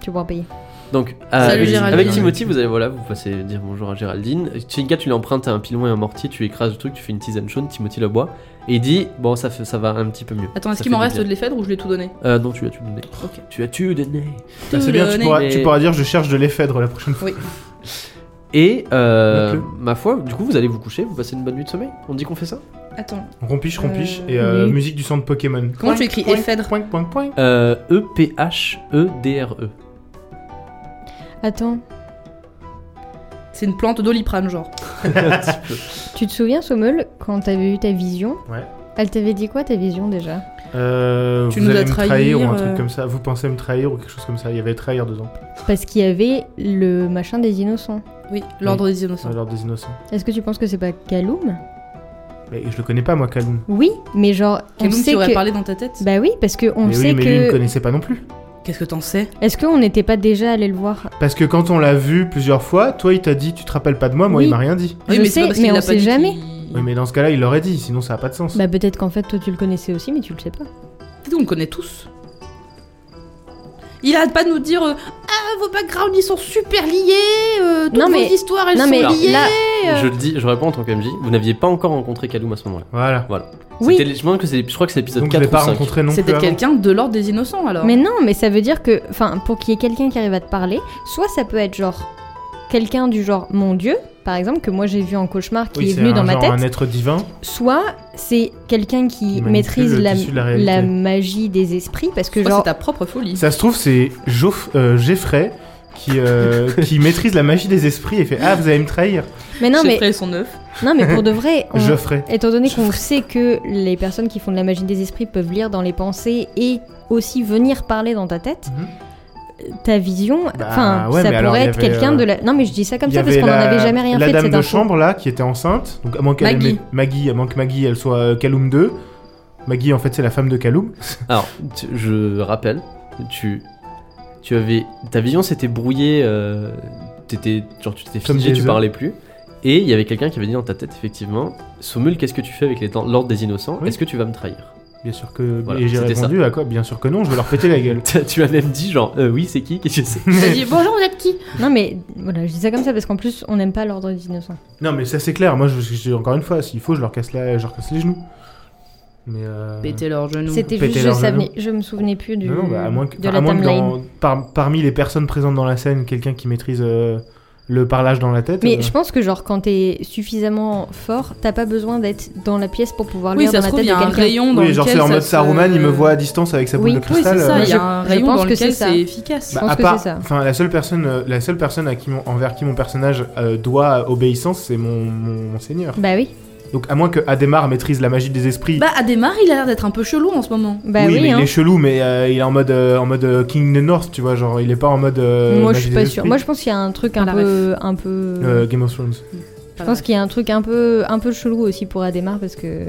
Speaker 4: Tu pourras payer.
Speaker 1: Donc, euh,
Speaker 3: Salut,
Speaker 1: avec,
Speaker 3: Géraldine.
Speaker 1: avec Timothy, vous allez voilà, vous passez dire bonjour à Géraldine. Chinka, tu l'empruntes à un pilon et un mortier, tu écrases le truc, tu fais une tisane chaude. Timothy le boit et il dit bon, ça fait, ça va un petit peu mieux.
Speaker 3: Attends, est-ce
Speaker 1: Ça
Speaker 3: qu'il m'en
Speaker 1: fait du
Speaker 3: reste de
Speaker 1: bien.
Speaker 3: l'effet ou je l'ai tout donné
Speaker 1: Euh, non, tu l'as tu donné.
Speaker 3: Ok.
Speaker 1: Tu as tu donné.
Speaker 2: Bah, c'est bien, tu
Speaker 3: Tout
Speaker 2: pourras,
Speaker 1: donné.
Speaker 2: tu pourras dire je cherche de l'éphédre la prochaine fois.
Speaker 1: Et euh,
Speaker 2: Note-le.
Speaker 1: ma foi, du coup, vous allez vous coucher, vous passez une bonne nuit de sommeil. On dit qu'on fait ça
Speaker 3: Attends,
Speaker 2: Rompiche, rompiche
Speaker 3: Euh,
Speaker 2: et euh,
Speaker 4: oui.
Speaker 2: musique du son de Pokémon.
Speaker 3: Comment tu écris éphédre
Speaker 2: Point, point, point.
Speaker 1: euh, E P H E D R E.
Speaker 4: Attends,
Speaker 3: c'est une plante d'oliprane, genre.
Speaker 1: Un petit peu.
Speaker 4: tu te souviens, Sommel, quand t'avais eu ta vision
Speaker 2: Ouais.
Speaker 4: Elle t'avait dit quoi ta vision déjà
Speaker 2: Euh,
Speaker 3: Tu
Speaker 2: vous
Speaker 3: nous
Speaker 2: allez
Speaker 3: as
Speaker 2: me trahir,
Speaker 3: trahir,
Speaker 2: ou un
Speaker 3: euh.
Speaker 2: truc comme ça. Vous pensez me trahir ou quelque chose comme ça. Il y avait trahir dedans.
Speaker 4: Parce qu'il y avait le machin des innocents.
Speaker 3: Oui, l'ordre des innocents.
Speaker 2: Alors des innocents.
Speaker 4: Est-ce que tu penses que c'est pas Kaloum
Speaker 2: Mais je le connais pas moi, Kaloum.
Speaker 4: Oui, mais genre on
Speaker 3: Kaloum,
Speaker 4: sait
Speaker 3: tu aurais
Speaker 4: que
Speaker 3: parlé dans ta tête
Speaker 4: bah oui, parce que on
Speaker 2: mais
Speaker 4: sait
Speaker 2: oui, mais lui, il me
Speaker 4: que
Speaker 2: connaissait pas non plus.
Speaker 3: Qu'est-ce que t'en sais
Speaker 4: est-ce qu'on n'était pas déjà allé le voir
Speaker 2: Parce que quand on l'a vu plusieurs fois, toi il t'a dit tu te rappelles pas de moi, moi
Speaker 4: Oui.
Speaker 2: il m'a rien dit.
Speaker 4: Je sais, mais on sait jamais.
Speaker 2: Oui, mais dans ce cas-là, il l'aurait dit, sinon ça a pas de sens.
Speaker 4: Bah peut-être qu'en fait toi tu le connaissais aussi, mais tu le sais pas.
Speaker 3: Dis donc, on le connaît tous. Il arrête pas de nous dire euh, Ah, vos backgrounds ils sont super liés, euh, toutes
Speaker 4: Non,
Speaker 3: vos
Speaker 4: mais-
Speaker 3: histoires elles
Speaker 4: non,
Speaker 3: sont
Speaker 4: mais
Speaker 3: liées.
Speaker 4: là-
Speaker 1: je le dis, je réponds en tant que MJ, vous n'aviez pas encore rencontré Kaloum à ce moment-là.
Speaker 2: Voilà.
Speaker 4: Oui.
Speaker 1: C'était- Je, pense que c'est- je crois que c'est l'épisode
Speaker 2: Donc je
Speaker 1: 4
Speaker 2: l'ai
Speaker 1: ou
Speaker 2: pas
Speaker 1: 5.
Speaker 2: rencontré non plus.
Speaker 3: C'est peut-être
Speaker 2: avant.
Speaker 3: quelqu'un de l'ordre des innocents alors.
Speaker 4: Mais non, mais ça veut dire que enfin pour qu'il y ait quelqu'un qui arrive à te parler, soit ça peut être genre quelqu'un du genre mon dieu par exemple que moi j'ai vu en cauchemar qui
Speaker 2: Oui,
Speaker 4: est
Speaker 2: c'est
Speaker 4: venu
Speaker 2: un
Speaker 4: dans ma
Speaker 2: genre
Speaker 4: tête,
Speaker 2: un être divin.
Speaker 4: soit c'est quelqu'un qui
Speaker 2: Qui manipule
Speaker 4: maîtrise
Speaker 2: le
Speaker 4: la,
Speaker 2: tissu de la réalité.
Speaker 4: la magie des esprits parce que
Speaker 3: Toi,
Speaker 4: genre
Speaker 3: c'est ta propre folie.
Speaker 2: Ça se trouve, c'est Geoff- euh, Geoffrey qui, euh, qui maîtrise la magie des esprits et fait Ah, vous allez me trahir.
Speaker 4: mais non
Speaker 3: J'ai
Speaker 4: mais
Speaker 3: créé son œuf.
Speaker 4: non mais pour de vrai on-
Speaker 2: Geoffrey.
Speaker 4: Étant donné qu'on sait que les personnes qui font de la magie des esprits peuvent lire dans les pensées et aussi venir parler dans ta tête,
Speaker 2: Mhm.
Speaker 4: ta vision,
Speaker 2: Bah,
Speaker 4: enfin,
Speaker 2: ouais,
Speaker 4: ça
Speaker 2: mais alors,
Speaker 4: pourrait
Speaker 2: il y
Speaker 4: être
Speaker 2: avait,
Speaker 4: quelqu'un
Speaker 2: euh,
Speaker 4: de la. Non, mais je dis ça comme
Speaker 2: Il y
Speaker 4: ça parce
Speaker 2: avait
Speaker 4: qu'on n'en
Speaker 2: la-
Speaker 4: avait jamais rien
Speaker 2: La
Speaker 4: fait
Speaker 2: dame
Speaker 4: cette
Speaker 2: de
Speaker 4: info.
Speaker 2: chambre là qui était enceinte, donc à moins qu'elle
Speaker 3: Maggie.
Speaker 2: Maggie, à moins que Maggie elle soit euh, Kaloum 2. Maggie en fait c'est la femme de Kaloum.
Speaker 1: Alors, tu- je rappelle, tu, tu avais, ta vision s'était brouillée, euh, t'étais, genre tu t'étais
Speaker 2: Comme
Speaker 1: figé, tu
Speaker 2: Jason.
Speaker 1: parlais plus, et il y avait quelqu'un qui avait dit dans ta tête effectivement, Sommel, qu'est-ce que tu fais avec les dents- l'ordre des innocents
Speaker 2: Oui.
Speaker 1: Est-ce que tu vas me trahir
Speaker 2: Bien sûr que
Speaker 1: Voilà,
Speaker 2: et j'ai
Speaker 1: c'était
Speaker 2: répondu à quoi Bien sûr que non, je vais leur péter la gueule.
Speaker 1: T'as- Tu as même dit genre, Euh, oui c'est qui Qu'est-ce que c'est
Speaker 3: T'as dit Bonjour, vous êtes qui
Speaker 4: Non, mais voilà, je dis ça comme ça parce qu'en plus, on n'aime pas l'ordre des innocents.
Speaker 2: Non mais ça c'est clair. Moi je, je- encore une fois, s'il faut je leur casse la, je leur casse les genoux. Mais euh,
Speaker 3: Péter leur genou.
Speaker 4: C'était
Speaker 2: péter
Speaker 4: juste, je,
Speaker 2: leur genou.
Speaker 4: savais- je me souvenais plus du,
Speaker 2: non, non, bah, à moins que,
Speaker 4: de
Speaker 2: enfin,
Speaker 4: la
Speaker 2: à moins que
Speaker 4: timeline.
Speaker 2: dans- par- parmi les personnes présentes dans la scène, quelqu'un qui maîtrise euh, le parlage dans la tête.
Speaker 4: Mais
Speaker 2: euh,
Speaker 4: je pense que genre quand t'es suffisamment fort, t'as pas besoin d'être dans la pièce pour pouvoir
Speaker 3: Oui,
Speaker 4: lire
Speaker 3: ça
Speaker 4: dans
Speaker 3: se
Speaker 4: la
Speaker 3: trouve,
Speaker 4: tête
Speaker 3: il y
Speaker 4: de
Speaker 3: a un
Speaker 4: quelqu'un.
Speaker 3: rayon dans
Speaker 2: oui, genre
Speaker 3: lequel
Speaker 2: c'est en
Speaker 3: ça
Speaker 2: mode
Speaker 3: se-
Speaker 2: Saruman, il me voit à distance avec sa boule
Speaker 4: Oui.
Speaker 2: de
Speaker 4: Oui,
Speaker 3: Oui,
Speaker 2: cristal.
Speaker 3: c'est ça,
Speaker 2: euh, Bah,
Speaker 3: il y a
Speaker 4: je-
Speaker 3: un
Speaker 4: je
Speaker 3: rayon
Speaker 4: pense
Speaker 3: dans
Speaker 4: que c'est
Speaker 3: lequel
Speaker 4: ça.
Speaker 3: c'est efficace.
Speaker 4: pense
Speaker 2: à
Speaker 4: que
Speaker 2: part-
Speaker 4: c'est ça.
Speaker 2: Enfin, la seule personne, euh, la seule personne à qui mon- envers qui mon personnage euh, doit obéissance, c'est mon, mon- mon seigneur.
Speaker 4: Bah oui,
Speaker 2: Donc à moins que Adhémar maîtrise la magie des esprits.
Speaker 3: Bah, Adhémar, il a l'air d'être un peu chelou en ce moment.
Speaker 4: bah
Speaker 2: oui,
Speaker 4: oui.
Speaker 2: mais
Speaker 4: hein.
Speaker 2: il est chelou, mais euh, il est en mode euh, en mode euh, King the North, tu vois, genre il est pas en mode. euh,
Speaker 4: Moi je
Speaker 2: magie
Speaker 4: suis
Speaker 2: des
Speaker 4: pas
Speaker 2: esprits.
Speaker 4: sûre. Moi je pense qu'il y a un truc un
Speaker 3: Pas la
Speaker 4: peu, un peu.
Speaker 2: Euh, Game of Thrones.
Speaker 4: je pense qu'il y a un truc un peu, un peu chelou aussi pour Adémar parce que.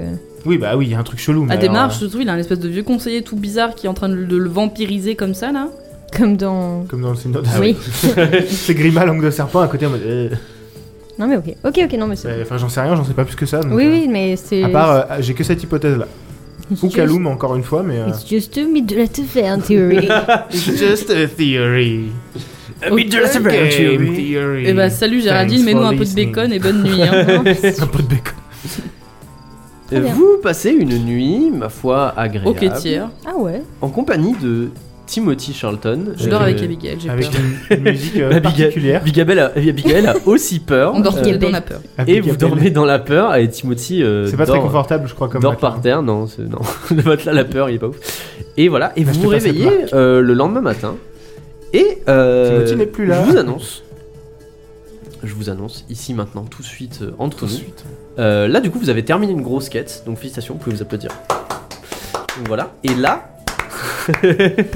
Speaker 2: Oui, bah oui, il y a un truc chelou. mais
Speaker 3: Adhémar,
Speaker 2: alors, euh,
Speaker 3: je trouve, il a un espèce de vieux conseiller tout bizarre qui est en train de le, de le vampiriser comme ça, là.
Speaker 4: Comme dans.
Speaker 2: euh, Comme dans le Seigneur des
Speaker 4: oui.
Speaker 2: C'est Grima, langue de serpent, à côté en mode. euh,
Speaker 4: non mais ok, ok, ok, non mais c'est.
Speaker 2: ouais, Enfin, j'en sais rien, j'en sais pas plus que ça. donc,
Speaker 4: oui,
Speaker 2: euh,
Speaker 4: oui, mais c'est.
Speaker 2: À part, euh, j'ai que cette hypothèse là.
Speaker 4: It's
Speaker 2: Ou
Speaker 4: just-
Speaker 2: Kaloum, encore une fois, mais. euh,
Speaker 4: It's just a middle affair theory.
Speaker 2: It's just a theory.
Speaker 1: A bit just a
Speaker 2: Game
Speaker 1: theory.
Speaker 2: theory.
Speaker 4: Eh
Speaker 3: Et
Speaker 4: ben,
Speaker 3: bah, salut Géraldine,
Speaker 2: Thanks
Speaker 3: mets-nous
Speaker 2: for
Speaker 3: un peu de
Speaker 2: listening.
Speaker 3: bacon et bonne nuit. hein.
Speaker 4: Non, mais c'est-
Speaker 2: Un peu de bacon.
Speaker 4: Très bien.
Speaker 1: Vous passez une nuit, ma foi,
Speaker 3: Au
Speaker 1: agréable,
Speaker 3: quêtière.
Speaker 4: ah ouais.
Speaker 1: en compagnie de Timothy Charlton.
Speaker 3: Je
Speaker 2: Euh,
Speaker 3: dors
Speaker 2: euh,
Speaker 3: avec Abigail, j'ai
Speaker 2: Avec
Speaker 3: peur.
Speaker 2: une, une musique euh,
Speaker 1: Abigail.
Speaker 2: particulière.
Speaker 1: Abigail a, Abigail a aussi peur.
Speaker 3: On dort
Speaker 1: euh,
Speaker 3: tous les deux, on a peur.
Speaker 1: et
Speaker 2: Abigail.
Speaker 1: vous dormez dans la peur et Timothy euh,
Speaker 2: C'est pas très
Speaker 1: dort,
Speaker 2: confortable, je crois, comme. hein.
Speaker 1: dort
Speaker 2: matelas.
Speaker 1: par terre. Non, c'est- non. le matelas, la peur, il est pas ouf. Et voilà, et
Speaker 2: Bah,
Speaker 1: vous
Speaker 2: je
Speaker 1: vous
Speaker 2: te passe cette
Speaker 1: réveillez euh, le lendemain matin. Et euh,
Speaker 2: Timothy n'est plus là.
Speaker 1: je vous annonce, je vous annonce ici maintenant, tout de suite, euh, entre
Speaker 2: Tout de
Speaker 1: nous,
Speaker 2: suite.
Speaker 1: Euh, là, du coup, vous avez terminé une grosse quête, donc félicitations, vous pouvez vous applaudir. Donc, voilà. Et là,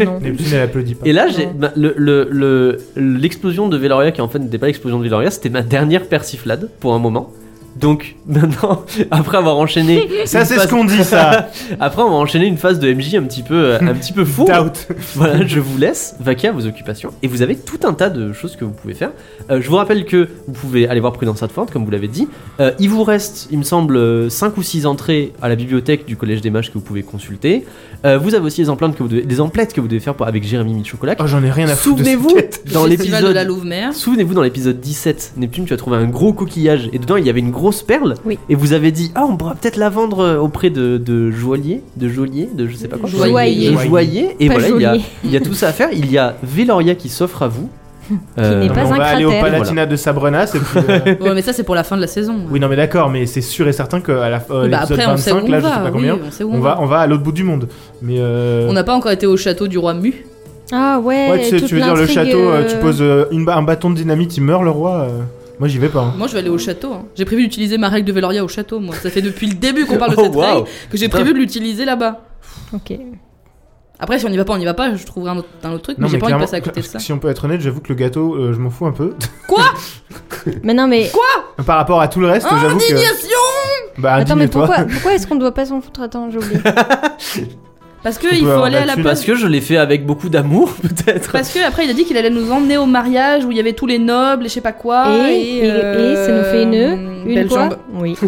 Speaker 4: Non.
Speaker 2: Neptune, elle applaudit pas.
Speaker 1: et là, j'ai
Speaker 4: Non.
Speaker 1: bah, le- le- le- l'explosion de Veloria qui en fait n'était pas l'explosion de Veloria, c'était ma dernière persiflade pour un moment. Donc maintenant, après avoir enchaîné,
Speaker 2: Ça,
Speaker 1: une
Speaker 2: c'est ce
Speaker 1: phase-
Speaker 2: qu'on dit, ça.
Speaker 1: après avoir enchaîné une phase de MJ un petit peu, euh, un petit peu fou.
Speaker 2: Doubt.
Speaker 1: Voilà, je vous laisse, vaquer à vos occupations, et vous avez tout un tas de choses que vous pouvez faire. Euh, je vous rappelle que vous pouvez aller voir Prudence Advent, comme vous l'avez dit. Euh, il vous reste, il me semble, 5 ou 6 entrées à la bibliothèque du Collège des Mages que vous pouvez consulter. Euh, vous avez aussi les emplettes que vous devez, les emplettes que vous devez faire pour, avec Jérémy Michocolac.
Speaker 2: Oh, j'en ai rien à foutre. de cette
Speaker 1: Souvenez-vous
Speaker 2: quête.
Speaker 1: dans
Speaker 3: Le festival de la
Speaker 1: l'épisode
Speaker 3: Louve-Mère.
Speaker 1: Souvenez-vous, dans l'épisode 17, Neptune, tu as trouvé un gros coquillage et dedans il y avait une grosse perle.
Speaker 4: Oui.
Speaker 1: Et vous avez dit, ah, on pourra peut-être la vendre euh, auprès de, de joaillier, de geôlier, de je sais pas quoi.
Speaker 3: Joaillier.
Speaker 1: De joaillier. Et
Speaker 4: Pas
Speaker 1: voilà, il y, a,
Speaker 4: geôlier.
Speaker 1: il y a tout ça à faire. Il y a Veloria qui s'offre à vous. Euh,
Speaker 4: n'est
Speaker 2: Non,
Speaker 4: pas
Speaker 2: mais on
Speaker 4: un
Speaker 2: va aller au
Speaker 4: cratère.
Speaker 2: Palatinat de Sabrenas et puis. euh,
Speaker 3: Ouais, mais ça, c'est pour la fin de la saison.
Speaker 2: Oui, non, mais d'accord, mais c'est sûr et certain qu'à la euh,
Speaker 3: Bah,
Speaker 2: l'épisode
Speaker 3: après, on sait où
Speaker 2: 25,
Speaker 3: on
Speaker 2: là, je sais
Speaker 3: va.
Speaker 2: pas
Speaker 3: oui,
Speaker 2: combien,
Speaker 3: on sait où
Speaker 2: on va, on va à l'autre bout du monde. Mais euh,
Speaker 3: On n'a pas encore été au château du roi Mu.
Speaker 4: Ah ouais.
Speaker 2: ouais, tu, sais,
Speaker 4: toute
Speaker 2: tu veux dire le
Speaker 4: l'intrigue,
Speaker 2: château, euh, tu
Speaker 4: euh,
Speaker 2: poses euh, une ba- un bâton de dynamite, il meurt le roi. euh, Moi, j'y vais pas. hein.
Speaker 3: Moi, je vais aller au château. hein. J'ai prévu d'utiliser ma règle de Veloria au château, moi. Ça fait depuis le début qu'on parle de
Speaker 1: Oh,
Speaker 3: cette
Speaker 1: waouh.
Speaker 3: règle que j'ai prévu de l'utiliser là-bas.
Speaker 4: Ok.
Speaker 3: Après, si on n'y va pas, on n'y va pas. Je trouverai un autre, un autre truc, mais j'ai pas envie de passer à côté de ça.
Speaker 2: si on peut être honnête, j'avoue que le gâteau, euh, je m'en fous un peu.
Speaker 4: Mais non mais.
Speaker 2: Par rapport à tout le reste, j'avoue que.
Speaker 3: Indignation
Speaker 2: Bah,
Speaker 4: Attends mais
Speaker 2: indigne-toi.
Speaker 4: pourquoi, pourquoi est-ce qu'on doit pas s'en foutre Attends j'ai oublié.
Speaker 3: Parce que
Speaker 2: peut
Speaker 3: il faut
Speaker 2: avoir
Speaker 3: aller à la
Speaker 2: là-dessus,
Speaker 3: poste.
Speaker 1: Parce que je l'ai fait avec beaucoup d'amour, peut-être.
Speaker 3: Parce que après, il a dit qu'il allait nous emmener au mariage où il y avait tous les nobles et je sais pas quoi.
Speaker 4: et, et-
Speaker 3: euh,
Speaker 4: et ça nous fait une. Une
Speaker 3: belle
Speaker 4: quoi
Speaker 3: jambe.
Speaker 4: Oui.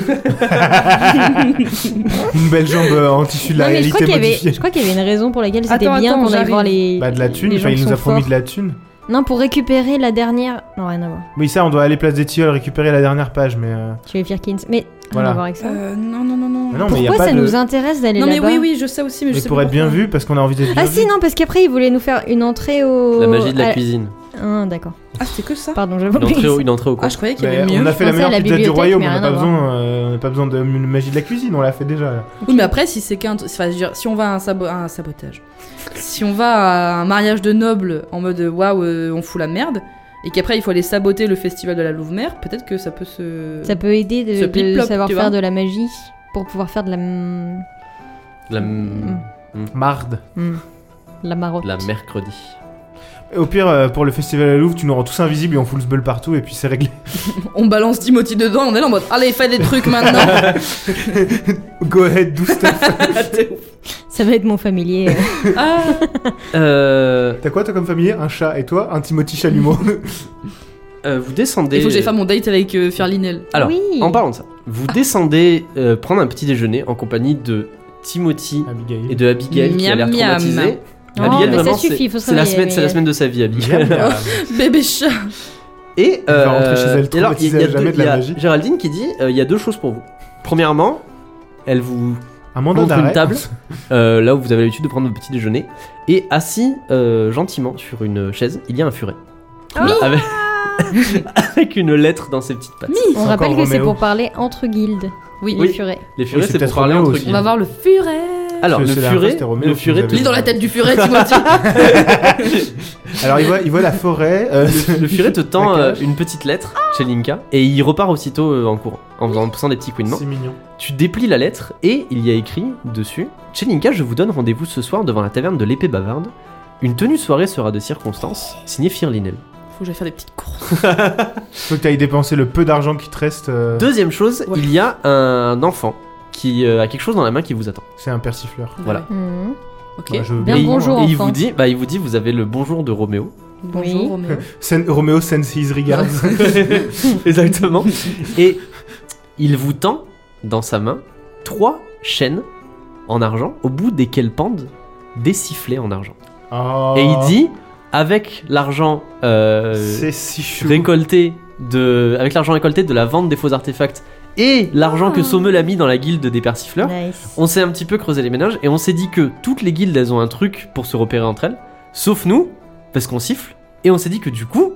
Speaker 2: Une belle jambe euh, en tissu de la
Speaker 4: non, mais
Speaker 2: réalité
Speaker 4: je crois qu'il y avait,
Speaker 2: modifiée.
Speaker 4: je crois qu'il y avait une raison pour laquelle c'était
Speaker 3: Attends,
Speaker 4: bien
Speaker 3: attends,
Speaker 4: qu'on aille
Speaker 3: j'arrive.
Speaker 4: voir les.
Speaker 2: Bah, de la thune,
Speaker 4: les
Speaker 2: enfin,
Speaker 4: gens
Speaker 2: il
Speaker 4: qui
Speaker 2: nous a
Speaker 4: sont
Speaker 2: promis
Speaker 4: forts.
Speaker 2: de la thune.
Speaker 4: Non, pour récupérer la dernière. Non, rien à voir.
Speaker 2: Oui, ça, on doit aller place des Tilleuls récupérer la dernière page, mais. euh,
Speaker 4: Tu es Firkins. Mais
Speaker 2: Voilà.
Speaker 4: rien à voir avec ça.
Speaker 3: Euh, non, non, non, non.
Speaker 2: mais non, mais y a
Speaker 4: Pourquoi
Speaker 2: pas
Speaker 4: ça
Speaker 2: de-
Speaker 4: nous intéresse d'aller
Speaker 3: Non,
Speaker 4: là-bas
Speaker 3: mais oui, oui, je sais aussi, mais, je
Speaker 2: Mais
Speaker 3: sais
Speaker 2: pour
Speaker 3: pas
Speaker 2: être bien
Speaker 3: pourquoi.
Speaker 2: vu, parce qu'on a envie d'être bien
Speaker 4: Ah
Speaker 2: vu.
Speaker 4: si, non, parce qu'après, ils voulaient nous faire une entrée au.
Speaker 1: La magie de la
Speaker 4: à-
Speaker 1: cuisine.
Speaker 4: Ah, d'accord.
Speaker 3: Ah, c'était que ça
Speaker 4: Pardon, j'avais
Speaker 1: Une entrée, au-
Speaker 4: oublié.
Speaker 1: une entrée au
Speaker 3: Ah,
Speaker 1: coin.
Speaker 3: je croyais qu'il y
Speaker 2: Mais
Speaker 3: avait mieux.
Speaker 2: Bah, on a fait
Speaker 4: Je
Speaker 2: la
Speaker 4: pensais à
Speaker 2: meilleure
Speaker 4: la
Speaker 2: pizza du
Speaker 4: bibliothèque,
Speaker 2: royaume,
Speaker 4: mais
Speaker 2: on n'a
Speaker 4: rien
Speaker 2: pas,
Speaker 4: à
Speaker 2: besoin, euh, on n'a pas besoin de m- magie de la cuisine, on l'a fait déjà. là.
Speaker 3: Oui, mais après, si c'est qu'un. Enfin, je veux dire, si on va à un, sabo- à un sabotage, si on va à un mariage de nobles en mode waouh, euh, on fout la merde, et qu'après il faut aller saboter le festival de la Louve-Mère, peut-être que ça peut se.
Speaker 4: Ça peut aider
Speaker 3: Ce
Speaker 4: de, de
Speaker 3: plip-plop,
Speaker 4: savoir
Speaker 3: tu
Speaker 4: faire
Speaker 3: vois.
Speaker 4: de la magie pour pouvoir faire de la. mm,
Speaker 1: La,
Speaker 4: Mm.
Speaker 2: Marde.
Speaker 4: mm, La marotte.
Speaker 1: la mercredi.
Speaker 2: Au pire, euh, pour le festival à la Louvre, tu nous rends tous invisibles et on fout le sbeul partout et puis c'est réglé.
Speaker 3: On balance Timothy dedans, on est là en mode allez, fais des trucs maintenant
Speaker 2: Go ahead, do stuff.
Speaker 3: T'es ouf.
Speaker 4: Ça va être mon familier. euh.
Speaker 3: Ah,
Speaker 1: Euh,
Speaker 2: T'as quoi toi comme familier Un chat et toi Un Timothy Chalumeau.
Speaker 1: euh, vous descendez.
Speaker 3: Il faut que j'aille faire mon date avec euh, Firlinel.
Speaker 1: Alors,
Speaker 4: oui.
Speaker 1: en parlant de ça, vous descendez euh, prendre un petit déjeuner en compagnie de Timothy
Speaker 2: Abigail.
Speaker 1: et de Abigail qui a l'air
Speaker 3: Miam, miam.
Speaker 1: traumatisée.
Speaker 4: Non,
Speaker 1: Abigail,
Speaker 4: Oh, mais ça
Speaker 1: vraiment,
Speaker 4: suffit,
Speaker 1: c'est-
Speaker 4: faut se
Speaker 1: c'est la
Speaker 4: réveiller,
Speaker 1: semaine, c'est la
Speaker 4: Abigail.
Speaker 1: semaine de sa vie, Abigail.
Speaker 2: Bien.
Speaker 3: Bébé chat
Speaker 1: Et, euh,
Speaker 2: Elle va rentrer chez elle
Speaker 1: et alors,
Speaker 2: traumatisée
Speaker 1: il y a
Speaker 2: à jamais
Speaker 1: deux-
Speaker 2: de la
Speaker 1: il y a
Speaker 2: magie.
Speaker 1: Géraldine qui dit euh, il y a deux choses pour vous. Premièrement, elle vous
Speaker 2: Un mandat
Speaker 1: contre
Speaker 2: d'arrêt.
Speaker 1: une table, euh, là où vous avez l'habitude de prendre votre petit déjeuner, et assis euh, gentiment sur une chaise, il y a un furet.
Speaker 4: Ah
Speaker 1: Avec... avec une lettre dans ses petites pattes.
Speaker 4: On
Speaker 2: C'est
Speaker 4: rappelle
Speaker 2: encore
Speaker 4: que c'est
Speaker 2: Roméo.
Speaker 4: pour parler entre guildes.
Speaker 3: Oui.
Speaker 1: Oui.
Speaker 4: Les furets.
Speaker 1: Les furets,
Speaker 2: Oui, c'est
Speaker 1: c'est pour
Speaker 2: peut-être
Speaker 1: parler
Speaker 2: Roméo
Speaker 1: entre
Speaker 2: aussi.
Speaker 1: guillemets.
Speaker 3: On va voir le furet.
Speaker 1: Alors, le
Speaker 2: Parce que c'est la
Speaker 1: furet,
Speaker 2: phrase, c'était Roméo
Speaker 1: le
Speaker 2: qui
Speaker 1: furet,
Speaker 2: nous avait
Speaker 3: Lis dans la tête du furet, Timothy.
Speaker 2: Alors il voit, il voit la forêt. euh,
Speaker 1: le, le furet te tend
Speaker 2: La
Speaker 1: euh,
Speaker 2: cloche.
Speaker 1: une petite lettre chez Linka et il repart aussitôt euh, en courant en faisant en poussant des petits couinements.
Speaker 2: C'est mignon.
Speaker 1: Tu déplies la lettre et il y a écrit dessus Chez Linka, je vous donne rendez-vous ce soir devant la taverne de l'épée bavarde. Une tenue soirée sera de circonstance, signé Firlinel.
Speaker 3: Faut que j'aille faire des petites courses.
Speaker 2: Faut que t'ailles dépenser le peu d'argent qui te reste. euh,
Speaker 1: Deuxième chose,
Speaker 3: Ouais.
Speaker 1: il y a un enfant qui euh, a quelque chose dans la main qui vous attend.
Speaker 2: C'est un persifleur.
Speaker 1: Voilà.
Speaker 4: Mhm.
Speaker 3: Ok.
Speaker 2: Bah, je-
Speaker 4: Bien
Speaker 1: Et il-
Speaker 4: bonjour,
Speaker 1: et il vous
Speaker 4: enfant.
Speaker 1: dit, bah, il vous dit, vous avez le bonjour de Roméo.
Speaker 3: Bonjour
Speaker 4: Oui.
Speaker 3: Roméo.
Speaker 2: Sen- Roméo sends his regards.
Speaker 1: Exactement. Et il vous tend dans sa main trois chaînes en argent, au bout desquelles pendent des sifflets en argent.
Speaker 2: Oh,
Speaker 1: Et il dit, avec l'argent euh,
Speaker 2: C'est si chou.
Speaker 1: récolté de, avec l'argent récolté de la vente des faux artefacts et l'argent
Speaker 3: Oh.
Speaker 1: que Sommel a mis dans la guilde des persifleurs,
Speaker 4: Nice.
Speaker 1: on s'est un petit peu creusé les ménages et on s'est dit que toutes les guildes elles ont un truc pour se repérer entre elles, sauf nous, parce qu'on siffle. Et on s'est dit que du coup,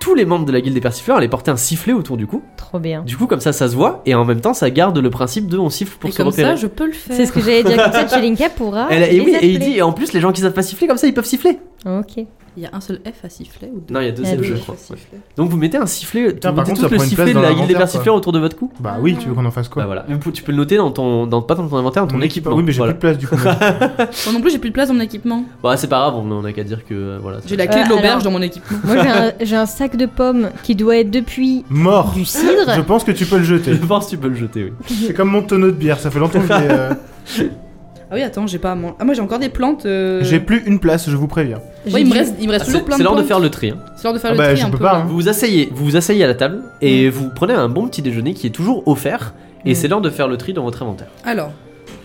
Speaker 1: tous les membres de la guilde des persifleurs allaient porter un sifflet autour du cou.
Speaker 4: Trop bien.
Speaker 1: Du coup, comme ça, ça se voit et en même temps, ça garde le principe de on siffle pour
Speaker 3: Et
Speaker 1: se
Speaker 3: comme
Speaker 1: repérer.
Speaker 3: ça, je peux le faire.
Speaker 4: C'est ce que j'allais dire. Comme ça, Chelinka pourra.
Speaker 1: Elle- et
Speaker 4: les
Speaker 1: oui, et il
Speaker 4: appeler.
Speaker 1: dit, et en plus, les gens qui savent pas siffler, comme ça, ils peuvent siffler.
Speaker 4: Ok.
Speaker 3: Il y a un seul F à siffler ou deux
Speaker 1: Non, il y a deux
Speaker 4: Il y a
Speaker 1: F,
Speaker 4: deux
Speaker 1: je
Speaker 4: F à
Speaker 1: crois. ouais. Donc, vous mettez un sifflet, vous
Speaker 2: par
Speaker 1: mettez
Speaker 2: contre,
Speaker 1: tout
Speaker 2: ça
Speaker 1: le
Speaker 2: prend une
Speaker 1: sifflet
Speaker 2: place
Speaker 1: de
Speaker 2: dans
Speaker 1: la guilde des
Speaker 2: l'inventaire,
Speaker 1: persifleurs autour de votre cou.
Speaker 2: Bah oui, tu veux qu'on en fasse quoi
Speaker 1: Bah voilà. Mais Tu peux le noter dans ton, dans, pas dans ton inventaire, dans ton
Speaker 2: Mon
Speaker 1: équipement.
Speaker 2: Oui, mais j'ai
Speaker 1: Voilà.
Speaker 2: plus de place du coup.
Speaker 3: Moi non plus, j'ai plus de place dans mon équipement.
Speaker 1: Bah, c'est pas grave, on on a qu'à dire que euh, voilà.
Speaker 3: J'ai
Speaker 1: c'est-
Speaker 3: la clé
Speaker 4: Euh,
Speaker 3: de l'auberge
Speaker 4: alors-
Speaker 3: dans mon équipement.
Speaker 4: Moi, j'ai un, j'ai un sac de pommes qui doit être depuis
Speaker 2: Mort.
Speaker 4: du cidre.
Speaker 2: Je pense que tu peux le jeter.
Speaker 1: Je pense que tu peux le jeter, oui.
Speaker 2: C'est comme mon tonneau de bière. Ça fait longtemps que je l'ai, euh,
Speaker 3: Ah oui, attends, j'ai pas à manger. Ah, moi j'ai encore des plantes. euh,
Speaker 2: j'ai plus une place. Je vous préviens.
Speaker 4: J'ai
Speaker 3: Ouais, il me
Speaker 4: dû-
Speaker 3: reste, il me reste
Speaker 1: Ah,
Speaker 3: toujours
Speaker 1: C'est
Speaker 3: plein
Speaker 1: c'est
Speaker 3: de
Speaker 1: l'heure de
Speaker 3: plantes.
Speaker 1: faire le tri. hein.
Speaker 3: C'est l'heure de faire
Speaker 2: Ah
Speaker 3: le
Speaker 2: bah,
Speaker 3: tri
Speaker 2: je
Speaker 3: un
Speaker 2: peux
Speaker 3: peu.
Speaker 2: pas,
Speaker 3: ouais.
Speaker 2: hein.
Speaker 1: Vous vous asseyez, vous vous asseyez à la table et
Speaker 3: Mmh.
Speaker 1: vous prenez un bon petit déjeuner qui est toujours offert. Et
Speaker 4: Mm.
Speaker 1: c'est l'heure de faire le tri dans votre inventaire.
Speaker 2: hein.
Speaker 3: Alors,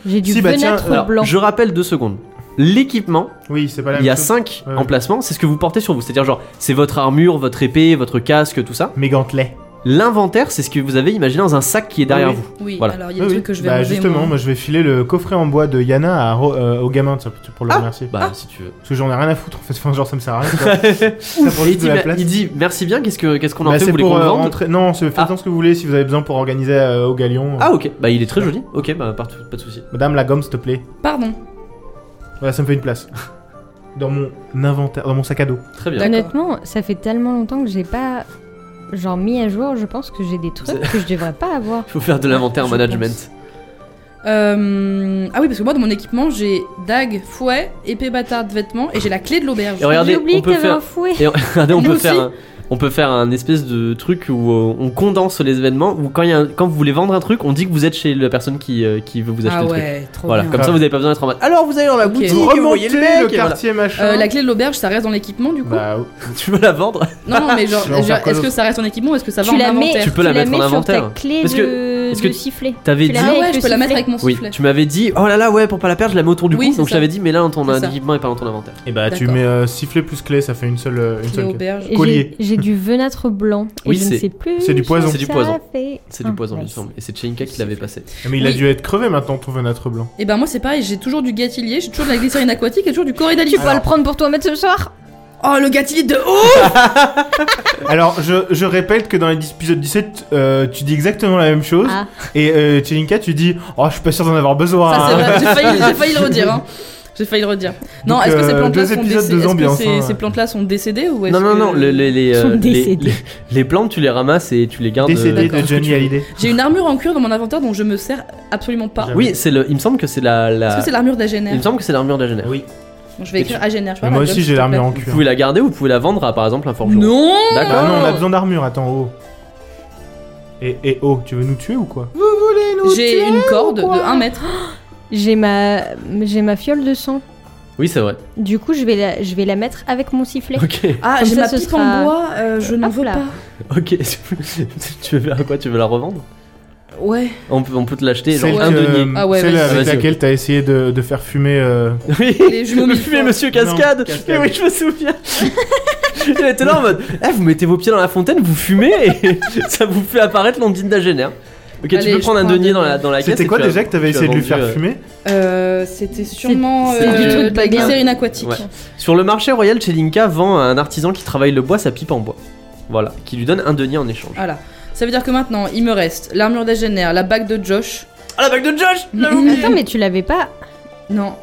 Speaker 4: J'ai du
Speaker 2: Si, bah, tiens,
Speaker 4: venêtre
Speaker 2: alors,
Speaker 4: blanc.
Speaker 1: Je rappelle deux secondes. L'équipement,
Speaker 2: Oui, c'est pas la
Speaker 1: il
Speaker 2: même
Speaker 1: y a
Speaker 2: chose.
Speaker 1: 5
Speaker 2: Ouais.
Speaker 1: emplacements, c'est ce que vous portez sur vous. C'est-à-dire, genre, c'est votre armure, votre épée, votre casque, tout ça.
Speaker 2: Mes gantelets.
Speaker 1: L'inventaire, c'est ce que vous avez imaginé dans un sac qui est derrière
Speaker 2: Oui.
Speaker 1: vous.
Speaker 3: oui,
Speaker 1: Voilà.
Speaker 3: alors il y a
Speaker 2: Oui,
Speaker 3: des
Speaker 2: oui.
Speaker 3: trucs que je vais
Speaker 2: Bah
Speaker 3: enlever,
Speaker 2: justement,
Speaker 3: moi.
Speaker 2: moi je vais filer le coffret en bois de Yana à Ro- euh, au gamin tiens, pour le remercier.
Speaker 3: Ah.
Speaker 1: Bah, si tu veux.
Speaker 2: Parce que j'en ai rien à foutre en fait. Enfin, genre ça me sert à rien. tu vois. Ça prend
Speaker 1: Et il,
Speaker 2: juste
Speaker 1: dit,
Speaker 2: de la
Speaker 1: bah,
Speaker 2: place.
Speaker 1: il dit, merci bien, qu'est-ce que- qu'est-ce qu'on en
Speaker 2: Bah,
Speaker 1: fait Vous
Speaker 2: c'est
Speaker 1: voulez
Speaker 2: pour
Speaker 1: qu'on le
Speaker 2: euh,
Speaker 1: vende
Speaker 2: rentrer. Non, c'est- faites
Speaker 1: Ah.
Speaker 2: ce que vous voulez si vous avez besoin pour organiser euh, au Galion.
Speaker 1: Ah, ok, bah il est très joli. Ok, bah, pas de- pas de souci.
Speaker 2: Madame la gomme, s'il te plaît.
Speaker 3: Pardon.
Speaker 2: Voilà, ça me fait une place. Dans mon inventaire, dans mon sac à dos.
Speaker 1: Très bien.
Speaker 3: D'accord.
Speaker 4: Honnêtement, ça fait tellement longtemps que j'ai pas genre mis à jour. Je pense que j'ai des trucs que je devrais pas avoir.
Speaker 1: Il faut faire de l'inventaire
Speaker 3: Je
Speaker 1: management.
Speaker 3: Euh, Ah oui, parce que moi dans mon équipement, j'ai dague, fouet, épée bâtarde, vêtements et j'ai la clé de l'auberge.
Speaker 1: Et regardez,
Speaker 4: j'ai oublié
Speaker 1: on peut
Speaker 4: que t'avais
Speaker 1: faire-
Speaker 4: un fouet.
Speaker 1: Et on- regardez, on
Speaker 3: Nous
Speaker 1: peut,
Speaker 3: aussi.
Speaker 1: faire un, on peut faire un espèce de truc où euh, on condense les événements, où quand, il y a un- quand vous voulez vendre un truc, on dit que vous êtes chez la personne qui, euh, qui veut vous acheter
Speaker 3: Ah
Speaker 1: le truc.
Speaker 3: ouais, trop
Speaker 1: Voilà,
Speaker 3: bien.
Speaker 1: comme ça vous n'avez pas besoin d'être en mode. Alors vous allez dans la
Speaker 3: Ok.
Speaker 1: boutique,
Speaker 3: Vous
Speaker 1: vous voyez le mec, et voilà.
Speaker 2: quartier machin.
Speaker 3: Euh, la clé de l'auberge, ça reste dans l'équipement du coup
Speaker 2: Bah,
Speaker 1: Tu veux la vendre
Speaker 3: Non, non, mais genre,
Speaker 2: Tu vas en faire
Speaker 3: genre,
Speaker 2: quoi
Speaker 3: est-ce que
Speaker 2: d'autre
Speaker 3: ça reste en équipement ou est-ce que ça va
Speaker 4: tu
Speaker 3: en
Speaker 4: la mets,
Speaker 3: inventaire
Speaker 1: Tu peux la mettre en
Speaker 4: mets
Speaker 1: inventaire.
Speaker 4: Sur ta clé
Speaker 1: Parce que-
Speaker 4: de,
Speaker 1: parce que
Speaker 4: de sifflet.
Speaker 1: T'avais
Speaker 4: Tu
Speaker 1: dit.
Speaker 4: la
Speaker 3: Ah
Speaker 4: mets
Speaker 3: ouais,
Speaker 4: avec
Speaker 3: je
Speaker 4: le
Speaker 3: peux la mettre
Speaker 4: sifflet.
Speaker 3: avec mon
Speaker 1: Oui,
Speaker 3: sifflet.
Speaker 1: tu m'avais dit, oh là là, ouais, pour pas la perdre, je la mets autour du
Speaker 3: Oui,
Speaker 1: cou.
Speaker 3: c'est
Speaker 1: Donc je
Speaker 3: ça.
Speaker 1: t'avais dit, mais là, ton
Speaker 3: C'est ça.
Speaker 1: équipement et pas dans ton inventaire.
Speaker 2: et bah tu
Speaker 3: D'accord.
Speaker 2: mets euh, sifflet plus clé, ça fait une seule, euh, une
Speaker 3: Clé
Speaker 2: seule clé.
Speaker 3: auberge.
Speaker 4: J'ai-
Speaker 2: Collier.
Speaker 4: J'ai du venâtre blanc. Et
Speaker 1: Oui,
Speaker 4: je ne
Speaker 1: c'est-
Speaker 4: sais plus.
Speaker 2: c'est du poison.
Speaker 1: C'est du poison. C'est
Speaker 4: C'est
Speaker 3: Ah,
Speaker 1: du poison, il me semble. Et c'est Chenka qui l'avait passé.
Speaker 2: Ah, Mais il a
Speaker 3: Oui.
Speaker 2: dû être crevé maintenant, ton venâtre blanc.
Speaker 3: Et ben moi c'est pareil, j'ai toujours du gâtillier, j'ai toujours de la glycérine aquatique et toujours du corydalis.
Speaker 4: Tu peux le prendre pour toi mettre ce soir
Speaker 3: Oh le gâtillier de haut
Speaker 2: Alors, je, je répète que dans l'épisode 17, euh, tu dis exactement la même chose.
Speaker 4: Ah.
Speaker 2: Et euh, Tchelinka, tu dis Oh, je suis pas sûr d'en avoir besoin.
Speaker 3: Ça c'est
Speaker 2: hein.
Speaker 3: vrai, j'ai failli, j'ai failli le redire. Hein. J'ai failli le redire. Non,
Speaker 2: Donc,
Speaker 3: est-ce que ces
Speaker 2: euh,
Speaker 3: plantes-là
Speaker 2: deux
Speaker 3: sont,
Speaker 2: épisodes,
Speaker 3: décé-
Speaker 2: deux
Speaker 3: est-ce que
Speaker 2: ambiances,
Speaker 3: ces-
Speaker 2: hein.
Speaker 3: ces plantes-là sont décédées ou est-ce
Speaker 1: Non, non,
Speaker 3: que-
Speaker 1: non, le- les, les, euh,
Speaker 4: Sont
Speaker 1: les-
Speaker 4: décédés.
Speaker 1: les- les plantes, tu les ramasses et tu les gardes.
Speaker 2: Décédé
Speaker 1: euh,
Speaker 2: de
Speaker 3: D'accord.
Speaker 2: Johnny Hallyday.
Speaker 3: J'ai une armure en cuir dans mon inventaire dont je me sers absolument pas.
Speaker 2: J'avoue.
Speaker 1: Oui, c'est le. Il me semble que c'est la. la-
Speaker 3: Est-ce que c'est l'armure d'Agener
Speaker 1: Il me semble que c'est l'armure d'Agener.
Speaker 2: Oui.
Speaker 3: Bon, Je vais
Speaker 1: Et tu-
Speaker 3: écrire Agener. je sais pas,
Speaker 2: Mais moi
Speaker 3: madame,
Speaker 2: aussi,
Speaker 3: s'il
Speaker 2: j'ai
Speaker 3: te
Speaker 2: l'armure
Speaker 3: plaît.
Speaker 2: en
Speaker 1: Vous
Speaker 2: cuir.
Speaker 1: pouvez la garder ou vous pouvez la vendre à par exemple un forgeron.
Speaker 3: Non
Speaker 1: D'accord.
Speaker 2: Ah non, on a besoin d'armure, attends, oh. Et, et oh, tu veux nous tuer ou quoi
Speaker 3: J'ai une corde de 1 mètre.
Speaker 4: J'ai ma, j'ai ma fiole de sang.
Speaker 1: Oui, c'est vrai.
Speaker 4: Du coup, je vais la, je vais la mettre avec mon sifflet.
Speaker 1: Ok,
Speaker 3: Ah,
Speaker 4: Comme
Speaker 3: j'ai
Speaker 4: ça,
Speaker 3: ma
Speaker 4: ce
Speaker 3: pique
Speaker 4: sera-
Speaker 3: en bois, euh, je n'en
Speaker 4: Hop
Speaker 3: veux
Speaker 4: là.
Speaker 3: pas.
Speaker 1: ok. tu veux faire quoi Tu veux la revendre
Speaker 3: Ouais.
Speaker 1: on peut, on peut te l'acheter genre
Speaker 2: Celle,
Speaker 1: un
Speaker 2: que-
Speaker 1: denier.
Speaker 3: Ah ouais,
Speaker 2: celle
Speaker 3: vas-y.
Speaker 2: avec
Speaker 1: Vas-y,
Speaker 2: laquelle t'as essayé de, de faire fumer. euh,
Speaker 1: Oui,
Speaker 3: Ah, Les jumeaux
Speaker 1: le
Speaker 3: mille
Speaker 1: fumier
Speaker 3: fois.
Speaker 1: monsieur cascade.
Speaker 2: Non,
Speaker 1: Mais
Speaker 2: cascade.
Speaker 1: oui, je me souviens. Elle était là en mode, eh, vous mettez vos pieds dans la fontaine, vous fumez et ça vous fait apparaître l'ondine d'Agener. Ok, tu
Speaker 3: Allez,
Speaker 1: peux
Speaker 3: je
Speaker 1: prendre un
Speaker 3: prends un
Speaker 1: denier dans la,
Speaker 3: denier.
Speaker 1: dans la caisse.
Speaker 2: C'était
Speaker 1: et
Speaker 2: quoi
Speaker 1: tu as-
Speaker 2: déjà que t'avais
Speaker 1: tu as
Speaker 2: essayé de lui faire
Speaker 1: vendu, euh,
Speaker 2: fumer
Speaker 3: Euh, c'était sûrement
Speaker 4: c'est
Speaker 3: euh,
Speaker 4: du tout de
Speaker 3: de la
Speaker 4: bagarre.
Speaker 3: glycérine aquatique.
Speaker 1: Ouais. Sur le marché royal, Chelinka vend à un artisan qui travaille le bois sa pipe en bois. Voilà, qui lui donne un denier en échange.
Speaker 3: Voilà. Ça veut dire que maintenant, il me reste l'armure des génères, la bague de Josh.
Speaker 1: Ah la bague de Josh
Speaker 4: Mmh. Attends, mais tu l'avais pas.
Speaker 3: Non.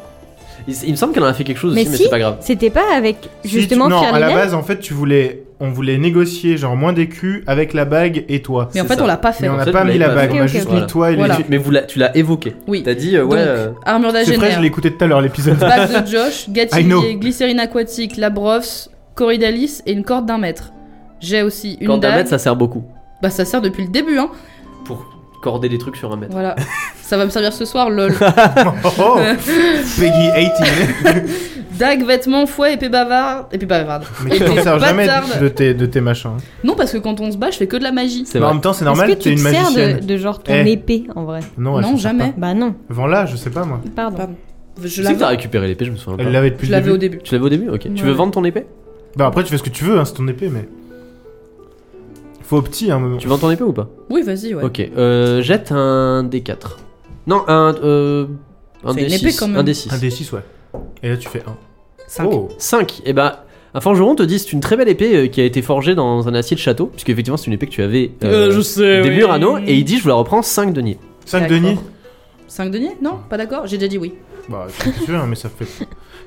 Speaker 1: il, il me semble qu'elle en a fait quelque chose
Speaker 4: Mais
Speaker 1: aussi, mais
Speaker 4: si.
Speaker 1: c'est pas grave.
Speaker 4: C'était pas avec
Speaker 2: Si
Speaker 4: justement
Speaker 2: tu- Non, à la
Speaker 4: Firlina
Speaker 2: base, en fait, tu voulais, on voulait négocier genre moins d'écus avec la bague et toi.
Speaker 3: Mais en
Speaker 1: C'est
Speaker 3: fait,
Speaker 1: ça.
Speaker 3: on l'a pas fait.
Speaker 2: Mais on
Speaker 1: en
Speaker 2: n'a
Speaker 1: fait,
Speaker 2: pas
Speaker 1: vous
Speaker 2: mis
Speaker 1: l'avez
Speaker 2: la
Speaker 1: pas
Speaker 2: bague,
Speaker 4: mis.
Speaker 2: on a
Speaker 4: Ok,
Speaker 2: juste
Speaker 1: ok.
Speaker 2: mis toi et
Speaker 3: Voilà.
Speaker 2: les.
Speaker 1: Tu- Mais vous la- tu l'as évoqué.
Speaker 3: Oui.
Speaker 1: T'as dit, euh, ouais.
Speaker 3: Donc,
Speaker 1: euh,
Speaker 3: Armure des
Speaker 2: C'est vrai, je
Speaker 3: génères,
Speaker 2: l'ai écouté tout à l'heure l'épisode.
Speaker 3: bague de Josh,
Speaker 2: I know.
Speaker 3: gatillier, glycérine aquatique, la brosse, corridalis et une corde d'un mètre. J'ai aussi une
Speaker 1: corde d'un
Speaker 3: dague.
Speaker 1: mètre, ça sert beaucoup.
Speaker 3: Bah ça sert depuis le début hein.
Speaker 1: Pour corder des trucs sur un mètre.
Speaker 3: Voilà. ça va me servir ce soir lol.
Speaker 2: Oh, oh. Peggy 18.
Speaker 3: Dague, vêtements, fouet, épée bavarde. Épée bavarde.
Speaker 2: Mais tu
Speaker 3: Épée
Speaker 2: t'en sers jamais
Speaker 3: bâtarde.
Speaker 2: de tes, de tes machins.
Speaker 3: Non parce que quand on se bat, je fais que de la magie.
Speaker 1: C'est
Speaker 2: Mais en
Speaker 1: vrai.
Speaker 2: même temps, c'est
Speaker 4: Est-ce
Speaker 2: normal,
Speaker 4: que
Speaker 2: t'es
Speaker 4: tu te
Speaker 2: une
Speaker 4: sers de,
Speaker 2: magicienne.
Speaker 4: de genre ton
Speaker 2: Eh.
Speaker 4: épée en vrai
Speaker 2: Non, elle
Speaker 3: Non,
Speaker 2: s'en sert
Speaker 3: jamais.
Speaker 4: Bah non,
Speaker 2: pas. Vends-la, je sais pas moi.
Speaker 4: pardon.
Speaker 3: Pardon.
Speaker 1: Je
Speaker 3: Je
Speaker 1: sais que t'as
Speaker 3: l'avais.
Speaker 1: récupéré l'épée, je me souviens
Speaker 2: Elle
Speaker 1: pas.
Speaker 2: l'avait depuis
Speaker 3: Je
Speaker 2: le
Speaker 3: l'avais au
Speaker 2: début.
Speaker 3: début.
Speaker 1: Tu l'avais au début Ok. Tu
Speaker 3: Ouais.
Speaker 1: veux vendre ton épée
Speaker 2: Bah après, tu fais ce que tu veux, hein, c'est ton épée, mais. Faut au petit, hein, moment.
Speaker 1: Tu vends ton épée ou pas
Speaker 3: Oui, vas-y, ouais.
Speaker 1: Ok. euh, Jette un D4. Non, un. euh, un
Speaker 3: C'est une
Speaker 1: D6.
Speaker 3: épée, quand même.
Speaker 1: Un
Speaker 2: Un
Speaker 1: D6.
Speaker 2: D6, ouais. Et là, tu fais un.
Speaker 3: Cinq.
Speaker 2: Oh.
Speaker 1: 5. Et bah. Un forgeron te dit c'est une très belle épée euh, qui a été forgée dans un acier de château, puisque effectivement c'est une épée que tu avais euh,
Speaker 3: sais.
Speaker 1: début Urano, et il dit je vous la reprends 5 deniers.
Speaker 2: 5
Speaker 3: D'accord.
Speaker 2: deniers
Speaker 3: 5 deniers Non, pas d'accord J'ai déjà dit oui.
Speaker 2: Bah, tu fais ce que tu veux, hein, mais ça fait.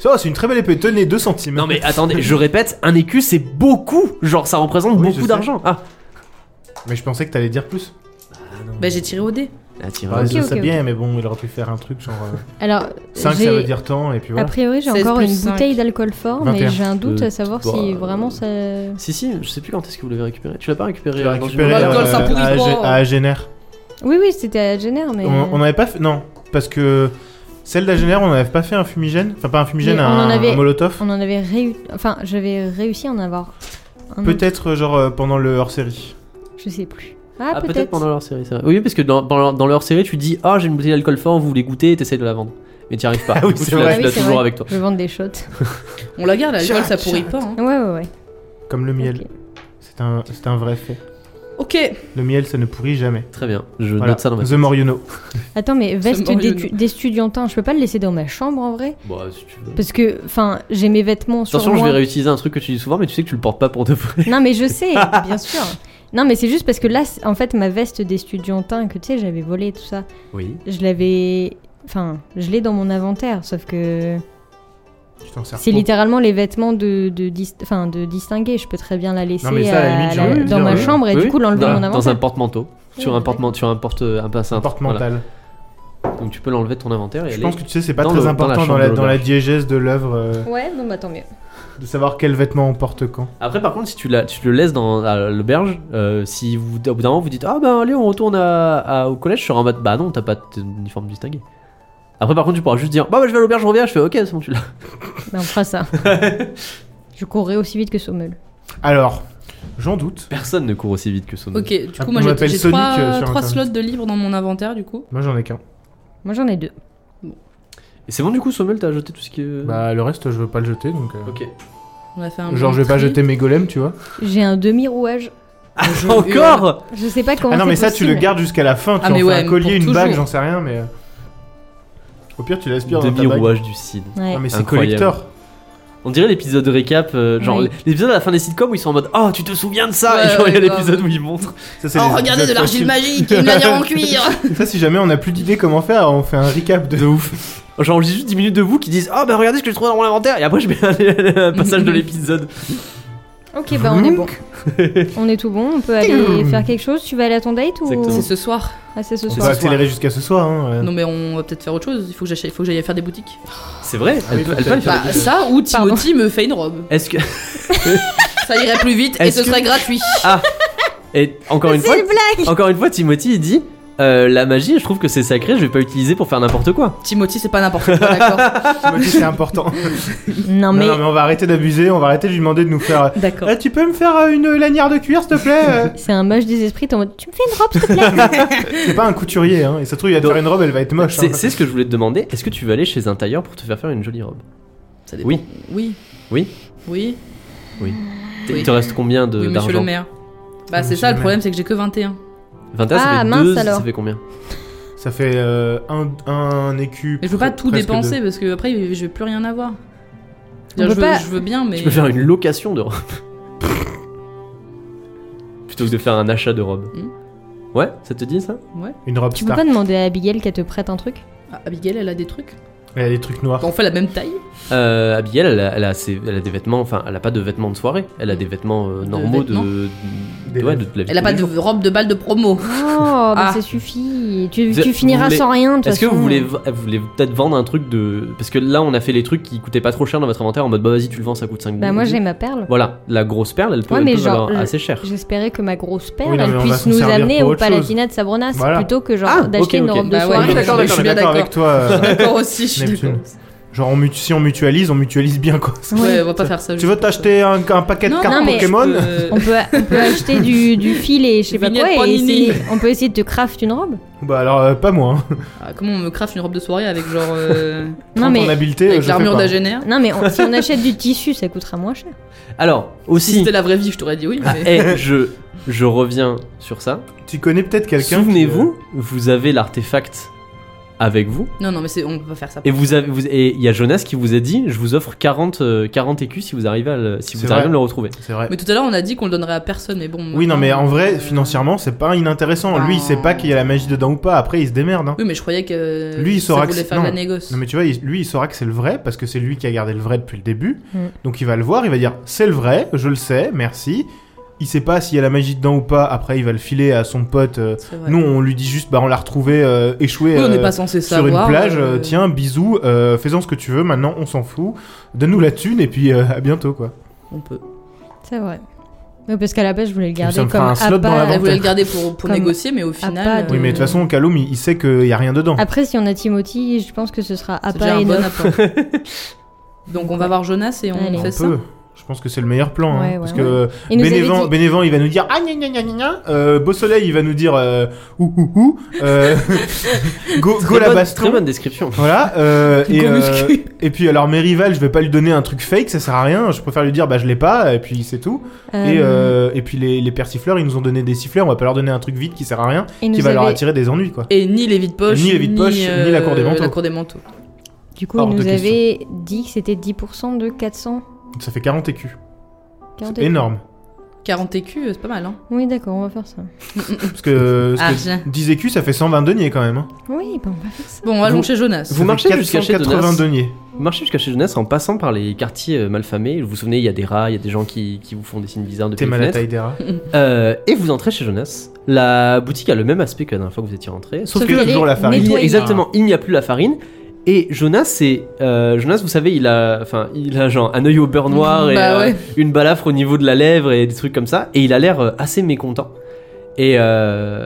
Speaker 2: Ça, c'est une très belle épée. Tenez, 2 centimes.
Speaker 1: Non mais attendez, je répète, un écu c'est beaucoup, genre ça représente
Speaker 2: Oui, je
Speaker 1: beaucoup
Speaker 2: sais.
Speaker 1: d'argent. Ah,
Speaker 2: Mais je pensais que t'allais dire plus.
Speaker 3: Bah j'ai tiré au dé.
Speaker 1: Ah, tiens,
Speaker 2: Bah,
Speaker 1: vas-y.
Speaker 4: ok,
Speaker 2: je
Speaker 4: ok,
Speaker 2: sais
Speaker 4: ok.
Speaker 2: bien, mais bon, il aurait pu faire un truc genre.
Speaker 4: Alors,
Speaker 2: 5,
Speaker 4: j'ai-
Speaker 2: ça veut dire temps, et puis
Speaker 4: A
Speaker 2: voilà.
Speaker 4: priori, j'ai
Speaker 3: 16
Speaker 4: encore
Speaker 3: plus
Speaker 4: une
Speaker 3: cinq.
Speaker 4: bouteille d'alcool fort,
Speaker 2: 21.
Speaker 4: mais j'ai un doute
Speaker 1: Euh,
Speaker 4: à savoir
Speaker 1: bah,
Speaker 4: si
Speaker 1: euh,
Speaker 4: vraiment ça.
Speaker 1: Si, si, je sais plus quand est-ce que vous l'avez récupéré. Tu l'as pas récupéré
Speaker 2: Tu l'as
Speaker 1: euh, dans une
Speaker 2: récupéré
Speaker 1: autre-
Speaker 3: Alcool,
Speaker 2: euh,
Speaker 3: ça pourrit
Speaker 2: à
Speaker 3: pas.
Speaker 2: Agé- à Agénère.
Speaker 4: Oui, oui, c'était à Jenner, mais.
Speaker 2: On on avait pas fait. Non, parce que celle d'Agener, on n'avait pas fait un fumigène. Enfin, pas un fumigène,
Speaker 4: Mais
Speaker 2: un,
Speaker 4: on en avait-
Speaker 2: un molotov.
Speaker 4: On en avait réu... Enfin, j'avais réussi à en avoir. un autre,
Speaker 2: Peut-être, genre, euh, pendant le hors série.
Speaker 4: Je sais plus.
Speaker 1: Ah,
Speaker 4: Ah,
Speaker 1: peut-être
Speaker 4: peut-être.
Speaker 1: pendant leur série, c'est vrai. Oui, parce que dans, dans leur, dans leur série, tu dis Ah, j'ai une bouteille d'alcool fort, vous voulez goûter, t'essayes de la vendre. Mais t'y arrives pas.
Speaker 2: Ah oui,
Speaker 1: Du coup,
Speaker 2: c'est
Speaker 1: tu l'as-
Speaker 2: vrai.
Speaker 1: tu
Speaker 4: Ah oui,
Speaker 1: l'as
Speaker 4: c'est
Speaker 1: toujours
Speaker 4: vrai.
Speaker 1: avec toi.
Speaker 4: Je vais vendre des shots.
Speaker 3: On la garde, l'alcool,
Speaker 2: Tiens,
Speaker 3: ça pourrit pas. hein.
Speaker 4: Ouais, ouais, ouais.
Speaker 2: Comme le miel.
Speaker 4: Ok.
Speaker 2: C'est un, c'est un vrai fait.
Speaker 3: Ok.
Speaker 2: Le miel, ça ne pourrit jamais.
Speaker 1: Très bien, je
Speaker 2: Voilà.
Speaker 1: note ça dans ma.
Speaker 2: The Moriono.
Speaker 4: Attends, mais veste
Speaker 3: mort,
Speaker 4: d'étu-
Speaker 3: Yono.
Speaker 4: d'étudiantin, je peux pas le laisser dans ma chambre en vrai
Speaker 1: Bon, euh, si tu veux.
Speaker 4: Parce que, enfin, j'ai mes vêtements sur
Speaker 1: Attention, je
Speaker 4: moi.
Speaker 1: vais réutiliser un truc que tu dis souvent, mais tu sais que tu le portes pas pour de vrai.
Speaker 4: Non, mais je sais, bien sûr. Non, mais c'est juste parce que là, c'est- en fait, ma veste d'étudiantin que tu sais, j'avais volé tout ça.
Speaker 1: Oui.
Speaker 4: Je l'avais. Enfin, je l'ai dans mon inventaire, sauf que
Speaker 2: Tu t'en sers
Speaker 4: c'est
Speaker 2: pas.
Speaker 4: littéralement les vêtements de, de, dis- enfin, de distinguer. Je peux très bien la laisser
Speaker 2: Non, mais ça, à la limite,
Speaker 4: la-
Speaker 2: j'aurais pu
Speaker 4: dans
Speaker 2: dire,
Speaker 4: ma
Speaker 2: oui.
Speaker 4: chambre et du coup l'enlever
Speaker 1: dans,
Speaker 4: dans mon
Speaker 1: dans un
Speaker 4: inventaire.
Speaker 1: porte-manteau. Sur un
Speaker 4: Ouais.
Speaker 1: porte sur un porte un
Speaker 2: Un
Speaker 1: passin.
Speaker 2: porte-mental.
Speaker 1: Donc tu peux l'enlever de ton inventaire et
Speaker 2: Je
Speaker 1: aller-
Speaker 2: pense que tu sais, c'est pas
Speaker 1: dans
Speaker 2: très
Speaker 1: le- dans la
Speaker 2: important
Speaker 1: chambre
Speaker 2: dans la,
Speaker 1: de
Speaker 2: dans la diégèse de l'œuvre euh,
Speaker 4: Ouais, non, bah tant mieux.
Speaker 2: de savoir quel vêtement on porte quand.
Speaker 1: Après, par contre, si tu, la- tu le laisses dans à l'auberge, euh, si vous, au bout d'un moment vous dites Ah ben allez, on retourne à- à- au collège, je serai en mode Bah non, t'as pas ton uniforme distingué. Après, par contre, tu pourras juste dire Bah, bah, je vais à l'auberge, je reviens, je fais Ok, c'est bon, tu l'as.
Speaker 4: Bah, on fera ça. je courrais aussi vite que Sommel.
Speaker 2: Alors, j'en doute.
Speaker 1: Personne ne court aussi vite que son
Speaker 3: Ok, du
Speaker 2: Ah,
Speaker 3: coup, moi
Speaker 2: on
Speaker 3: j'ai
Speaker 2: m'appelle
Speaker 3: j'ai
Speaker 2: Sonic,
Speaker 3: trois,
Speaker 2: euh, sur
Speaker 3: trois
Speaker 2: Internet.
Speaker 3: slots de livres dans mon inventaire, du coup.
Speaker 2: Moi, j'en ai qu'un.
Speaker 4: Moi j'en ai deux.
Speaker 1: Et c'est bon, du coup, Sommel, t'as jeté tout ce qui est. euh,
Speaker 2: Bah, le reste, je veux pas le jeter donc. euh,
Speaker 1: ok.
Speaker 3: On a fait un
Speaker 2: Genre,
Speaker 3: bon
Speaker 2: je vais pas
Speaker 3: tri.
Speaker 2: jeter mes golems, tu vois.
Speaker 4: J'ai un demi-rouage.
Speaker 1: Encore
Speaker 4: Je sais pas comment.
Speaker 2: ah non,
Speaker 4: c'est
Speaker 2: mais ça, tu
Speaker 4: possible.
Speaker 2: le gardes jusqu'à la fin. Tu
Speaker 3: Ah,
Speaker 2: en
Speaker 3: mais
Speaker 2: fais
Speaker 3: ouais,
Speaker 2: un
Speaker 3: mais
Speaker 2: collier,
Speaker 3: pour
Speaker 2: une
Speaker 3: toujours.
Speaker 2: bague, j'en sais rien, mais. euh, Au pire, tu l'aspires dans ta bague.
Speaker 1: Demi-rouage du cid.
Speaker 4: Ouais.
Speaker 2: Non, mais c'est
Speaker 1: Incroyable.
Speaker 2: collector.
Speaker 1: On dirait l'épisode de récap, euh, genre
Speaker 4: Oui.
Speaker 1: l'épisode à la fin des sitcoms où ils sont en mode Oh, tu te souviens de ça Et
Speaker 3: Ouais,
Speaker 1: genre, il y a
Speaker 3: ouais,
Speaker 1: l'épisode où ils montrent.
Speaker 2: Ça, c'est
Speaker 3: Oh,
Speaker 2: les
Speaker 3: regardez de
Speaker 2: épisodes faciles.
Speaker 3: l'argile magique et une manière en cuir
Speaker 2: Ça, si jamais on n'a plus d'idée comment faire, on fait un recap de, ouf.
Speaker 1: Genre, on dit juste 10 minutes de vous qui disent Ah, bah regardez ce que je trouve dans mon inventaire. Et après, je mets un, un passage de l'épisode.
Speaker 4: Ok,
Speaker 3: Eh ben,
Speaker 4: bah on est bon. on est tout bon. On peut aller faire quelque chose. Tu vas aller à ton date ou
Speaker 1: Exactement.
Speaker 3: C'est ce soir.
Speaker 4: Ah, c'est ce
Speaker 2: On
Speaker 4: soir.
Speaker 2: va accélérer jusqu'à ce soir. Hein. euh.
Speaker 3: Non, mais on va peut-être faire autre chose. Il faut que j'achète- il faut que j'aille faire des boutiques.
Speaker 1: C'est vrai,
Speaker 2: oui,
Speaker 1: elle peut- elle peut
Speaker 2: peut-être.
Speaker 1: aller faire
Speaker 3: Bah,
Speaker 1: des-
Speaker 3: ça ou
Speaker 4: Pardon.
Speaker 3: Timothy me fait une robe.
Speaker 1: Est-ce que.
Speaker 3: Ça irait plus vite et
Speaker 1: Est-ce
Speaker 3: ce
Speaker 1: que-
Speaker 3: serait gratuit.
Speaker 1: Et encore une fois,
Speaker 4: C'est une blague
Speaker 1: encore une fois, Timothy il dit euh, la magie, je trouve que c'est sacré, je vais pas utiliser pour faire n'importe quoi.
Speaker 3: Timothy, c'est pas n'importe quoi, d'accord
Speaker 2: Tu m'as dit, c'est important. Non,
Speaker 4: Non mais.
Speaker 2: non, mais on va arrêter d'abuser, on va arrêter de lui demander de nous faire. euh,
Speaker 3: D'accord.
Speaker 2: Ah, tu peux me faire euh, une lanière de cuir, s'il te plaît euh
Speaker 4: C'est un mage des esprits, t'es en mode tu me fais une robe s'il te plaît
Speaker 2: C'est pas un couturier, hein. Et ça se trouve, il va te faire une robe, elle va être moche.
Speaker 1: C'est
Speaker 2: hein.
Speaker 1: c'est ce que je voulais te demander. Est-ce que tu veux aller chez un tailleur pour te faire faire une jolie robe
Speaker 3: Ça dépend.
Speaker 1: Oui.
Speaker 3: Oui.
Speaker 1: Oui.
Speaker 3: Oui.
Speaker 1: T-
Speaker 3: Oui.
Speaker 1: Il te reste combien de
Speaker 3: Oui, monsieur le
Speaker 1: d'argent
Speaker 3: maire. Bah,
Speaker 2: Oui,
Speaker 3: c'est
Speaker 2: monsieur
Speaker 3: ça
Speaker 2: le
Speaker 3: le
Speaker 2: maire.
Speaker 3: problème, c'est que j'ai que 21.
Speaker 1: 21,
Speaker 4: Ah,
Speaker 1: ça fait
Speaker 4: mince
Speaker 1: 2, ça
Speaker 4: alors.
Speaker 1: fait combien
Speaker 2: Ça fait euh, un, un écu.
Speaker 3: Mais je veux pas
Speaker 2: pre-
Speaker 3: tout
Speaker 2: presque
Speaker 3: dépenser
Speaker 2: deux.
Speaker 3: parce que après je vais plus rien avoir.
Speaker 4: On
Speaker 3: Je
Speaker 4: peut
Speaker 3: veux,
Speaker 4: pas-
Speaker 3: je veux bien, mais.
Speaker 1: Tu peux faire une location de robe. Plutôt que de faire un achat de robe.
Speaker 3: Hmm.
Speaker 1: Ouais, ça te dit ça
Speaker 2: Une robe
Speaker 4: Tu peux
Speaker 2: star.
Speaker 4: pas demander à Abigail qu'elle te prête un truc
Speaker 3: Ah, Abigail, elle a des trucs.
Speaker 2: Elle a des trucs noirs.
Speaker 3: On fait la même taille.
Speaker 1: Euh, Abigail, elle a, elle a ses- elle a des vêtements, enfin, elle a pas de vêtements de soirée, elle a des vêtements euh,
Speaker 3: De
Speaker 1: normaux de,
Speaker 3: vêtements.
Speaker 1: de-
Speaker 2: Des
Speaker 1: ouais, de- de la vie
Speaker 3: Elle a
Speaker 1: tous
Speaker 3: pas
Speaker 1: les
Speaker 3: de
Speaker 1: jours.
Speaker 3: robe de balle de promo.
Speaker 4: Oh, bah
Speaker 3: Ah.
Speaker 4: ça suffit. Tu,
Speaker 1: Vous-
Speaker 4: tu
Speaker 1: vous
Speaker 4: finiras
Speaker 1: voulez-
Speaker 4: sans rien, de toute
Speaker 1: Est-ce que vous
Speaker 4: façon.
Speaker 1: voulez, vous voulez peut-être vendre un truc de. Parce que là, on a fait les trucs qui coûtaient pas trop cher dans votre inventaire en mode bah vas-y, tu le vends, ça coûte 5
Speaker 4: Bah, moi, j'ai ma perle.
Speaker 1: Voilà, la grosse perle, elle peut,
Speaker 4: Ouais,
Speaker 1: elle
Speaker 4: mais
Speaker 1: peut
Speaker 4: genre,
Speaker 1: valoir
Speaker 4: le-
Speaker 1: assez cher.
Speaker 4: J'espérais que ma grosse paire,
Speaker 2: Oui, non, mais
Speaker 4: elle
Speaker 2: on va
Speaker 4: puisse
Speaker 2: s'en
Speaker 4: nous
Speaker 2: servir
Speaker 4: amener
Speaker 2: pour
Speaker 4: au
Speaker 2: autre chose.
Speaker 4: Palatinat de Sabronas
Speaker 2: Voilà.
Speaker 4: plutôt que genre
Speaker 1: Ah,
Speaker 4: d'acheter
Speaker 1: ok,
Speaker 4: une
Speaker 1: ok.
Speaker 4: robe de
Speaker 3: Bah ouais,
Speaker 4: soirée.
Speaker 3: oui, d'accord,
Speaker 2: je
Speaker 3: d'accord,
Speaker 2: suis
Speaker 3: bien
Speaker 2: d'accord
Speaker 3: d'accord.
Speaker 2: avec toi. euh,
Speaker 3: Encore aussi, je suis
Speaker 2: Neptune.
Speaker 3: d'accord.
Speaker 2: Genre, on mutu- si on mutualise, on mutualise bien quoi.
Speaker 3: Ouais, on va pas faire ça.
Speaker 2: Tu veux t'acheter un, un paquet
Speaker 3: Non,
Speaker 2: de cartes
Speaker 4: non, mais-
Speaker 2: Pokémon
Speaker 4: On peut, on peut acheter du, du fil et je sais pas
Speaker 3: Vignette
Speaker 4: quoi, et
Speaker 3: Panini.
Speaker 4: essayer- on peut essayer de te craft une robe.
Speaker 2: Bah alors, euh, pas moi. hein.
Speaker 3: Ah, comment on me craft une robe de soirée avec genre. euh,
Speaker 2: Prends ton
Speaker 4: Non mais,
Speaker 2: habileté, Eh, euh, je
Speaker 3: avec
Speaker 2: fais
Speaker 3: l'armure
Speaker 2: pas.
Speaker 3: d'Agener
Speaker 4: non mais on- si on achète du tissu, ça coûtera moins cher.
Speaker 1: Alors,
Speaker 3: Si
Speaker 1: aussi,
Speaker 3: c'était la vraie vie, je t'aurais dit
Speaker 2: Ah,
Speaker 3: oui.
Speaker 2: eh.
Speaker 3: mais-
Speaker 1: et je, je reviens sur ça.
Speaker 2: Tu connais peut-être quelqu'un. qui, euh,
Speaker 1: Souvenez-vous, vous avez l'artefact avec vous,
Speaker 3: Non, non, mais c'est... on peut pas faire ça.
Speaker 1: et vous avez, vous- et il y a Jonas qui vous a dit je vous offre 40, euh, 40 écus si vous arrivez à le, si
Speaker 2: C'est
Speaker 1: vous arrivez à
Speaker 2: vrai.
Speaker 1: me le retrouver.
Speaker 2: euh, C'est vrai.
Speaker 3: Mais tout à l'heure, on a dit qu'on le donnerait à personne, mais bon.
Speaker 2: Oui, non, mais en vrai,
Speaker 3: euh,
Speaker 2: financièrement, c'est pas inintéressant. Lui, il sait
Speaker 3: Ah.
Speaker 2: pas qu'il y a la magie dedans ou pas. Après, il se démerde. hein.
Speaker 3: Oui, mais je croyais que.
Speaker 2: Lui, il
Speaker 3: ça
Speaker 2: saura que
Speaker 3: voulait
Speaker 2: c'est-
Speaker 3: faire de la
Speaker 2: non.
Speaker 3: négoce.
Speaker 2: Non, mais tu vois, il- lui, il saura que c'est le vrai parce que c'est lui qui a gardé le vrai depuis le début.
Speaker 4: Mm.
Speaker 2: Donc, il va le voir, il va dire c'est le vrai, je le sais, merci. Il sait pas s'il y a la magie dedans ou pas. Après, il va le filer à son pote. euh,
Speaker 3: C'est vrai.
Speaker 2: Nous, on lui dit juste bah, on l'a retrouvé euh, échoué
Speaker 3: Oui, on n'est
Speaker 2: euh,
Speaker 3: pas censé
Speaker 2: sur
Speaker 3: savoir.
Speaker 2: une plage.
Speaker 3: euh,
Speaker 2: euh, Tiens, bisous, euh, fais-en ce que tu veux. Maintenant, on s'en fout. Donne-nous la thune et puis euh, à bientôt, quoi.
Speaker 3: On peut.
Speaker 4: C'est vrai. Mais parce qu'à la base, je voulais le garder
Speaker 2: Ça me fera
Speaker 4: comme
Speaker 2: un slot dans
Speaker 4: appât.
Speaker 2: la
Speaker 3: Elle
Speaker 2: banque.
Speaker 3: voulait le garder pour, pour
Speaker 4: Comme-
Speaker 3: négocier, mais au
Speaker 4: pas
Speaker 3: final. euh,
Speaker 4: de-
Speaker 2: Oui, mais de toute façon, Kaloum, il, il sait qu'il y a rien
Speaker 3: Ah,
Speaker 2: dedans.
Speaker 4: Après, si on a Timothy, je pense que ce sera
Speaker 3: c'est déjà
Speaker 4: appât
Speaker 3: un
Speaker 4: et
Speaker 3: bon
Speaker 4: neuf.
Speaker 3: apport. Donc, on va voir Jonas et on
Speaker 4: Allez.
Speaker 3: fait
Speaker 2: On
Speaker 3: ça.
Speaker 2: peut. Je pense que c'est le meilleur plan. hein,
Speaker 4: Ouais, ouais,
Speaker 2: parce
Speaker 4: ouais.
Speaker 2: que
Speaker 4: Il nous avait
Speaker 2: Bénévent,
Speaker 4: dit-
Speaker 2: Bénévent, il va nous dire ah gna gna gna gna gna. Euh, Beau Soleil, il va nous dire euh, ouh ouh ouh. Euh, go go
Speaker 1: Très
Speaker 2: la
Speaker 1: bonne-
Speaker 2: baston.
Speaker 1: Très bonne description.
Speaker 2: Voilà. euh, et,
Speaker 3: Go
Speaker 2: euh,
Speaker 3: muscu.
Speaker 2: et puis alors mes rivales, je vais pas lui donner un truc fake, ça sert à rien. Je préfère lui dire bah je l'ai pas et puis c'est tout. Et,
Speaker 4: euh,
Speaker 2: euh, et puis les, les persifleurs, ils nous ont donné des siffleurs, on va pas leur donner un truc vide qui sert à rien,
Speaker 4: il
Speaker 2: qui
Speaker 4: nous
Speaker 2: va leur
Speaker 4: avait-
Speaker 2: attirer des ennuis quoi.
Speaker 3: Et ni les vides poches,
Speaker 2: Ni les vide-poches, ni la cour des
Speaker 3: euh,
Speaker 2: manteaux.
Speaker 3: La cour des manteaux.
Speaker 4: Du coup,
Speaker 2: Hors
Speaker 4: il
Speaker 2: de
Speaker 4: nous
Speaker 2: question.
Speaker 4: avait dit que c'était 10% de 400.
Speaker 2: Ça fait 40 écus. C'est
Speaker 4: 40.
Speaker 2: énorme.
Speaker 3: 40 écus, c'est pas mal, hein.
Speaker 4: Oui, d'accord, on va faire ça.
Speaker 2: Parce que, parce
Speaker 3: Ah,
Speaker 2: que
Speaker 3: tiens.
Speaker 2: 10 écus, ça fait 120 deniers quand même. hein.
Speaker 4: Oui, bah, on va faire ça.
Speaker 3: Bon, allons
Speaker 1: Vous-
Speaker 3: chez Jonas.
Speaker 2: Ça
Speaker 1: Vous
Speaker 2: fait
Speaker 1: marchez jusqu'à chez
Speaker 2: 480
Speaker 1: Donas.
Speaker 2: deniers.
Speaker 1: Vous marchez jusqu'à chez Jeunesse en passant par les quartiers euh, malfamés. Vous vous souvenez, il y a des rats, il y a des gens qui, qui vous font des signes bizarres depuis
Speaker 2: T'es
Speaker 1: les
Speaker 2: mal à
Speaker 1: fenêtres.
Speaker 2: taille des rats.
Speaker 1: Euh, et vous entrez chez Jonas. La boutique a le même aspect que la dernière fois que vous étiez rentré. Sauf
Speaker 2: Sauf
Speaker 4: qu'elle
Speaker 2: que
Speaker 4: est
Speaker 2: toujours la farine.
Speaker 1: il y a-
Speaker 4: nettoyée.
Speaker 1: exactement, il n'y a plus la farine. Et Jonas, c'est euh, Jonas, vous savez, il a, enfin, il a genre un œil au beurre noir et
Speaker 3: Bah
Speaker 1: euh,
Speaker 3: ouais.
Speaker 1: une balafre au niveau de la lèvre et des trucs comme ça. Et il a l'air euh, assez mécontent. Et, euh,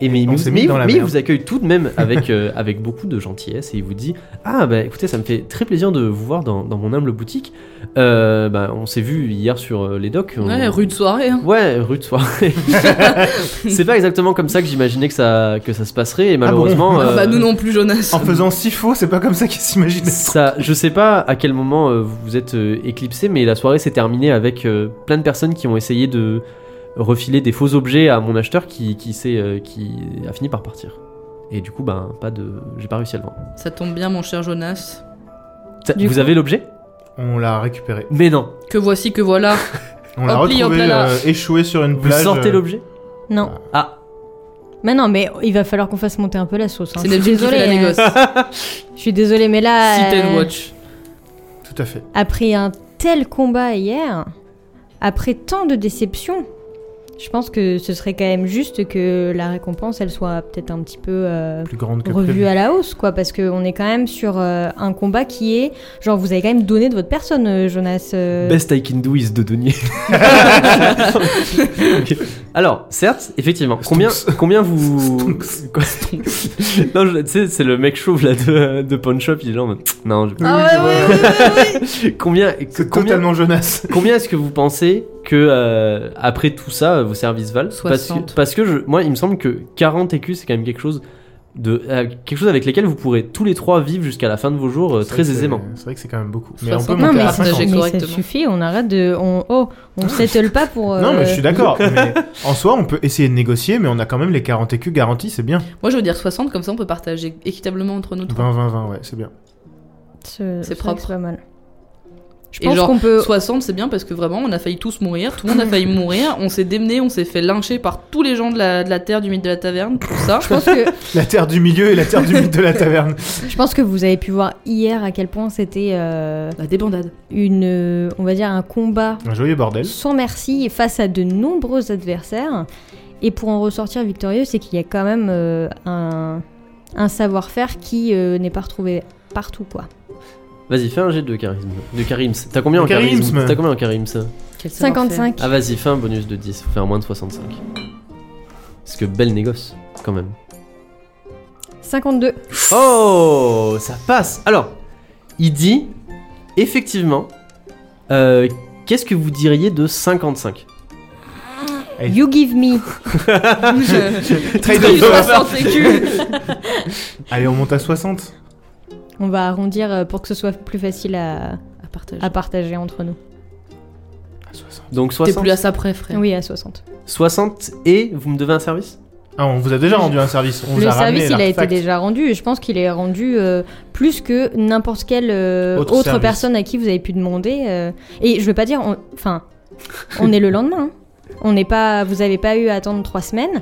Speaker 1: et mais,
Speaker 2: on
Speaker 1: mais-
Speaker 2: s'est mis
Speaker 1: mais-
Speaker 2: dans la
Speaker 1: mais il
Speaker 2: merde.
Speaker 1: vous accueille tout de même avec, euh, avec beaucoup de gentillesse et il vous dit Ah, bah écoutez, ça me fait très plaisir de vous voir dans, dans mon humble boutique. Euh, bah, on s'est vu hier sur euh, les docks. on-
Speaker 3: Ouais, rude soirée, hein.
Speaker 1: Ouais, rude soirée. c'est pas exactement comme ça que j'imaginais que ça, que ça se passerait, et malheureusement.
Speaker 3: Ah
Speaker 1: euh,
Speaker 3: Bah, nous non plus, Jonas.
Speaker 2: En faisant si faux, c'est pas comme ça qu'ils s'imaginent.
Speaker 1: ça, je sais pas à quel moment euh, vous êtes euh, éclipsé, mais la soirée s'est terminée avec euh, plein de personnes qui ont essayé de refiler des faux objets à mon acheteur qui, qui, s'est, euh, qui a fini par partir. Et du coup, ben, pas de, j'ai pas réussi à le vendre.
Speaker 3: Ça tombe bien, mon cher Jonas.
Speaker 1: Ça-
Speaker 4: Du
Speaker 1: vous
Speaker 4: coup-
Speaker 1: avez l'objet
Speaker 2: On l'a récupéré.
Speaker 1: Mais non.
Speaker 3: Que voici, que voilà.
Speaker 2: On l'a
Speaker 3: Hop li, hop
Speaker 2: retrouvé
Speaker 3: là là.
Speaker 2: euh, échoué sur une
Speaker 1: Vous
Speaker 2: plage.
Speaker 1: sortez
Speaker 2: euh,
Speaker 1: l'objet
Speaker 4: Non.
Speaker 1: Ah.
Speaker 4: Mais non, mais il va falloir qu'on fasse monter un peu la sauce. hein.
Speaker 3: C'est
Speaker 4: Je suis
Speaker 3: Neptune qui fait la
Speaker 4: désolée. hein.
Speaker 3: négoce.
Speaker 4: Je suis désolée, mais là.
Speaker 3: Sit and
Speaker 4: euh,
Speaker 3: watch.
Speaker 2: euh, Tout à fait.
Speaker 4: après un tel combat hier, après tant de déceptions, je pense que ce serait quand même juste que la récompense, elle soit peut-être un petit peu euh,
Speaker 2: Plus grande que
Speaker 4: revue
Speaker 2: prévu.
Speaker 4: à la hausse, quoi, parce qu'on est quand même sur euh, un combat qui est, genre, vous avez quand même donné de votre personne, euh, Jonas. euh.
Speaker 1: Best I can do is de denier. Ok. Alors, certes, effectivement, combien,
Speaker 2: Stonks.
Speaker 1: combien vous.
Speaker 2: Stonks.
Speaker 1: Quoi non, je- tu sais, c'est le mec chauve là de, de Pawn Shop, il est là en mode. Non, je-
Speaker 3: Ah ouais, ouais, ouais, ouais, ouais.
Speaker 1: Combien,
Speaker 2: C'est
Speaker 1: combien, Bah,
Speaker 2: totalement Jonas.
Speaker 1: combien est-ce que vous pensez que euh, après tout ça, vos services valent Parce que,
Speaker 3: 60.
Speaker 1: parce que je- moi, il me semble que 40 écus, c'est quand même quelque chose de euh, quelque chose avec lesquels vous pourrez tous les trois vivre jusqu'à la fin de vos jours euh,
Speaker 2: C'est vrai que
Speaker 1: très
Speaker 2: c'est-
Speaker 1: aisément.
Speaker 2: C'est vrai que c'est quand même beaucoup. Mais on peut
Speaker 3: 60.
Speaker 4: Non,
Speaker 2: monter
Speaker 4: mais,
Speaker 2: à
Speaker 4: ça,
Speaker 2: 50.
Speaker 3: suffit.
Speaker 4: mais ça
Speaker 3: correctement.
Speaker 4: suffit, on arrête de. On, oh, on settle pas pour.
Speaker 2: Non, mais je
Speaker 4: euh,
Speaker 2: suis d'accord. mais en soi, on peut essayer de négocier, mais on a quand même les 40 écus garantis, c'est bien.
Speaker 3: Moi, je veux dire 60, comme ça, on peut partager équitablement entre nous trois.
Speaker 2: 20, 20, 20, ouais, c'est bien.
Speaker 4: C'est c'est
Speaker 3: propre.
Speaker 4: propre. pas mal. Je
Speaker 3: Et
Speaker 4: pense
Speaker 3: genre,
Speaker 4: qu'on peut.
Speaker 3: 60, c'est bien parce que vraiment, on a failli tous mourir. Tout le monde a failli mourir. On s'est démené, on s'est fait lyncher par tous les gens de la, de la terre, du mythe de la taverne, tout ça.
Speaker 4: Je pense, que,
Speaker 2: La terre du milieu et la terre du mythe de la taverne.
Speaker 4: je pense que vous avez pu voir hier à quel point c'était euh,
Speaker 3: La Bah, débandade.
Speaker 4: une, euh, on va dire un combat
Speaker 2: Un joyeux bordel.
Speaker 4: sans merci face à de nombreux adversaires. Et pour en ressortir victorieux, c'est qu'il y a quand même euh, un, un savoir-faire qui euh, n'est pas retrouvé partout, quoi.
Speaker 1: Vas-y, fais un jet de charisme. De charims. T'as combien
Speaker 2: De
Speaker 1: en charisme
Speaker 2: charisme.
Speaker 1: T'as combien en charisme ça
Speaker 3: Quel savoir-faire.
Speaker 4: 55.
Speaker 1: Ah vas-y, fais un bonus de 10, faut faire moins de 65. Parce que belle négoce, quand même.
Speaker 4: 52.
Speaker 1: Oh, ça passe Alors, il dit, effectivement, euh, qu'est-ce que vous diriez de 55
Speaker 4: You give me.
Speaker 2: Trade
Speaker 3: J'ai eu
Speaker 2: off.
Speaker 3: 60 écus.
Speaker 2: Allez, on monte à 60.
Speaker 4: On va arrondir euh, pour que ce soit plus facile à,
Speaker 3: À partager.
Speaker 4: à partager entre nous.
Speaker 2: À 60.
Speaker 1: Donc
Speaker 3: T'es
Speaker 1: 60.
Speaker 3: plus à ça près, frère.
Speaker 4: Oui, à 60.
Speaker 1: 60 et vous me devez un service
Speaker 2: Ah, on vous a déjà rendu un service. On vous
Speaker 4: Le
Speaker 2: a
Speaker 4: service,
Speaker 2: ramené
Speaker 4: il a été
Speaker 2: l'artefact.
Speaker 4: déjà rendu et je pense qu'il est rendu euh, plus que n'importe quelle euh,
Speaker 2: Autre
Speaker 4: autre,
Speaker 2: service.
Speaker 4: personne à qui vous avez pu demander. euh, et je veux pas dire, on- enfin, on, est le lendemain. hein. On n'est pas, vous avez pas eu à attendre trois semaines.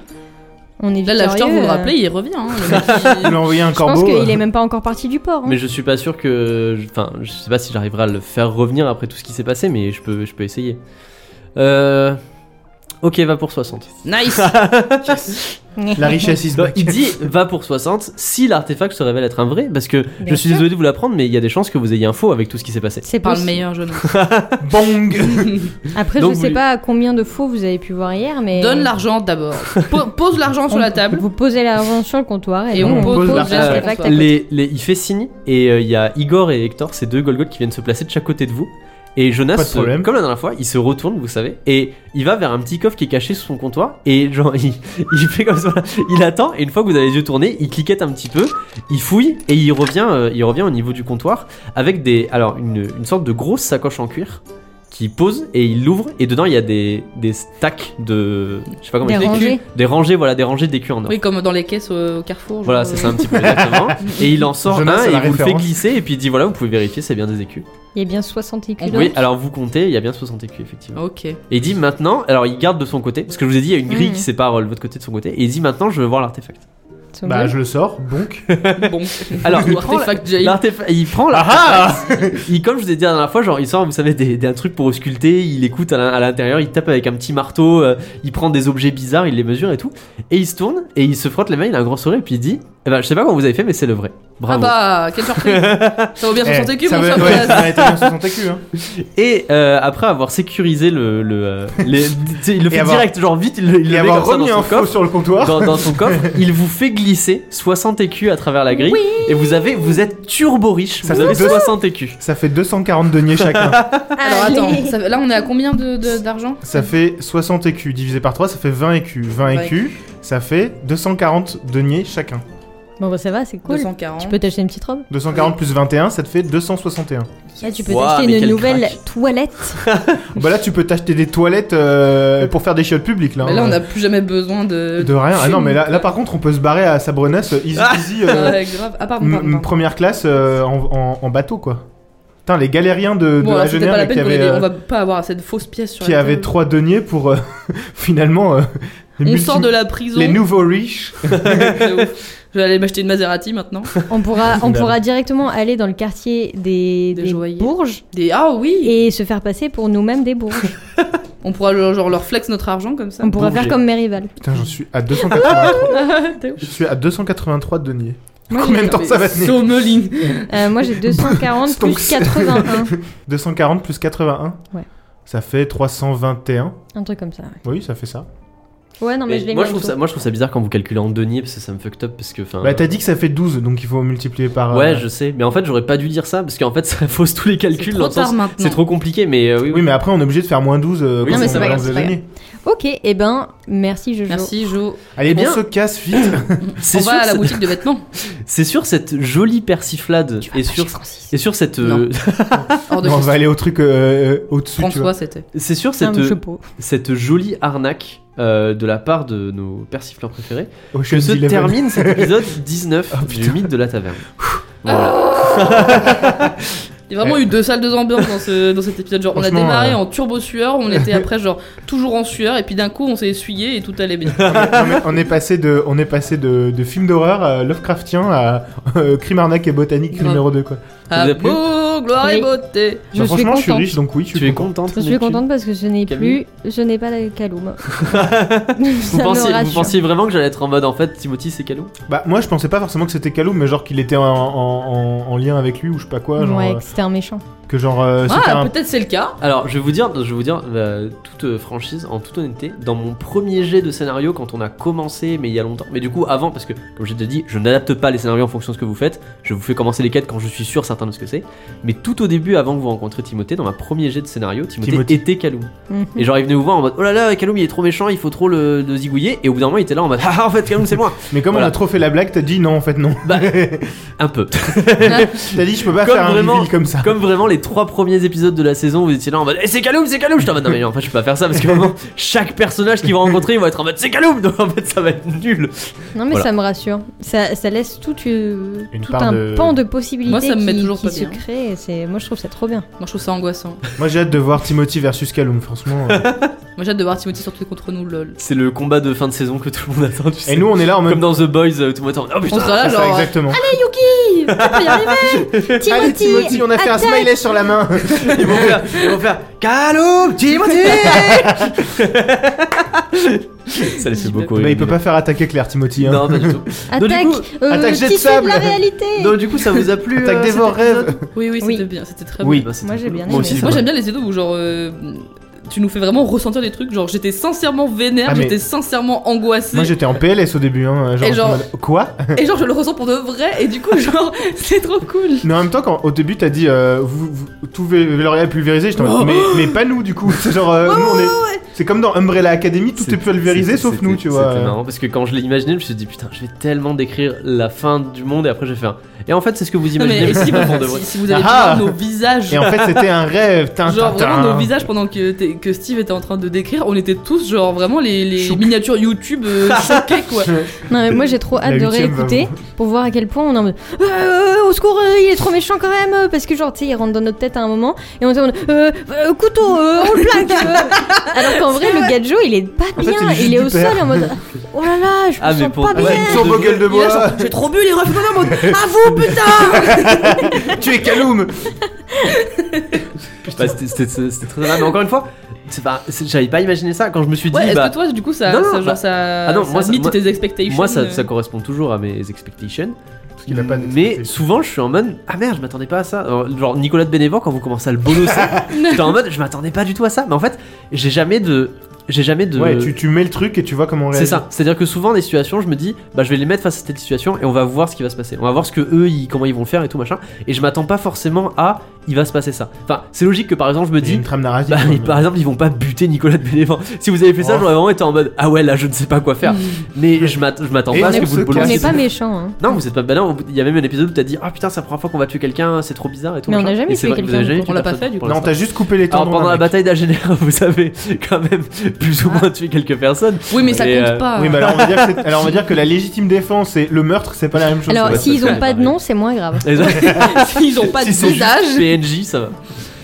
Speaker 4: On est
Speaker 3: Là, l'acheteur,
Speaker 4: victorieux,
Speaker 3: vous le
Speaker 4: euh,
Speaker 3: rappelez, il revient. hein, le mec,
Speaker 2: On
Speaker 3: il-
Speaker 2: lui a envoyé un
Speaker 4: Je pense
Speaker 2: corbeau. euh,
Speaker 4: qu'il est même pas encore parti du port. hein.
Speaker 1: Mais je suis pas sûr que. je- Enfin, je sais pas si j'arriverai à le faire revenir après tout ce qui s'est passé, mais je peux, je peux essayer. Euh. Ok, va pour 60.
Speaker 3: Nice.
Speaker 2: La richesse is
Speaker 1: Donc,
Speaker 2: back.
Speaker 1: il dit va pour 60 si l'artefact se révèle être un vrai, parce que je
Speaker 4: Bien
Speaker 1: suis
Speaker 4: sûr.
Speaker 1: désolé de vous l'apprendre, mais il y a des chances que vous ayez un faux avec tout ce qui s'est passé.
Speaker 4: C'est
Speaker 3: Par le
Speaker 4: possible.
Speaker 3: meilleur jeune.
Speaker 2: Bang
Speaker 4: Après,
Speaker 1: Donc
Speaker 4: je
Speaker 1: vous
Speaker 4: sais
Speaker 1: lui-
Speaker 4: pas combien de faux vous avez pu voir hier, mais
Speaker 3: Donne l'argent d'abord. Po- pose l'argent sur la table.
Speaker 4: Vous posez l'argent sur le comptoir et,
Speaker 3: Et
Speaker 2: on pose l'argent
Speaker 1: sur le
Speaker 4: l'artefact à
Speaker 3: comptoir.
Speaker 4: côté.
Speaker 1: Les, les- il fait signe et euh, il y a Igor et Hector, ces deux Golgoth qui viennent se placer de chaque côté de vous. Et Jonas,
Speaker 2: Pas de problème.
Speaker 1: euh, comme la dernière fois, il se retourne, vous savez, et il va vers un petit coffre qui est caché sous son comptoir. Et genre, il, il fait comme ça, il attend. Et une fois que vous avez les yeux tournés, il cliquette un petit peu, il fouille et il revient, euh, il revient au niveau du comptoir avec des, alors une, une sorte de grosse sacoche en cuir qui pose et il l'ouvre et dedans il y a des, des stacks de, je sais pas comment
Speaker 4: Des
Speaker 1: il dit,
Speaker 4: rangées.
Speaker 1: des rangées, voilà, des rangées d'écus en or.
Speaker 3: Oui, comme dans les caisses au, au carrefour.
Speaker 1: Voilà,
Speaker 3: genre,
Speaker 1: c'est
Speaker 3: euh,
Speaker 1: ça un petit peu exactement. et il en sort
Speaker 2: Jonas
Speaker 1: un
Speaker 2: a
Speaker 1: et
Speaker 2: la
Speaker 1: il vous le fait
Speaker 2: référence.
Speaker 1: glisser et puis il dit voilà, vous pouvez vérifier, c'est bien des écus.
Speaker 4: Il y a bien 60 écus.
Speaker 1: Oui, alors vous comptez, il y a bien 60 écus effectivement.
Speaker 3: Ok.
Speaker 1: Et il dit maintenant, alors il garde de son côté, parce que je vous ai dit, il y a une grille
Speaker 4: Mhm.
Speaker 1: qui sépare euh, le- votre côté de son côté, et il dit maintenant, je veux voir l'artefact.
Speaker 2: Bah, je le sors. Donc.
Speaker 3: Bon.
Speaker 1: Alors, il
Speaker 3: Ou
Speaker 1: prend
Speaker 3: artefact Jay.
Speaker 1: L'artefact, il prend la.
Speaker 2: Ah ah
Speaker 1: Il, comme je vous ai dit la dernière fois, genre il sort, vous savez, des, des trucs pour ausculter, il écoute à l'in- à l'intérieur, il tape avec un petit marteau, euh, il prend des objets bizarres, il les mesure et tout, et il se tourne et il se frotte les mains, il a un grand sourire, et puis il dit, eh ben, je sais pas comment vous avez fait, mais c'est le vrai.
Speaker 3: Ah
Speaker 1: Bravo.
Speaker 3: bah, quelle surprise. ça vaut bien
Speaker 2: Eh,
Speaker 3: 60 écus,
Speaker 2: ça
Speaker 3: mon
Speaker 2: va-
Speaker 3: cher
Speaker 2: ouais,
Speaker 3: Jonas.
Speaker 2: ça va être bien 60 écus. hein.
Speaker 1: Et euh, après avoir sécurisé le, le, euh, les- tu sais, il le
Speaker 2: Et
Speaker 1: fait
Speaker 2: avoir-
Speaker 1: direct, genre vite, il le, il
Speaker 2: Et
Speaker 1: le met
Speaker 2: avoir
Speaker 1: comme
Speaker 2: remis
Speaker 1: ça dans
Speaker 2: un
Speaker 1: son
Speaker 2: faux
Speaker 1: coffre.
Speaker 2: sur le comptoir.
Speaker 1: Dans, dans son coffre, il vous fait glisser 60 écus à travers la grille et vous avez, vous êtes turbo riche.
Speaker 2: Ça
Speaker 1: vous
Speaker 2: fait
Speaker 1: avez
Speaker 2: deux-
Speaker 1: 60 écus.
Speaker 2: Ça fait 240 deniers chacun.
Speaker 3: Alors attends, ça fait- là on est à combien de- de- d'argent
Speaker 2: Ça fait 60 écus divisé par 3, ça fait 20 écus. 20
Speaker 3: Ouais.
Speaker 2: écus, ça fait 240 deniers chacun.
Speaker 4: Bon, bah, ça va, c'est cool.
Speaker 3: 240.
Speaker 4: Tu peux t'acheter une petite robe.
Speaker 2: 240 plus 21, ça te fait 261.
Speaker 4: Là, tu peux
Speaker 1: Ouah, mais
Speaker 4: t'acheter
Speaker 1: quel
Speaker 4: une nouvelle
Speaker 1: crack.
Speaker 4: toilette.
Speaker 2: bah là, tu peux t'acheter des toilettes euh, pour faire des chiottes publiques là.
Speaker 3: Mais là
Speaker 2: hein.
Speaker 3: on n'a plus jamais besoin de.
Speaker 2: De rien. Ah non, mais là, là par contre, on peut se barrer à Sabrenas euh, easy easy. euh,
Speaker 3: Ouais, grave. Ah pardon,
Speaker 2: m-
Speaker 3: pardon.
Speaker 2: m-
Speaker 3: pardon.
Speaker 2: première classe euh, en, en- en bateau quoi. Putain, les galériens de, de
Speaker 3: Bon,
Speaker 2: la
Speaker 3: alors c'était pas
Speaker 2: Genève
Speaker 3: la
Speaker 2: qui
Speaker 3: peine qu'on ait
Speaker 2: avaient,
Speaker 3: des-
Speaker 2: euh,
Speaker 3: on va pas avoir cette fausse pièce sur
Speaker 2: qui
Speaker 3: la
Speaker 2: avaient
Speaker 3: table.
Speaker 2: 3 deniers pour euh, finalement. euh, les
Speaker 3: On
Speaker 2: multi-
Speaker 3: sort de la prison.
Speaker 2: Les nouveaux riches.
Speaker 3: De ouf. Je vais aller m'acheter une Maserati maintenant.
Speaker 4: On pourra, on
Speaker 2: Formidable.
Speaker 4: pourra directement aller dans le quartier des,
Speaker 3: Des
Speaker 4: des
Speaker 3: joailliers.
Speaker 4: bourges
Speaker 3: Des ah oui.
Speaker 4: et se faire passer pour nous-mêmes des bourges.
Speaker 3: On pourra le- genre leur flex notre argent comme ça.
Speaker 4: on pourra
Speaker 2: bourger.
Speaker 4: faire comme mes rivales.
Speaker 2: Putain, j'en suis à 283.
Speaker 3: De ouf.
Speaker 2: Je suis à 283 deniers.
Speaker 4: Moi,
Speaker 2: Combien de
Speaker 4: j'ai-
Speaker 2: temps ça va tenir
Speaker 3: Sommeline.
Speaker 4: euh, moi, j'ai 240
Speaker 2: Stonks.
Speaker 4: plus 81.
Speaker 2: 240 plus 81
Speaker 4: Ouais.
Speaker 2: Ça fait 321.
Speaker 4: Un truc comme ça. ouais.
Speaker 2: Oui, ça fait ça.
Speaker 4: Ouais, non, mais,
Speaker 1: Mais
Speaker 4: je l'ai
Speaker 1: moi,
Speaker 4: mis
Speaker 1: je
Speaker 4: en
Speaker 1: trouve
Speaker 4: dessous.
Speaker 1: ça, moi je trouve ça bizarre quand vous calculez en deniers parce que ça me fucked up parce que enfin.
Speaker 2: Bah, t'as dit que ça fait 12, donc il faut multiplier par. euh,
Speaker 1: ouais, je sais, mais en fait j'aurais pas dû dire ça parce qu'en fait ça fausse tous les calculs.
Speaker 3: C'est
Speaker 1: dans
Speaker 3: trop
Speaker 1: le sens-
Speaker 3: tard maintenant.
Speaker 1: C'est trop compliqué, mais euh, oui,
Speaker 2: Oui, mais après, on est obligé de faire moins 12 euh,
Speaker 1: Oui,
Speaker 2: quand
Speaker 1: mais
Speaker 2: on
Speaker 1: c'est pas
Speaker 2: balance
Speaker 4: grave,
Speaker 2: des
Speaker 4: c'est pas
Speaker 2: deniers.
Speaker 4: Ok, et eh ben, merci Jojo.
Speaker 3: Merci Jo.
Speaker 2: Allez,
Speaker 1: Eh
Speaker 2: on
Speaker 1: bien-
Speaker 2: se casse vite.
Speaker 3: On
Speaker 1: C'est sûr,
Speaker 3: va à la
Speaker 1: ce-
Speaker 3: boutique de vêtements.
Speaker 1: c'est sûr cette jolie persiflade et sur, et sur cette, euh,
Speaker 3: Hors de
Speaker 2: Non, on va
Speaker 3: question.
Speaker 2: aller au truc euh, euh, au-dessus. tu vois.
Speaker 3: François, c'était.
Speaker 1: c'est sûr
Speaker 4: C'est
Speaker 1: cette, cette jolie arnaque euh, de la part de nos persifleurs préférés.
Speaker 2: Ocean's
Speaker 1: que se
Speaker 2: Eleven.
Speaker 1: termine cet épisode 19
Speaker 2: Oh,
Speaker 1: du
Speaker 2: putain. Ah,
Speaker 1: mythe de la taverne. Voilà.
Speaker 3: Il y a vraiment eu deux salles, deux ambiances dans, ce- dans cet épisode. Genre, on a
Speaker 2: Franchement,
Speaker 3: démarré
Speaker 2: euh.
Speaker 3: en turbo sueur, on était après, genre, toujours en sueur, et puis d'un coup, on s'est essuyé et tout allait bien.
Speaker 2: on, est, on est passé de, on est passé de, de film d'horreur à Lovecraftien à euh, Crime, arnaque et botanique
Speaker 3: Grave.
Speaker 2: numéro 2 quoi.
Speaker 3: Ah,
Speaker 1: vous a plu
Speaker 3: beau, gloire et
Speaker 4: Oui.
Speaker 3: beauté.
Speaker 4: Je
Speaker 2: Bah,
Speaker 4: suis
Speaker 2: franchement, je suis
Speaker 4: contente.
Speaker 2: riche donc oui, je
Speaker 1: tu
Speaker 2: suis
Speaker 1: es
Speaker 2: content.
Speaker 1: contente
Speaker 4: Je suis
Speaker 1: Neptune
Speaker 4: contente parce que je n'ai
Speaker 1: Camille
Speaker 4: plus, je n'ai pas de caloum.
Speaker 1: Vous pensiez, vous pensiez vraiment que j'allais être en mode en fait Timothy c'est Calou
Speaker 2: Bah moi je pensais pas forcément que c'était Calou mais genre qu'il était en, en- en- en lien avec lui ou je sais pas quoi genre
Speaker 4: Ouais,
Speaker 2: euh,
Speaker 4: que c'était un méchant.
Speaker 2: que genre euh, c'était
Speaker 3: Ah,
Speaker 2: un
Speaker 3: peut-être c'est le cas.
Speaker 1: Alors je vais vous dire, je vais vous dire euh, toute euh, franchise, en toute honnêteté, dans mon premier jet de scénario quand on a commencé, mais il y a longtemps, mais du coup avant, parce que comme je te dis, je n'adapte pas les scénarios en fonction de ce que vous faites, je vous fais commencer les quêtes quand je suis sûr certain de ce que c'est, mais tout au début avant que vous rencontrez Timothée, dans ma premier jet de scénario, Timothée,
Speaker 2: Timothée.
Speaker 1: était Calou.
Speaker 4: Mhm.
Speaker 1: Et genre il venait vous voir en mode oh là là Calum il est trop méchant il faut trop le, le zigouiller et au bout d'un moment il était là en mode ah en fait Calum c'est moi
Speaker 2: mais comme on
Speaker 1: Voilà.
Speaker 2: a trop fait la blague t'as dit non en fait non
Speaker 1: Bah. un peu
Speaker 2: t'as dit je peux pas
Speaker 1: Comme
Speaker 2: faire un
Speaker 1: vraiment-
Speaker 2: reveal comme ça
Speaker 1: comme vraiment les trois premiers épisodes de la saison vous étiez là en mode eh, c'est Calum c'est Calum je t'en mode non mais en fait je peux pas faire ça parce que vraiment chaque personnage qu'ils vont rencontrer ils vont être en mode c'est Calum donc en fait ça va être nul
Speaker 4: Non mais
Speaker 1: Voilà.
Speaker 4: ça me rassure. Ça, ça laisse tout, euh,
Speaker 2: Une
Speaker 4: tout
Speaker 2: part
Speaker 4: un
Speaker 2: de-
Speaker 4: pan de possibilités
Speaker 3: Moi, ça me
Speaker 4: qui,
Speaker 3: met toujours
Speaker 4: qui
Speaker 3: pas
Speaker 4: se
Speaker 3: bien.
Speaker 4: crée. et c'est- Moi je trouve ça trop bien.
Speaker 3: Moi, je trouve ça angoissant.
Speaker 2: moi j'ai hâte de voir Timothy versus Calum franchement euh.
Speaker 3: Moi, j'ai hâte de voir Timothy surtout contre nous, lol.
Speaker 1: c'est le combat de fin de saison que tout le monde attend tu sais.
Speaker 2: et nous on est là en
Speaker 1: comme
Speaker 2: même temps
Speaker 1: dans The Boys euh, tout le monde est en mode, oh
Speaker 3: On
Speaker 1: putain
Speaker 3: sera là,
Speaker 2: C'est ça,
Speaker 3: genre.
Speaker 2: exactement
Speaker 4: On peut y arriver Timothy,
Speaker 2: allez Timothy on a fait un
Speaker 4: attaque
Speaker 2: smiley sur la main
Speaker 1: ils vont faire ils vont faire Calum Timothy ça les fait beaucoup rire
Speaker 2: mais Bah, il peut pas faire attaquer Claire Timothy hein.
Speaker 1: non pas du tout Donc,
Speaker 4: Attaque,
Speaker 1: du coup,
Speaker 4: euh,
Speaker 2: attaque jet de
Speaker 4: tissu
Speaker 2: sable.
Speaker 4: de la réalité
Speaker 1: donc du coup ça vous a plu
Speaker 2: attaque
Speaker 1: euh,
Speaker 2: des
Speaker 1: cet
Speaker 2: vos
Speaker 1: épisode
Speaker 2: rêves
Speaker 3: Oui, oui,
Speaker 4: Oui.
Speaker 3: c'était bien, c'était très
Speaker 2: Oui.
Speaker 3: bien.
Speaker 1: Bah, c'était
Speaker 4: Moi, j'ai
Speaker 1: cool.
Speaker 4: bien
Speaker 1: Moi aussi,
Speaker 4: aimé.
Speaker 1: c'est
Speaker 3: Moi,
Speaker 1: vrai.
Speaker 3: j'aime bien les édos où, genre. euh, Tu nous fais vraiment ressentir des trucs, genre j'étais sincèrement vénère,
Speaker 2: Ah, mais-
Speaker 3: j'étais sincèrement angoissée.
Speaker 2: moi j'étais en PLS au début hein, genre,
Speaker 3: Et genre-
Speaker 2: en mode, quoi
Speaker 3: Et genre je le ressens pour de vrai, et du coup, genre, c'est trop cool.
Speaker 2: mais en même temps quand au début t'as dit euh, vous, vous- tout vé- L'Oréal pulvérisé j'étais en mode,
Speaker 3: Oh.
Speaker 2: mais, mais pas nous du coup c'est genre euh, nous on est c'est comme dans Umbrella Academy tout est,
Speaker 1: C'était-
Speaker 2: pulvérisé
Speaker 1: c'était-
Speaker 2: sauf nous
Speaker 1: c'était-
Speaker 2: tu vois
Speaker 1: C'était marrant parce que quand je l'ai imaginé, je me suis dit putain, je vais tellement décrire la fin du monde et après j'ai fait un. Et en fait, c'est ce que vous
Speaker 3: Non, mais
Speaker 1: imaginez.
Speaker 3: et si,
Speaker 1: pour de
Speaker 3: vous,
Speaker 1: vrai.
Speaker 3: si, si vous avez
Speaker 2: Ah ah.
Speaker 3: voir nos visages,
Speaker 2: Et en fait, c'était un rêve. Tin,
Speaker 3: genre
Speaker 2: tin,
Speaker 3: vraiment
Speaker 2: tin.
Speaker 3: nos visages pendant que, t'es- que Steve était en train de décrire, on était tous genre vraiment les, les
Speaker 2: Choqués.
Speaker 3: miniatures YouTube euh, choqués quoi.
Speaker 4: Non mais moi j'ai trop hâte
Speaker 2: La
Speaker 4: de
Speaker 2: huitième bah, va
Speaker 4: réécouter pour voir à quel point on est en mode Euh, euh, au secours euh, il est trop méchant quand même euh, parce que genre tu sais il rentre dans notre tête à un moment et on est en mode euh, euh, couteau euh, on le plaque euh. alors qu'en vrai le gadjo il est pas
Speaker 2: En fait, il
Speaker 4: bien
Speaker 2: est juste
Speaker 4: il est au
Speaker 2: du père.
Speaker 4: sol en mode oh là là je
Speaker 1: Ah,
Speaker 4: me
Speaker 1: mais
Speaker 4: sens
Speaker 1: pour-
Speaker 4: pas
Speaker 1: Ouais,
Speaker 4: bien
Speaker 2: une turbo gueule de
Speaker 3: Il a
Speaker 2: bois.
Speaker 3: genre, J'ai trop bu les refs en mode à vous putain
Speaker 2: tu es Kaloum.
Speaker 1: Bah, c'était- C'était c'était très drôle. Mais encore une fois, c'est pas- c'est- j'avais pas imaginé ça quand je me suis dit.
Speaker 3: Ouais, est-ce
Speaker 1: bah,
Speaker 3: que toi du coup ça,
Speaker 1: Non, non,
Speaker 3: ça, genre,
Speaker 1: bah-
Speaker 3: ça,
Speaker 1: Ah non,
Speaker 3: ça
Speaker 1: moi, ça-
Speaker 3: meet
Speaker 1: moi-
Speaker 3: tes expectations
Speaker 1: moi, ça,
Speaker 3: euh.
Speaker 1: ça correspond toujours à mes expectations.
Speaker 2: qu'il a pas
Speaker 1: mais
Speaker 2: d'expectations.
Speaker 1: souvent, je suis en mode ah merde, je m'attendais pas à ça. Alors, Genre Nicolas de Bénévent, quand vous commencez à le bolosser, j'étais en mode je m'attendais pas du tout à ça. Mais en fait, j'ai jamais de. J'ai jamais de.
Speaker 2: Ouais, tu, tu mets le truc et tu vois comment on
Speaker 1: C'est
Speaker 2: réagit.
Speaker 1: ça. C'est-à-dire que souvent, des situations, je me dis, bah, je vais les mettre face à cette situation et on va voir ce qui va se passer. On va voir ce que eux, ils, comment ils vont le faire et tout machin. Et je m'attends pas forcément à, il va se passer ça. Enfin, c'est logique que par exemple, je me
Speaker 2: Il y a
Speaker 1: dis.
Speaker 2: une trame narrative.
Speaker 1: Bah,
Speaker 2: quand
Speaker 1: mais
Speaker 2: même.
Speaker 1: par exemple, ils vont pas buter Nicolas de Bénévent. Si vous avez fait ça,
Speaker 2: Oh.
Speaker 1: j'aurais vraiment été en mode Ah ouais, là, je ne sais pas quoi faire. Mais je m'att- je m'attends
Speaker 2: Et
Speaker 1: pas à ce
Speaker 2: on
Speaker 1: que vous le
Speaker 2: se cache.
Speaker 4: on
Speaker 1: bolossiez.
Speaker 4: n'est pas méchant hein.
Speaker 1: Non, vous êtes pas. Bah, non, au bout- il y a même un épisode où t'as dit Ah putain, c'est la première fois qu'on va tuer quelqu'un, c'est trop bizarre et tout.
Speaker 4: Mais on
Speaker 1: machin.
Speaker 4: a jamais
Speaker 1: Et c'est
Speaker 4: tué
Speaker 1: vrai que vous
Speaker 4: quelqu'un,
Speaker 1: avez jamais
Speaker 4: du
Speaker 1: tué
Speaker 3: coup. On l'a pas
Speaker 1: personne
Speaker 3: fait, du
Speaker 1: pour
Speaker 3: coup.
Speaker 2: Non,
Speaker 1: l'instant.
Speaker 2: t'as juste coupé les
Speaker 1: Alors
Speaker 2: tendons.
Speaker 1: pendant
Speaker 2: d'un
Speaker 1: la
Speaker 2: mec. Ah.
Speaker 1: bataille d'Agener, vous avez quand même plus ou moins tué quelques personnes.
Speaker 3: Oui, mais ça
Speaker 1: Et, euh,
Speaker 3: compte pas.
Speaker 2: Oui, mais alors on, va dire que c'est- alors on va dire que la légitime défense et le meurtre, c'est pas la même chose.
Speaker 4: alors
Speaker 1: va
Speaker 2: quoi.
Speaker 1: si-
Speaker 4: s'ils
Speaker 1: se
Speaker 4: ont
Speaker 1: faire,
Speaker 4: pas de
Speaker 1: pareil.
Speaker 4: nom c'est moins grave
Speaker 3: Ils ont pas
Speaker 2: Si
Speaker 3: de
Speaker 2: c'est juste
Speaker 3: visage.
Speaker 1: PNJ, ça va.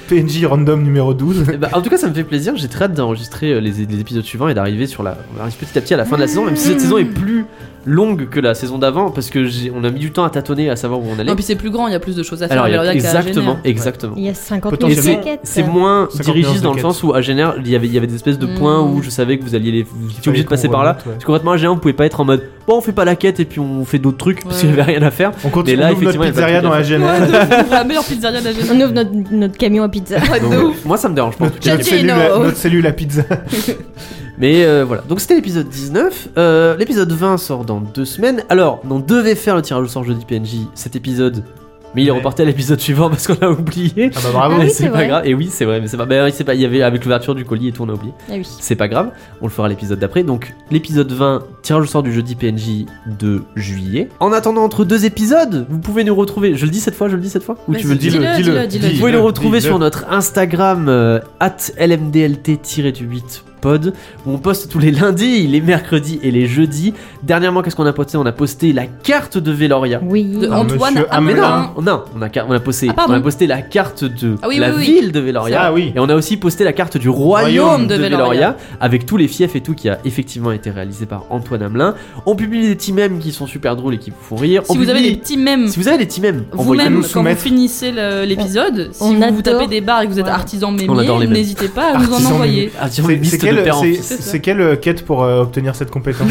Speaker 2: PNJ random numéro 12.
Speaker 1: Eh ben, en tout cas, ça me fait plaisir. J'ai très hâte d'enregistrer euh, les, les épisodes suivants et d'arriver sur la. On arrive petit à petit à la fin de la saison, même si cette saison est plus longue que la saison d'avant, parce que j'ai- on a mis du temps à tâtonner à savoir où on allait.
Speaker 3: Non, puis c'est plus grand, il y a plus de choses à faire.
Speaker 1: Alors, il y a-
Speaker 3: Alors, il y a qu'à
Speaker 1: exactement,
Speaker 3: Agener. hein.
Speaker 1: exactement.
Speaker 4: il y a 50 000
Speaker 1: Et c'est-
Speaker 4: plaquettes.
Speaker 1: c'est moins
Speaker 2: 50 nuances
Speaker 1: dirigiste
Speaker 2: de
Speaker 1: dans le
Speaker 2: quête.
Speaker 1: sens où à Génère, il y avait, il y avait des espèces de points
Speaker 3: euh, Mm.
Speaker 1: où je savais que vous alliez les, vous étiez
Speaker 2: Fallait
Speaker 1: obligé de passer
Speaker 2: qu'on
Speaker 1: par là.
Speaker 2: remonte, ouais.
Speaker 1: Parce que concrètement, à Génère, on pouvait pas être en mode bon, on fait pas la quête et puis on fait d'autres trucs parce
Speaker 3: Ouais.
Speaker 1: qu'il y avait rien à faire.
Speaker 2: On
Speaker 1: Mais
Speaker 2: continue
Speaker 1: là,
Speaker 2: on ouvre notre
Speaker 1: effectivement, il y a pas de
Speaker 2: pizzeria dans la
Speaker 1: truc
Speaker 2: GNR.
Speaker 3: Ouais, de ouf, la meilleure pizzeria d'Agen.
Speaker 4: on ouvre notre, notre camion à pizza
Speaker 1: Donc,
Speaker 3: de ouf.
Speaker 1: moi, ça me dérange pas. en tout
Speaker 2: Notre,
Speaker 1: cas.
Speaker 2: notre
Speaker 3: Giacchino.
Speaker 2: cellule à, notre cellule à pizza.
Speaker 3: Ah,
Speaker 1: Mais euh, voilà, donc c'était l'épisode 19. Euh, l'épisode 20 sort dans deux semaines. Alors, on devait faire le tirage au sort jeudi PNJ. Cet épisode mais il est
Speaker 2: Ouais.
Speaker 1: reporté à l'épisode suivant parce qu'on a oublié.
Speaker 2: Ah bah bravo.
Speaker 4: Ah
Speaker 1: Mais
Speaker 4: oui,
Speaker 1: c'est
Speaker 4: c'est
Speaker 1: pas
Speaker 4: vrai.
Speaker 1: grave. Et oui, c'est vrai, mais c'est pas. bah oui, c'est pas. Il y avait avec l'ouverture du colis et tout, on a oublié.
Speaker 4: Ah oui.
Speaker 1: C'est pas grave, on le fera à l'épisode d'après. Donc, l'épisode 20, tirage au sort du jeudi PNJ de juillet. En attendant, entre deux épisodes, vous pouvez nous retrouver. Je le dis cette fois, je le dis cette fois Ou tu veux le dire
Speaker 3: Dis-le,
Speaker 2: Dis-le, dis-le,
Speaker 3: dis-le, dis-le.
Speaker 1: Vous pouvez
Speaker 2: dis-le,
Speaker 1: nous retrouver
Speaker 2: dis-le.
Speaker 1: sur notre Instagram, lmdlt-8 pod, où on poste tous les lundis, les mercredis et les jeudis. Dernièrement, qu'est-ce qu'on a posté On a posté la carte de Veloria.
Speaker 4: Oui.
Speaker 3: De
Speaker 2: Ah,
Speaker 3: Antoine
Speaker 2: monsieur
Speaker 1: Mais
Speaker 2: Amelin.
Speaker 3: Amelin.
Speaker 1: non, non, on a, car- on a posté,
Speaker 3: Ah, pardon.
Speaker 1: on a posté la carte de
Speaker 3: Ah oui,
Speaker 1: la
Speaker 3: oui, oui.
Speaker 1: ville de Veloria.
Speaker 2: Ah oui.
Speaker 1: Et on a aussi posté la carte du royaume,
Speaker 3: Royaume
Speaker 1: de,
Speaker 3: de
Speaker 1: Veloria,
Speaker 3: Veloria.
Speaker 1: avec tous les fiefs et tout qui a effectivement été réalisé par Antoine Hamelin. On publie des petits mèmes qui sont super drôles et qui vous font rire.
Speaker 3: Si
Speaker 1: On
Speaker 3: vous avez
Speaker 1: publie-
Speaker 3: des petits mèmes
Speaker 1: si vous avez des petits mèmes, envoyez-nous.
Speaker 3: vous-même quand vous
Speaker 2: soumettre.
Speaker 3: finissez le- l'épisode, si
Speaker 4: On
Speaker 3: vous vous
Speaker 4: adore.
Speaker 3: tapez des barres et que vous êtes
Speaker 4: Ouais.
Speaker 3: artisan
Speaker 1: On adore les
Speaker 3: mémier,
Speaker 1: mèmes.
Speaker 3: n'hésitez pas à nous en
Speaker 2: Artisan
Speaker 3: envoyer.
Speaker 1: Ah, tiens,
Speaker 2: C'est-
Speaker 1: une
Speaker 2: C'est
Speaker 1: liste de
Speaker 2: quelle,
Speaker 1: père en
Speaker 2: c'est-
Speaker 1: fils.
Speaker 3: C'est ça.
Speaker 2: c'est quelle, euh, quête pour euh, obtenir cette compétence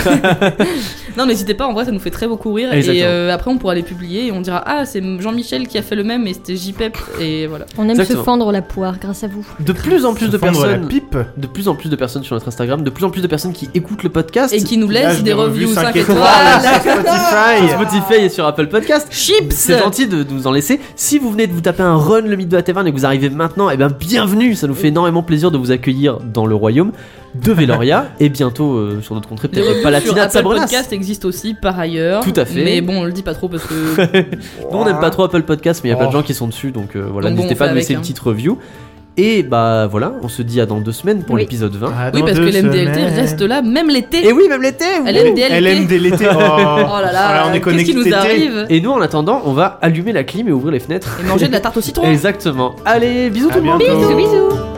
Speaker 3: Non, n'hésitez pas, en vrai, ça nous fait très beaucoup rire.
Speaker 1: Exactement.
Speaker 3: Et euh, après, on pourra les publier et on dira Ah, c'est Jean-Michel qui a fait le même et c'était JPEP. Et voilà.
Speaker 4: On aime
Speaker 1: Exactement.
Speaker 4: se fendre la poire grâce à vous.
Speaker 1: De plus en plus de
Speaker 2: Fendre la
Speaker 1: personnes,
Speaker 2: pipe
Speaker 1: de plus en plus de personnes sur notre Instagram, de plus en plus de personnes qui écoutent le podcast.
Speaker 3: Et qui nous laisse
Speaker 2: L'âge
Speaker 3: des
Speaker 2: de revue
Speaker 3: reviews 5,
Speaker 2: cinq
Speaker 3: étoiles.
Speaker 2: étoiles sur
Speaker 1: sur
Speaker 2: Spotify
Speaker 1: Spotify et sur Apple Podcast.
Speaker 3: Chips
Speaker 1: C'est gentil de, de nous en laisser. Si vous venez de vous taper un run le mythe de la taverne et que vous arrivez maintenant, et bien bienvenue. Ça nous fait énormément plaisir de vous accueillir dans le royaume de Veloria et bientôt euh, sur notre contrée
Speaker 3: Les
Speaker 1: peut-être
Speaker 3: reviews sur
Speaker 1: Palatina de
Speaker 3: Apple
Speaker 1: Sabrenas.
Speaker 3: Podcast existent aussi par ailleurs.
Speaker 1: Tout à fait.
Speaker 3: Mais bon, on le dit pas trop parce que
Speaker 1: Nous on n'aime pas trop Apple Podcast, mais il y a plein de
Speaker 2: Oh.
Speaker 1: gens qui sont dessus, donc euh, voilà,
Speaker 3: Donc bon,
Speaker 1: n'hésitez
Speaker 3: on
Speaker 1: pas à
Speaker 3: fait
Speaker 1: nous laisser
Speaker 3: avec,
Speaker 1: une
Speaker 3: hein.
Speaker 1: petite review. Et bah voilà, on se dit à dans deux semaines pour
Speaker 4: Oui.
Speaker 1: l'épisode 20.
Speaker 2: Ah,
Speaker 3: Oui,
Speaker 2: dans
Speaker 3: parce que
Speaker 2: deux
Speaker 3: l'MDLT
Speaker 2: semaines.
Speaker 3: reste là, même l'été.
Speaker 1: Et oui, même l'été. oui.
Speaker 3: Elle est- LMDLT.
Speaker 2: LMDLT. Oh,
Speaker 3: Oh là là,
Speaker 2: on est
Speaker 3: qu'est-ce
Speaker 2: connecté.
Speaker 3: qui nous arrive
Speaker 1: Et nous en attendant, on va allumer la clim et ouvrir les fenêtres.
Speaker 3: Et manger de la tarte au citron.
Speaker 1: Exactement. Allez, bisous
Speaker 2: À
Speaker 1: tout le monde.
Speaker 2: bientôt.
Speaker 4: Bisous, bisous.